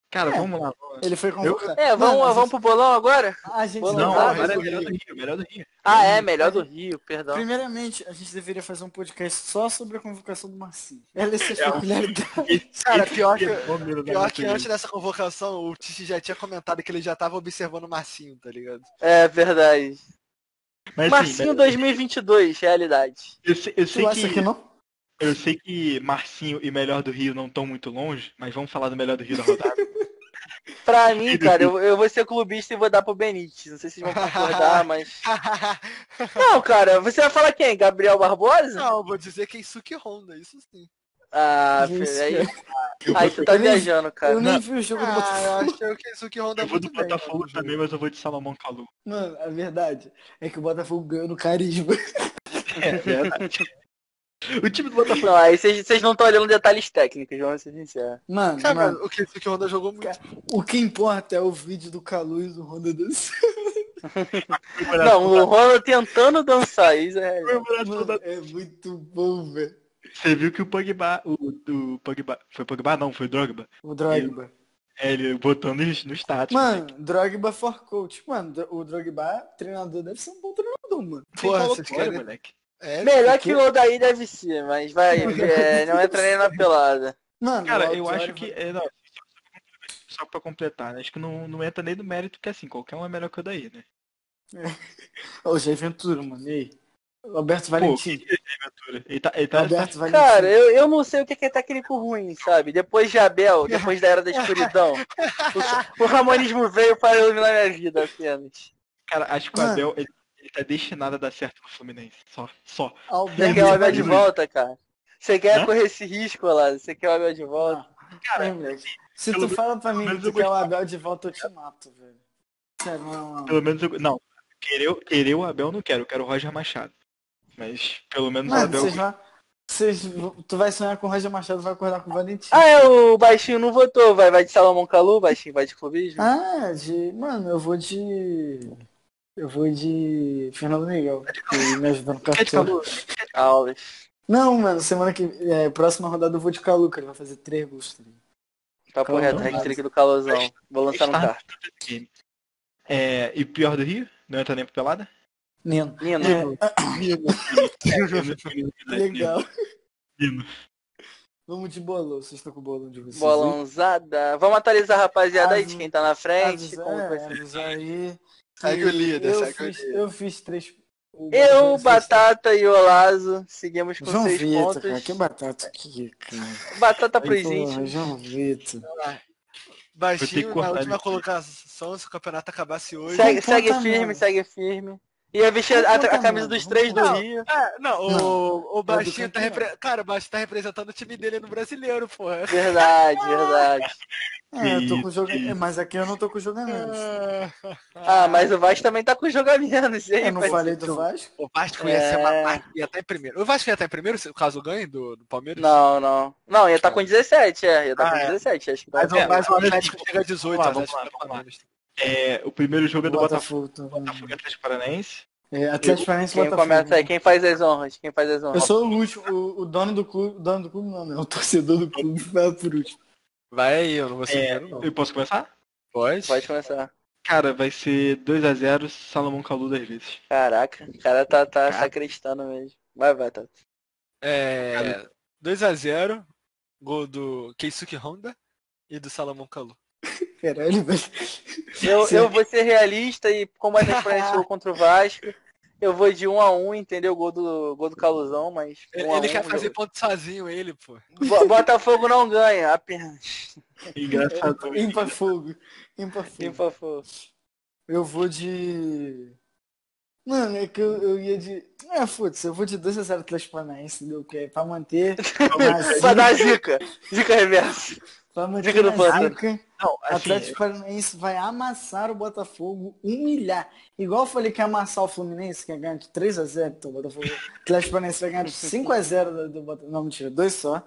Speaker 1: Cara,
Speaker 3: É.
Speaker 1: vamos lá. vamos lá.
Speaker 3: Ele foi convocado.
Speaker 4: É, vamos,
Speaker 3: Mano, a
Speaker 4: vamos pro bolão agora?
Speaker 3: gente- A gente
Speaker 4: Não,
Speaker 1: Não,
Speaker 4: tá,
Speaker 1: agora é
Speaker 4: mas-
Speaker 1: melhor do Rio, melhor do Rio.
Speaker 4: Ah, é, melhor do Rio, perdão.
Speaker 3: Primeiramente, a gente deveria fazer um podcast só sobre a convocação do Marcinho. Ela é sua peculiaridade.
Speaker 2: Cara, pior que-
Speaker 1: fenômeno da
Speaker 2: Pior
Speaker 1: nossa
Speaker 2: que
Speaker 1: liga.
Speaker 2: antes dessa convocação, o Tite já tinha comentado que ele já tava observando o Marcinho, tá ligado?
Speaker 4: É, verdade.
Speaker 1: Mas, assim,
Speaker 4: Marcinho 2022, realidade.
Speaker 1: eu sei, eu sei
Speaker 3: Tu acha
Speaker 1: que,
Speaker 3: que não?
Speaker 1: eu sei que Marcinho e Melhor do Rio não estão muito longe, mas vamos falar do Melhor do Rio da rodada.
Speaker 4: Pra mim, cara, eu, eu vou ser clubista e vou dar pro Benítez. Não sei se vocês vão concordar, mas... Não, cara, você vai falar quem? Gabriel Barbosa?
Speaker 2: Não, eu vou dizer que é Suki Honda, isso sim.
Speaker 4: Ah,
Speaker 3: Gente,
Speaker 4: filho, aí,
Speaker 1: Eu
Speaker 4: aí
Speaker 1: vou,
Speaker 4: tu tá
Speaker 3: Eu nem-
Speaker 4: viajando, cara.
Speaker 3: Eu nem vi o jogo do
Speaker 2: Ah,
Speaker 3: Botafogo.
Speaker 2: eu achei que Suki Honda
Speaker 1: eu vou do
Speaker 2: muito bem,
Speaker 1: Botafogo
Speaker 2: cara, no
Speaker 1: também,
Speaker 2: jogo.
Speaker 1: mas eu vou de Salomão Calu.
Speaker 3: Mano, a verdade é que o Botafogo ganhou no carisma.
Speaker 1: é o time do Botafogo.
Speaker 4: Não, aí vocês vocês não estão olhando detalhes técnicos, vamos ser sinceros.
Speaker 3: Mano,
Speaker 2: Cara,
Speaker 1: né,
Speaker 3: mano,
Speaker 2: mas o que Suki Honda jogou muito.
Speaker 3: o que importa é o vídeo do Calu e do Honda dançando.
Speaker 4: Não, o Ronald tentando dançar, isso é...
Speaker 1: comemoração
Speaker 3: Mano,
Speaker 1: da-
Speaker 3: é muito bom, velho.
Speaker 1: Você viu que o Pogba, o, o Pogba, foi Pogba não, foi Drogba.
Speaker 3: O Drogba.
Speaker 1: É, ele botou no, no status.
Speaker 3: Mano, Drogba for coach. Mano, Dro- o Drogba, treinador, deve ser um bom treinador, mano.
Speaker 1: Quem
Speaker 2: Porra,
Speaker 1: falou
Speaker 2: vocês
Speaker 1: fora,
Speaker 2: querem.
Speaker 1: moleque.
Speaker 2: É,
Speaker 4: Melhor que o Odaí deve ser, mas vai, é, não entra nem na pelada.
Speaker 3: Mano,
Speaker 1: Cara,
Speaker 3: o
Speaker 1: eu
Speaker 3: Auditório
Speaker 1: acho que. É, não, só pra completar, né? Acho que não, não entra nem do mérito que assim, qualquer um é melhor que o daí, né?
Speaker 3: vai- Ô, Jair Ventura, mano. E aí? Alberto
Speaker 1: Pô,
Speaker 3: Valentim.
Speaker 1: ele tá, ele tá
Speaker 3: Alberto Valentim.
Speaker 4: Cara, eu, eu não sei o que que é técnico ruim, sabe? Depois de Abel, depois da Era da Escuridão, o, o ramonismo veio para iluminar minha vida apenas.
Speaker 1: Cara, acho que o
Speaker 3: Mano.
Speaker 1: Abel, ele, ele tá destinado a dar certo no Fluminense. Só, só.
Speaker 4: Você
Speaker 3: Alberto
Speaker 4: quer o Abel de
Speaker 3: Valentim.
Speaker 4: volta, cara? Você quer
Speaker 1: Hã?
Speaker 4: correr esse risco lá? Você quer o Abel de volta?
Speaker 3: Ai, moleque. Se
Speaker 1: pelo
Speaker 3: tu fala pra mim
Speaker 1: pelo
Speaker 3: que tu
Speaker 1: menos eu
Speaker 3: quer o Abel de volta, eu te mato, velho. Sério, não, não.
Speaker 1: Pelo menos eu. Não, querer, o- querer o Abel eu não quero, eu quero o Roger Machado. Mas pelo menos o
Speaker 3: Mano,
Speaker 1: Abel.
Speaker 3: vocês vão... Vocês... Tu vai sonhar com o Roger Machado, vai acordar com o Valentim.
Speaker 4: Ah, é, o Baixinho não votou, vai, vai de Salomão Calu, Baixinho, vai de clubismo?
Speaker 3: Ah, de... Mano, eu vou de... Eu vou de Fernando Miguel, que me ajudou no
Speaker 1: Quer te
Speaker 3: cartão.
Speaker 1: falar?
Speaker 4: Alves.
Speaker 3: Não, mano, semana que... É, próxima rodada eu vou de Calu, que ele vai fazer três gols. tá ligado?
Speaker 4: Papo
Speaker 3: Calma,
Speaker 4: reto,
Speaker 3: não.
Speaker 4: hashtag do Calozão. Vou lançar no
Speaker 1: Está-
Speaker 4: cartão.
Speaker 1: É, e o pior do Rio? Não entra nem pra pelada? É,
Speaker 3: Nino.
Speaker 4: Nino,
Speaker 3: Legal.
Speaker 1: Nino.
Speaker 3: Vamos de bolão, vocês estão com o bolão de vocês. aí?
Speaker 4: bolãozada. Vamos atualizar a rapaziada aí de
Speaker 3: Avisa-
Speaker 4: quem tá na frente.
Speaker 3: Avisa,
Speaker 4: como que vai
Speaker 3: é,
Speaker 4: ser.
Speaker 3: avisa aí.
Speaker 2: Segue o líder,
Speaker 3: eu
Speaker 2: segue o
Speaker 3: fiz,
Speaker 2: líder.
Speaker 3: Eu fiz três... o
Speaker 4: Eu,
Speaker 3: fez
Speaker 4: Batata e Olazo seguimos com
Speaker 3: João
Speaker 4: Tipo, seis
Speaker 3: Vitor,
Speaker 4: pontos.
Speaker 3: tá cara, que batata aqui, cara.
Speaker 4: Batata pros
Speaker 3: Porra,
Speaker 4: íntimos.
Speaker 3: João Vitor.
Speaker 1: Vou ter que
Speaker 2: Baixinho
Speaker 1: cortar
Speaker 2: na última
Speaker 1: isso.
Speaker 2: colocação, se o campeonato acabasse hoje.
Speaker 4: Segue,
Speaker 3: conta
Speaker 4: segue
Speaker 3: não.
Speaker 4: firme, segue firme. Ia vestir a,
Speaker 3: conta
Speaker 4: a camisa
Speaker 3: não,
Speaker 4: dos
Speaker 3: não
Speaker 4: três do
Speaker 2: conta não.
Speaker 4: Rio.
Speaker 2: É, não, o, o Baixinho tá
Speaker 3: campeonato.
Speaker 2: repre... Cara, o Baixinho tá representando o time dele no brasileiro, porra.
Speaker 4: Verdade, verdade.
Speaker 3: É, eu tô com
Speaker 1: Isso,
Speaker 3: jogo...
Speaker 1: isso.
Speaker 3: é, mas aqui eu não tô com jogo é antes.
Speaker 4: Ah, mas o Vasco também tá com jogo a menos, hein?
Speaker 3: Eu não
Speaker 4: Vai-
Speaker 3: falei do Vasco?
Speaker 2: O Vasco ia
Speaker 4: É.
Speaker 2: ser uma marca, ia estar em primeiro. O Vasco ia estar em primeiro, se- caso ganhe do, do Palmeiras?
Speaker 4: Não, não. Não, ia tá com 17, é. Ia tá com
Speaker 2: Ah, é.
Speaker 4: 17, acho que vai.
Speaker 2: Mas, o-
Speaker 1: É,
Speaker 2: mas o
Speaker 1: olha,
Speaker 2: Atlético chega a 18,
Speaker 1: vamos lá, vamos
Speaker 2: Atlético
Speaker 1: lá,
Speaker 2: do
Speaker 1: vamos lá.
Speaker 2: Palmeiras.
Speaker 1: É, o primeiro jogo é do Botafogo.
Speaker 3: Botafogo. tô vendo.
Speaker 1: Botafogo e Atlético Paranaense.
Speaker 3: É, Atlético Paranaense e
Speaker 4: Quem
Speaker 3: Botafogo.
Speaker 4: começa aí? Quem faz as honras? Quem faz as
Speaker 3: né? Eu
Speaker 4: honras?
Speaker 3: sou o último, o, o dono do clube, dono do clube não, né? O torcedor do clube vai por último.
Speaker 2: Vai aí, eu não vou ser
Speaker 1: É,
Speaker 2: primeiro, não.
Speaker 1: eu posso começar?
Speaker 2: Pode?
Speaker 4: Pode começar.
Speaker 1: Cara, vai ser 2x0 Salomão Calu das vezes.
Speaker 4: Caraca, o cara tá, tá, tá acreditando mesmo. Vai, vai, tá.
Speaker 2: É, 2x0, gol do Keisuke Honda e do Salomão Kalu.
Speaker 3: Caralho, velho.
Speaker 4: Eu,
Speaker 3: Sim.
Speaker 4: eu vou ser realista e como a transparência jogou contra o Vasco, eu vou de 1 a 1 entendeu? Gol do, gol do Caluzão, mas.
Speaker 2: Ele,
Speaker 4: 1 a É.
Speaker 2: ele
Speaker 4: 1,
Speaker 2: quer fazer
Speaker 4: eu-
Speaker 2: ponto sozinho, ele, pô.
Speaker 4: Bo- Botafogo não ganha, apenas.
Speaker 1: Engraçado.
Speaker 3: Ímpar fogo. Ímpar fogo.
Speaker 4: Limpa fogo.
Speaker 3: Eu vou de. Mano, é que eu, eu ia de. Ah, foda-se, eu vou de 2x0 Atlético Paranaense, entendeu? Que é pra manter.
Speaker 4: Pra
Speaker 3: Pra
Speaker 4: dar zica. Zica reversa.
Speaker 3: pra
Speaker 4: Dica
Speaker 3: manter
Speaker 4: do
Speaker 3: na
Speaker 4: Panther.
Speaker 3: zica,
Speaker 1: Não, assim,
Speaker 3: Atlético Paranaense vai amassar o Botafogo, humilhar. Igual eu falei que ia amassar o Fluminense, que ia ganhar de 3x0, então o Botafogo. o Atlético Paranaense vai ganhar de 5x0 do, do Botafogo. Não, mentira, 2 só.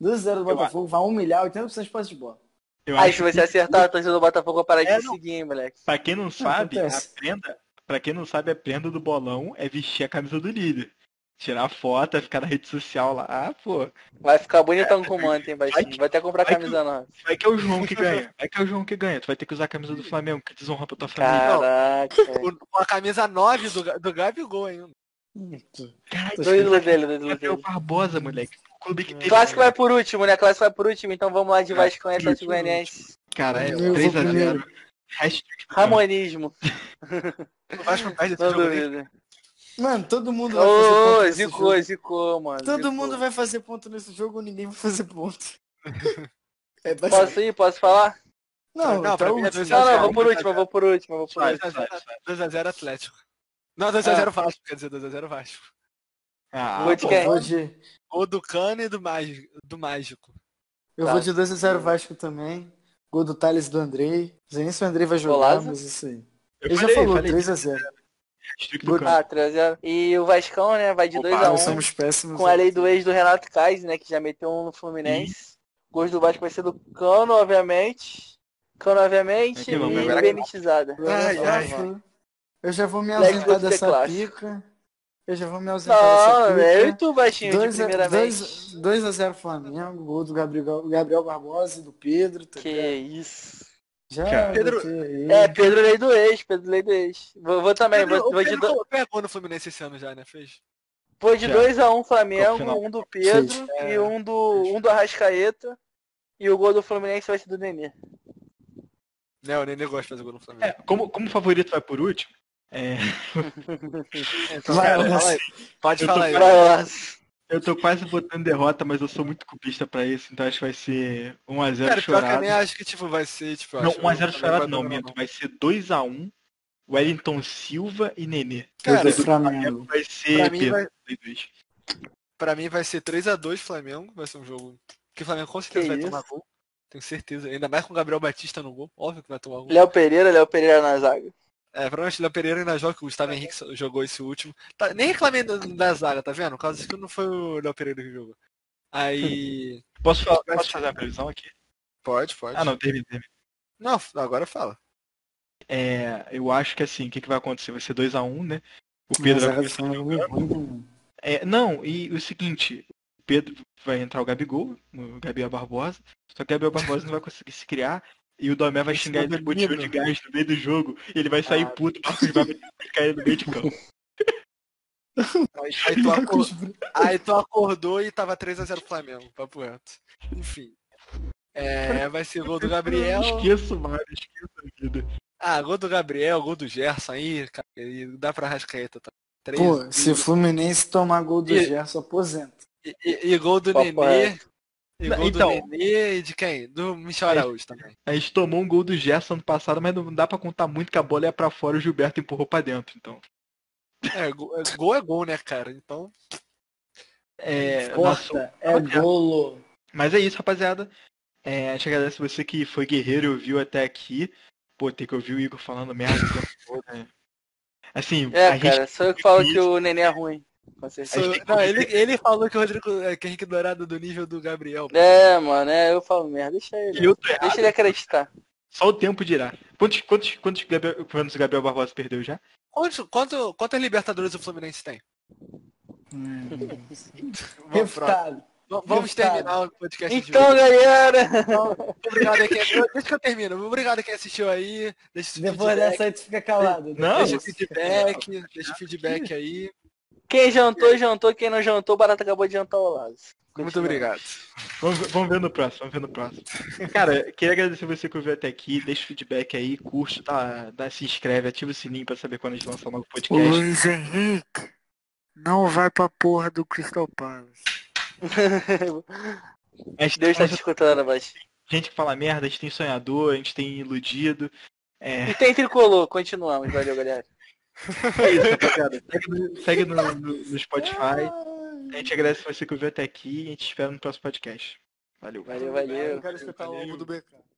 Speaker 3: 2x0 do Botafogo, vai humilhar 80% de posse de bola.
Speaker 1: eu
Speaker 4: Aí
Speaker 1: acho
Speaker 4: se você acertar a torcida do Botafogo, para
Speaker 1: É,
Speaker 4: de
Speaker 1: não.
Speaker 4: seguir, hein, moleque.
Speaker 1: Pra quem não sabe,
Speaker 3: acontece.
Speaker 1: aprenda, Pra quem não sabe, a prenda do bolão é vestir a camisa do líder. Tirar foto, é ficar na rede social lá. Ah, pô.
Speaker 4: Vai ficar bonitão com o manto, hein? Vai,
Speaker 1: Vai
Speaker 4: sim. vai até comprar
Speaker 1: vai
Speaker 4: camisa nova.
Speaker 1: Vai que é o João que ganha. Vai que é o João que ganha. Tu vai ter que usar a camisa do Flamengo, que desonra pra tua família.
Speaker 4: Caraca.
Speaker 2: Com com a camisa 9 do, Ga- do Gabigol ainda.
Speaker 1: Caralho,
Speaker 4: Do ídolo dele, do ídolo
Speaker 1: Gabriel
Speaker 4: dele.
Speaker 1: Barbosa, moleque. O clube que teve.
Speaker 4: Clássico vai por último, né? Clássico vai por último, então vamos lá de Vasco e Atlético Goianiense.
Speaker 1: Caralho,
Speaker 3: Eu vou
Speaker 1: 3x0.
Speaker 3: primeiro.
Speaker 4: Ramonismo.
Speaker 2: O Vasco faz esse
Speaker 4: Não
Speaker 2: jogo aí.
Speaker 4: duvido.
Speaker 5: Mano, todo mundo vai fazer
Speaker 4: Ô,
Speaker 5: ponto nesse jogo.
Speaker 4: zicou, zicou, mano.
Speaker 5: Todo
Speaker 4: zicou.
Speaker 5: mundo vai fazer ponto nesse jogo ou ninguém vai fazer ponto. É basicamente.
Speaker 4: Posso ir? Posso falar?
Speaker 5: Não,
Speaker 2: Não, pra
Speaker 3: então
Speaker 5: tá
Speaker 2: mim é
Speaker 5: último.
Speaker 2: dois a
Speaker 4: Não, não,
Speaker 2: zero,
Speaker 4: vou por
Speaker 2: dois a
Speaker 4: último, eu vou por último, eu vou por
Speaker 1: Vai.
Speaker 4: último.
Speaker 2: 2x0 Atlético. Não, 2x0 Vasco, quer dizer, 2x0 Vasco.
Speaker 1: Ah,
Speaker 4: Vou de quem?
Speaker 5: Vou de-
Speaker 2: Ou do Cano e do Mágico. Do Mágico.
Speaker 5: Eu
Speaker 4: Tá.
Speaker 5: vou de 2x0 Vasco também. Gol do Thales e do Andrei. Não sei nem se o Andrei vai jogar,
Speaker 4: Golaço.
Speaker 5: mas isso aí.
Speaker 1: eu
Speaker 5: Ele já
Speaker 1: falei,
Speaker 5: falou,
Speaker 1: falei.
Speaker 5: 3x0.
Speaker 1: Distrito do Campo.
Speaker 4: Ah, 3x0. E o Vascão, né? Vai de
Speaker 1: Opa,
Speaker 5: Nós
Speaker 4: 2x1
Speaker 5: Ah, somos péssimos. né?
Speaker 4: com a lei do ex do Renato Kaiser, né? Que já meteu um no Fluminense. Gols do Vasco vai ser do Cano, obviamente. Cano, obviamente.
Speaker 1: Aqui, vamos,
Speaker 4: e
Speaker 1: agora-
Speaker 4: Benitizada.
Speaker 5: Ai,
Speaker 2: Ai, ai,
Speaker 5: ai, Eu já vou me
Speaker 4: Black
Speaker 5: ausentar
Speaker 4: Gold
Speaker 5: dessa
Speaker 4: The Clash.
Speaker 5: pica. Eu já vou me ausentar
Speaker 4: é Não,
Speaker 5: dessa
Speaker 4: eu e
Speaker 3: né?
Speaker 5: pica.
Speaker 4: Ah, é tu, baixinho, de
Speaker 5: 2
Speaker 4: primeira
Speaker 5: a,
Speaker 4: vez.
Speaker 5: 2, 2 a 0 Flamengo, gol do Gabriel, Gabriel Barbosa e do Pedro. Tá
Speaker 4: Que
Speaker 5: ligado?
Speaker 4: isso.
Speaker 5: Já,
Speaker 1: Cara.
Speaker 5: Pedro...
Speaker 4: É, Pedro lei do ex, Pedro lei do ex. Vou, vou também,
Speaker 2: Pedro-
Speaker 4: vou,
Speaker 2: o
Speaker 4: vou de,
Speaker 2: Pedro
Speaker 4: do-
Speaker 2: colocou- pegou no Fluminense esse ano já, né? Fez?
Speaker 4: vou de
Speaker 1: Já. É.
Speaker 4: 2x1
Speaker 1: Pro
Speaker 4: Flamengo,
Speaker 1: final.
Speaker 4: um do Pedro
Speaker 5: Sim.
Speaker 4: e um do, um do Arrascaeta. E o gol do Fluminense vai ser do Nenê.
Speaker 2: Né, o Nenê gosta de fazer gol no Flamengo.
Speaker 1: É, como, como favorito vai por último, é,
Speaker 2: Então,
Speaker 5: Vai,
Speaker 2: cara,
Speaker 5: Lázaro.
Speaker 2: fala aí. Pode
Speaker 1: Eu tô
Speaker 2: falar aí.
Speaker 1: fora.
Speaker 4: Vai lá.
Speaker 1: eu tô quase botando derrota, mas eu sou muito cubista pra isso, então acho que vai ser 1x0
Speaker 2: Cara, pior que eu
Speaker 1: chorado.
Speaker 2: nem acho que tipo, vai ser, tipo, eu
Speaker 1: Não,
Speaker 2: acho que
Speaker 1: 1x0
Speaker 2: o Flamengo
Speaker 1: chorado
Speaker 2: vai
Speaker 1: não,
Speaker 2: dominar,
Speaker 1: Minto. Vai ser 2x1, Wellington Silva e Nenê.
Speaker 2: Cara,
Speaker 5: do Flamengo.
Speaker 1: Vai ser
Speaker 2: Pra mim,
Speaker 1: Pedro.
Speaker 2: vai,
Speaker 1: dois, dois.
Speaker 2: pra mim vai ser 3x2 Flamengo, vai ser um jogo que o Flamengo com certeza
Speaker 4: Que
Speaker 2: vai
Speaker 4: isso?
Speaker 2: tomar gol. Tenho certeza. Ainda mais com o Gabriel Batista no gol. Óbvio que vai tomar gol.
Speaker 4: Léo Pereira, Léo Pereira na zaga.
Speaker 2: É, provavelmente o Léo Pereira ainda joga, que o Gustavo Henrique só- jogou esse último. Tá- nem reclamei da, da zaga, tá vendo? Por causa disso que não foi o Léo Pereira que jogou. Aí.
Speaker 1: Posso, falar-
Speaker 2: Vai
Speaker 1: posso
Speaker 2: ser-
Speaker 1: fazer a previsão aqui?
Speaker 2: Pode, pode.
Speaker 1: Ah, não, termina. termina.
Speaker 2: Não, agora fala.
Speaker 1: É, eu acho que assim, o que, que vai acontecer? Vai ser 2x1, né? O Pedro
Speaker 5: é
Speaker 1: vai começar
Speaker 5: assim,
Speaker 2: um,
Speaker 5: Pedro.
Speaker 1: É, não, e o seguinte, o Pedro vai entrar o Gabigol, o Gabriel Barbosa, só que o Gabriel Barbosa não vai conseguir se criar e o Domé vai xingar ele de botijão de gás no meio do jogo, e ele vai sair puto, o Marcos Braz vai cair no meio de campo.
Speaker 2: Aí tu, acor- aí tu acordou e tava 3x0 Flamengo, papo reto. Enfim. É, vai ser gol do Gabriel.
Speaker 1: Esqueço mais, esqueço a vida.
Speaker 2: Ah, gol do Gabriel, gol do Gerson aí, cara. E dá pra Rascaeta, tá? Três,
Speaker 4: assim.
Speaker 5: Pô, se o Fluminense tomar gol do
Speaker 2: E-
Speaker 5: Gerson, aposenta.
Speaker 2: e, e- e gol do
Speaker 4: Papo
Speaker 2: Nenê. E
Speaker 1: Não,
Speaker 2: gol
Speaker 1: então-
Speaker 2: do Nenê e de quem? Do Michel Araújo também.
Speaker 1: A gente tomou um gol do Gerson ano passado, mas não dá pra contar muito que a bola ia pra fora e o Gilberto empurrou pra dentro, então.
Speaker 2: É, gol é, gol, é gol, né, cara? Então,
Speaker 1: É, nosso-
Speaker 5: Corta, é golo.
Speaker 1: Mas é isso, rapaziada. É, a gente agradece você que foi guerreiro e ouviu até aqui. Pô, tem que ouvir o Igor falando merda o tempo todo, né? Assim, a
Speaker 4: É,
Speaker 1: gente
Speaker 4: cara, sou eu que falo que o Nenê é ruim. Com certeza.
Speaker 1: gente tem que
Speaker 2: não,
Speaker 1: convidar-
Speaker 2: ele, ele falou que o Rodrigo é, que Henrique Dourado é do nível do Gabriel.
Speaker 1: Né?
Speaker 4: É, mano, é, eu falo merda, deixa ele.
Speaker 1: eu tô errado.
Speaker 4: Deixa ele acreditar.
Speaker 1: Só o tempo dirá. Quantos, quantos, quantos, Gabriel, quantos Gabriel Barbosa perdeu já?
Speaker 2: Quanto, quanto, quantas Libertadores o Fluminense tem? Vamos, pronto.
Speaker 5: Refutado.
Speaker 2: V- vamos
Speaker 5: Deputado.
Speaker 2: terminar o podcast de
Speaker 4: Então,
Speaker 2: hoje.
Speaker 4: galera!
Speaker 2: Obrigado a quem Deixa que eu termino. Obrigado a quem assistiu aí. Deixa o
Speaker 5: Depois
Speaker 2: feedback.
Speaker 5: dessa aí tu fica calado. né?
Speaker 1: Não,
Speaker 2: Deixa o feedback. Deixa o feedback aí.
Speaker 4: Quem jantou, jantou. Quem não jantou, o Barata acabou de jantar o lado.
Speaker 2: Muito obrigado.
Speaker 1: Vamos, ver- vamos ver no próximo, vamos ver no próximo. Cara, queria agradecer você que ouviu até aqui. Deixa o feedback aí, curte, tá, dá, se inscreve, ativa o sininho pra saber quando a gente lançar um novo podcast.
Speaker 5: Henrique não vai pra porra do Crystal Palace.
Speaker 1: A gente
Speaker 4: Deus tá
Speaker 1: tem
Speaker 4: te escutando, mas.
Speaker 1: gente que fala merda, a gente tem sonhador, a gente tem iludido. É,
Speaker 4: E tem tricolor, continuamos. Valeu, galera.
Speaker 1: É isso, rapaziada. Segue, no, segue no, no- no Spotify. A gente agradece você que ouviu até aqui e a gente espera no próximo podcast. Valeu.
Speaker 4: Valeu, valeu.
Speaker 5: Eu quero escutar o álbum do BK.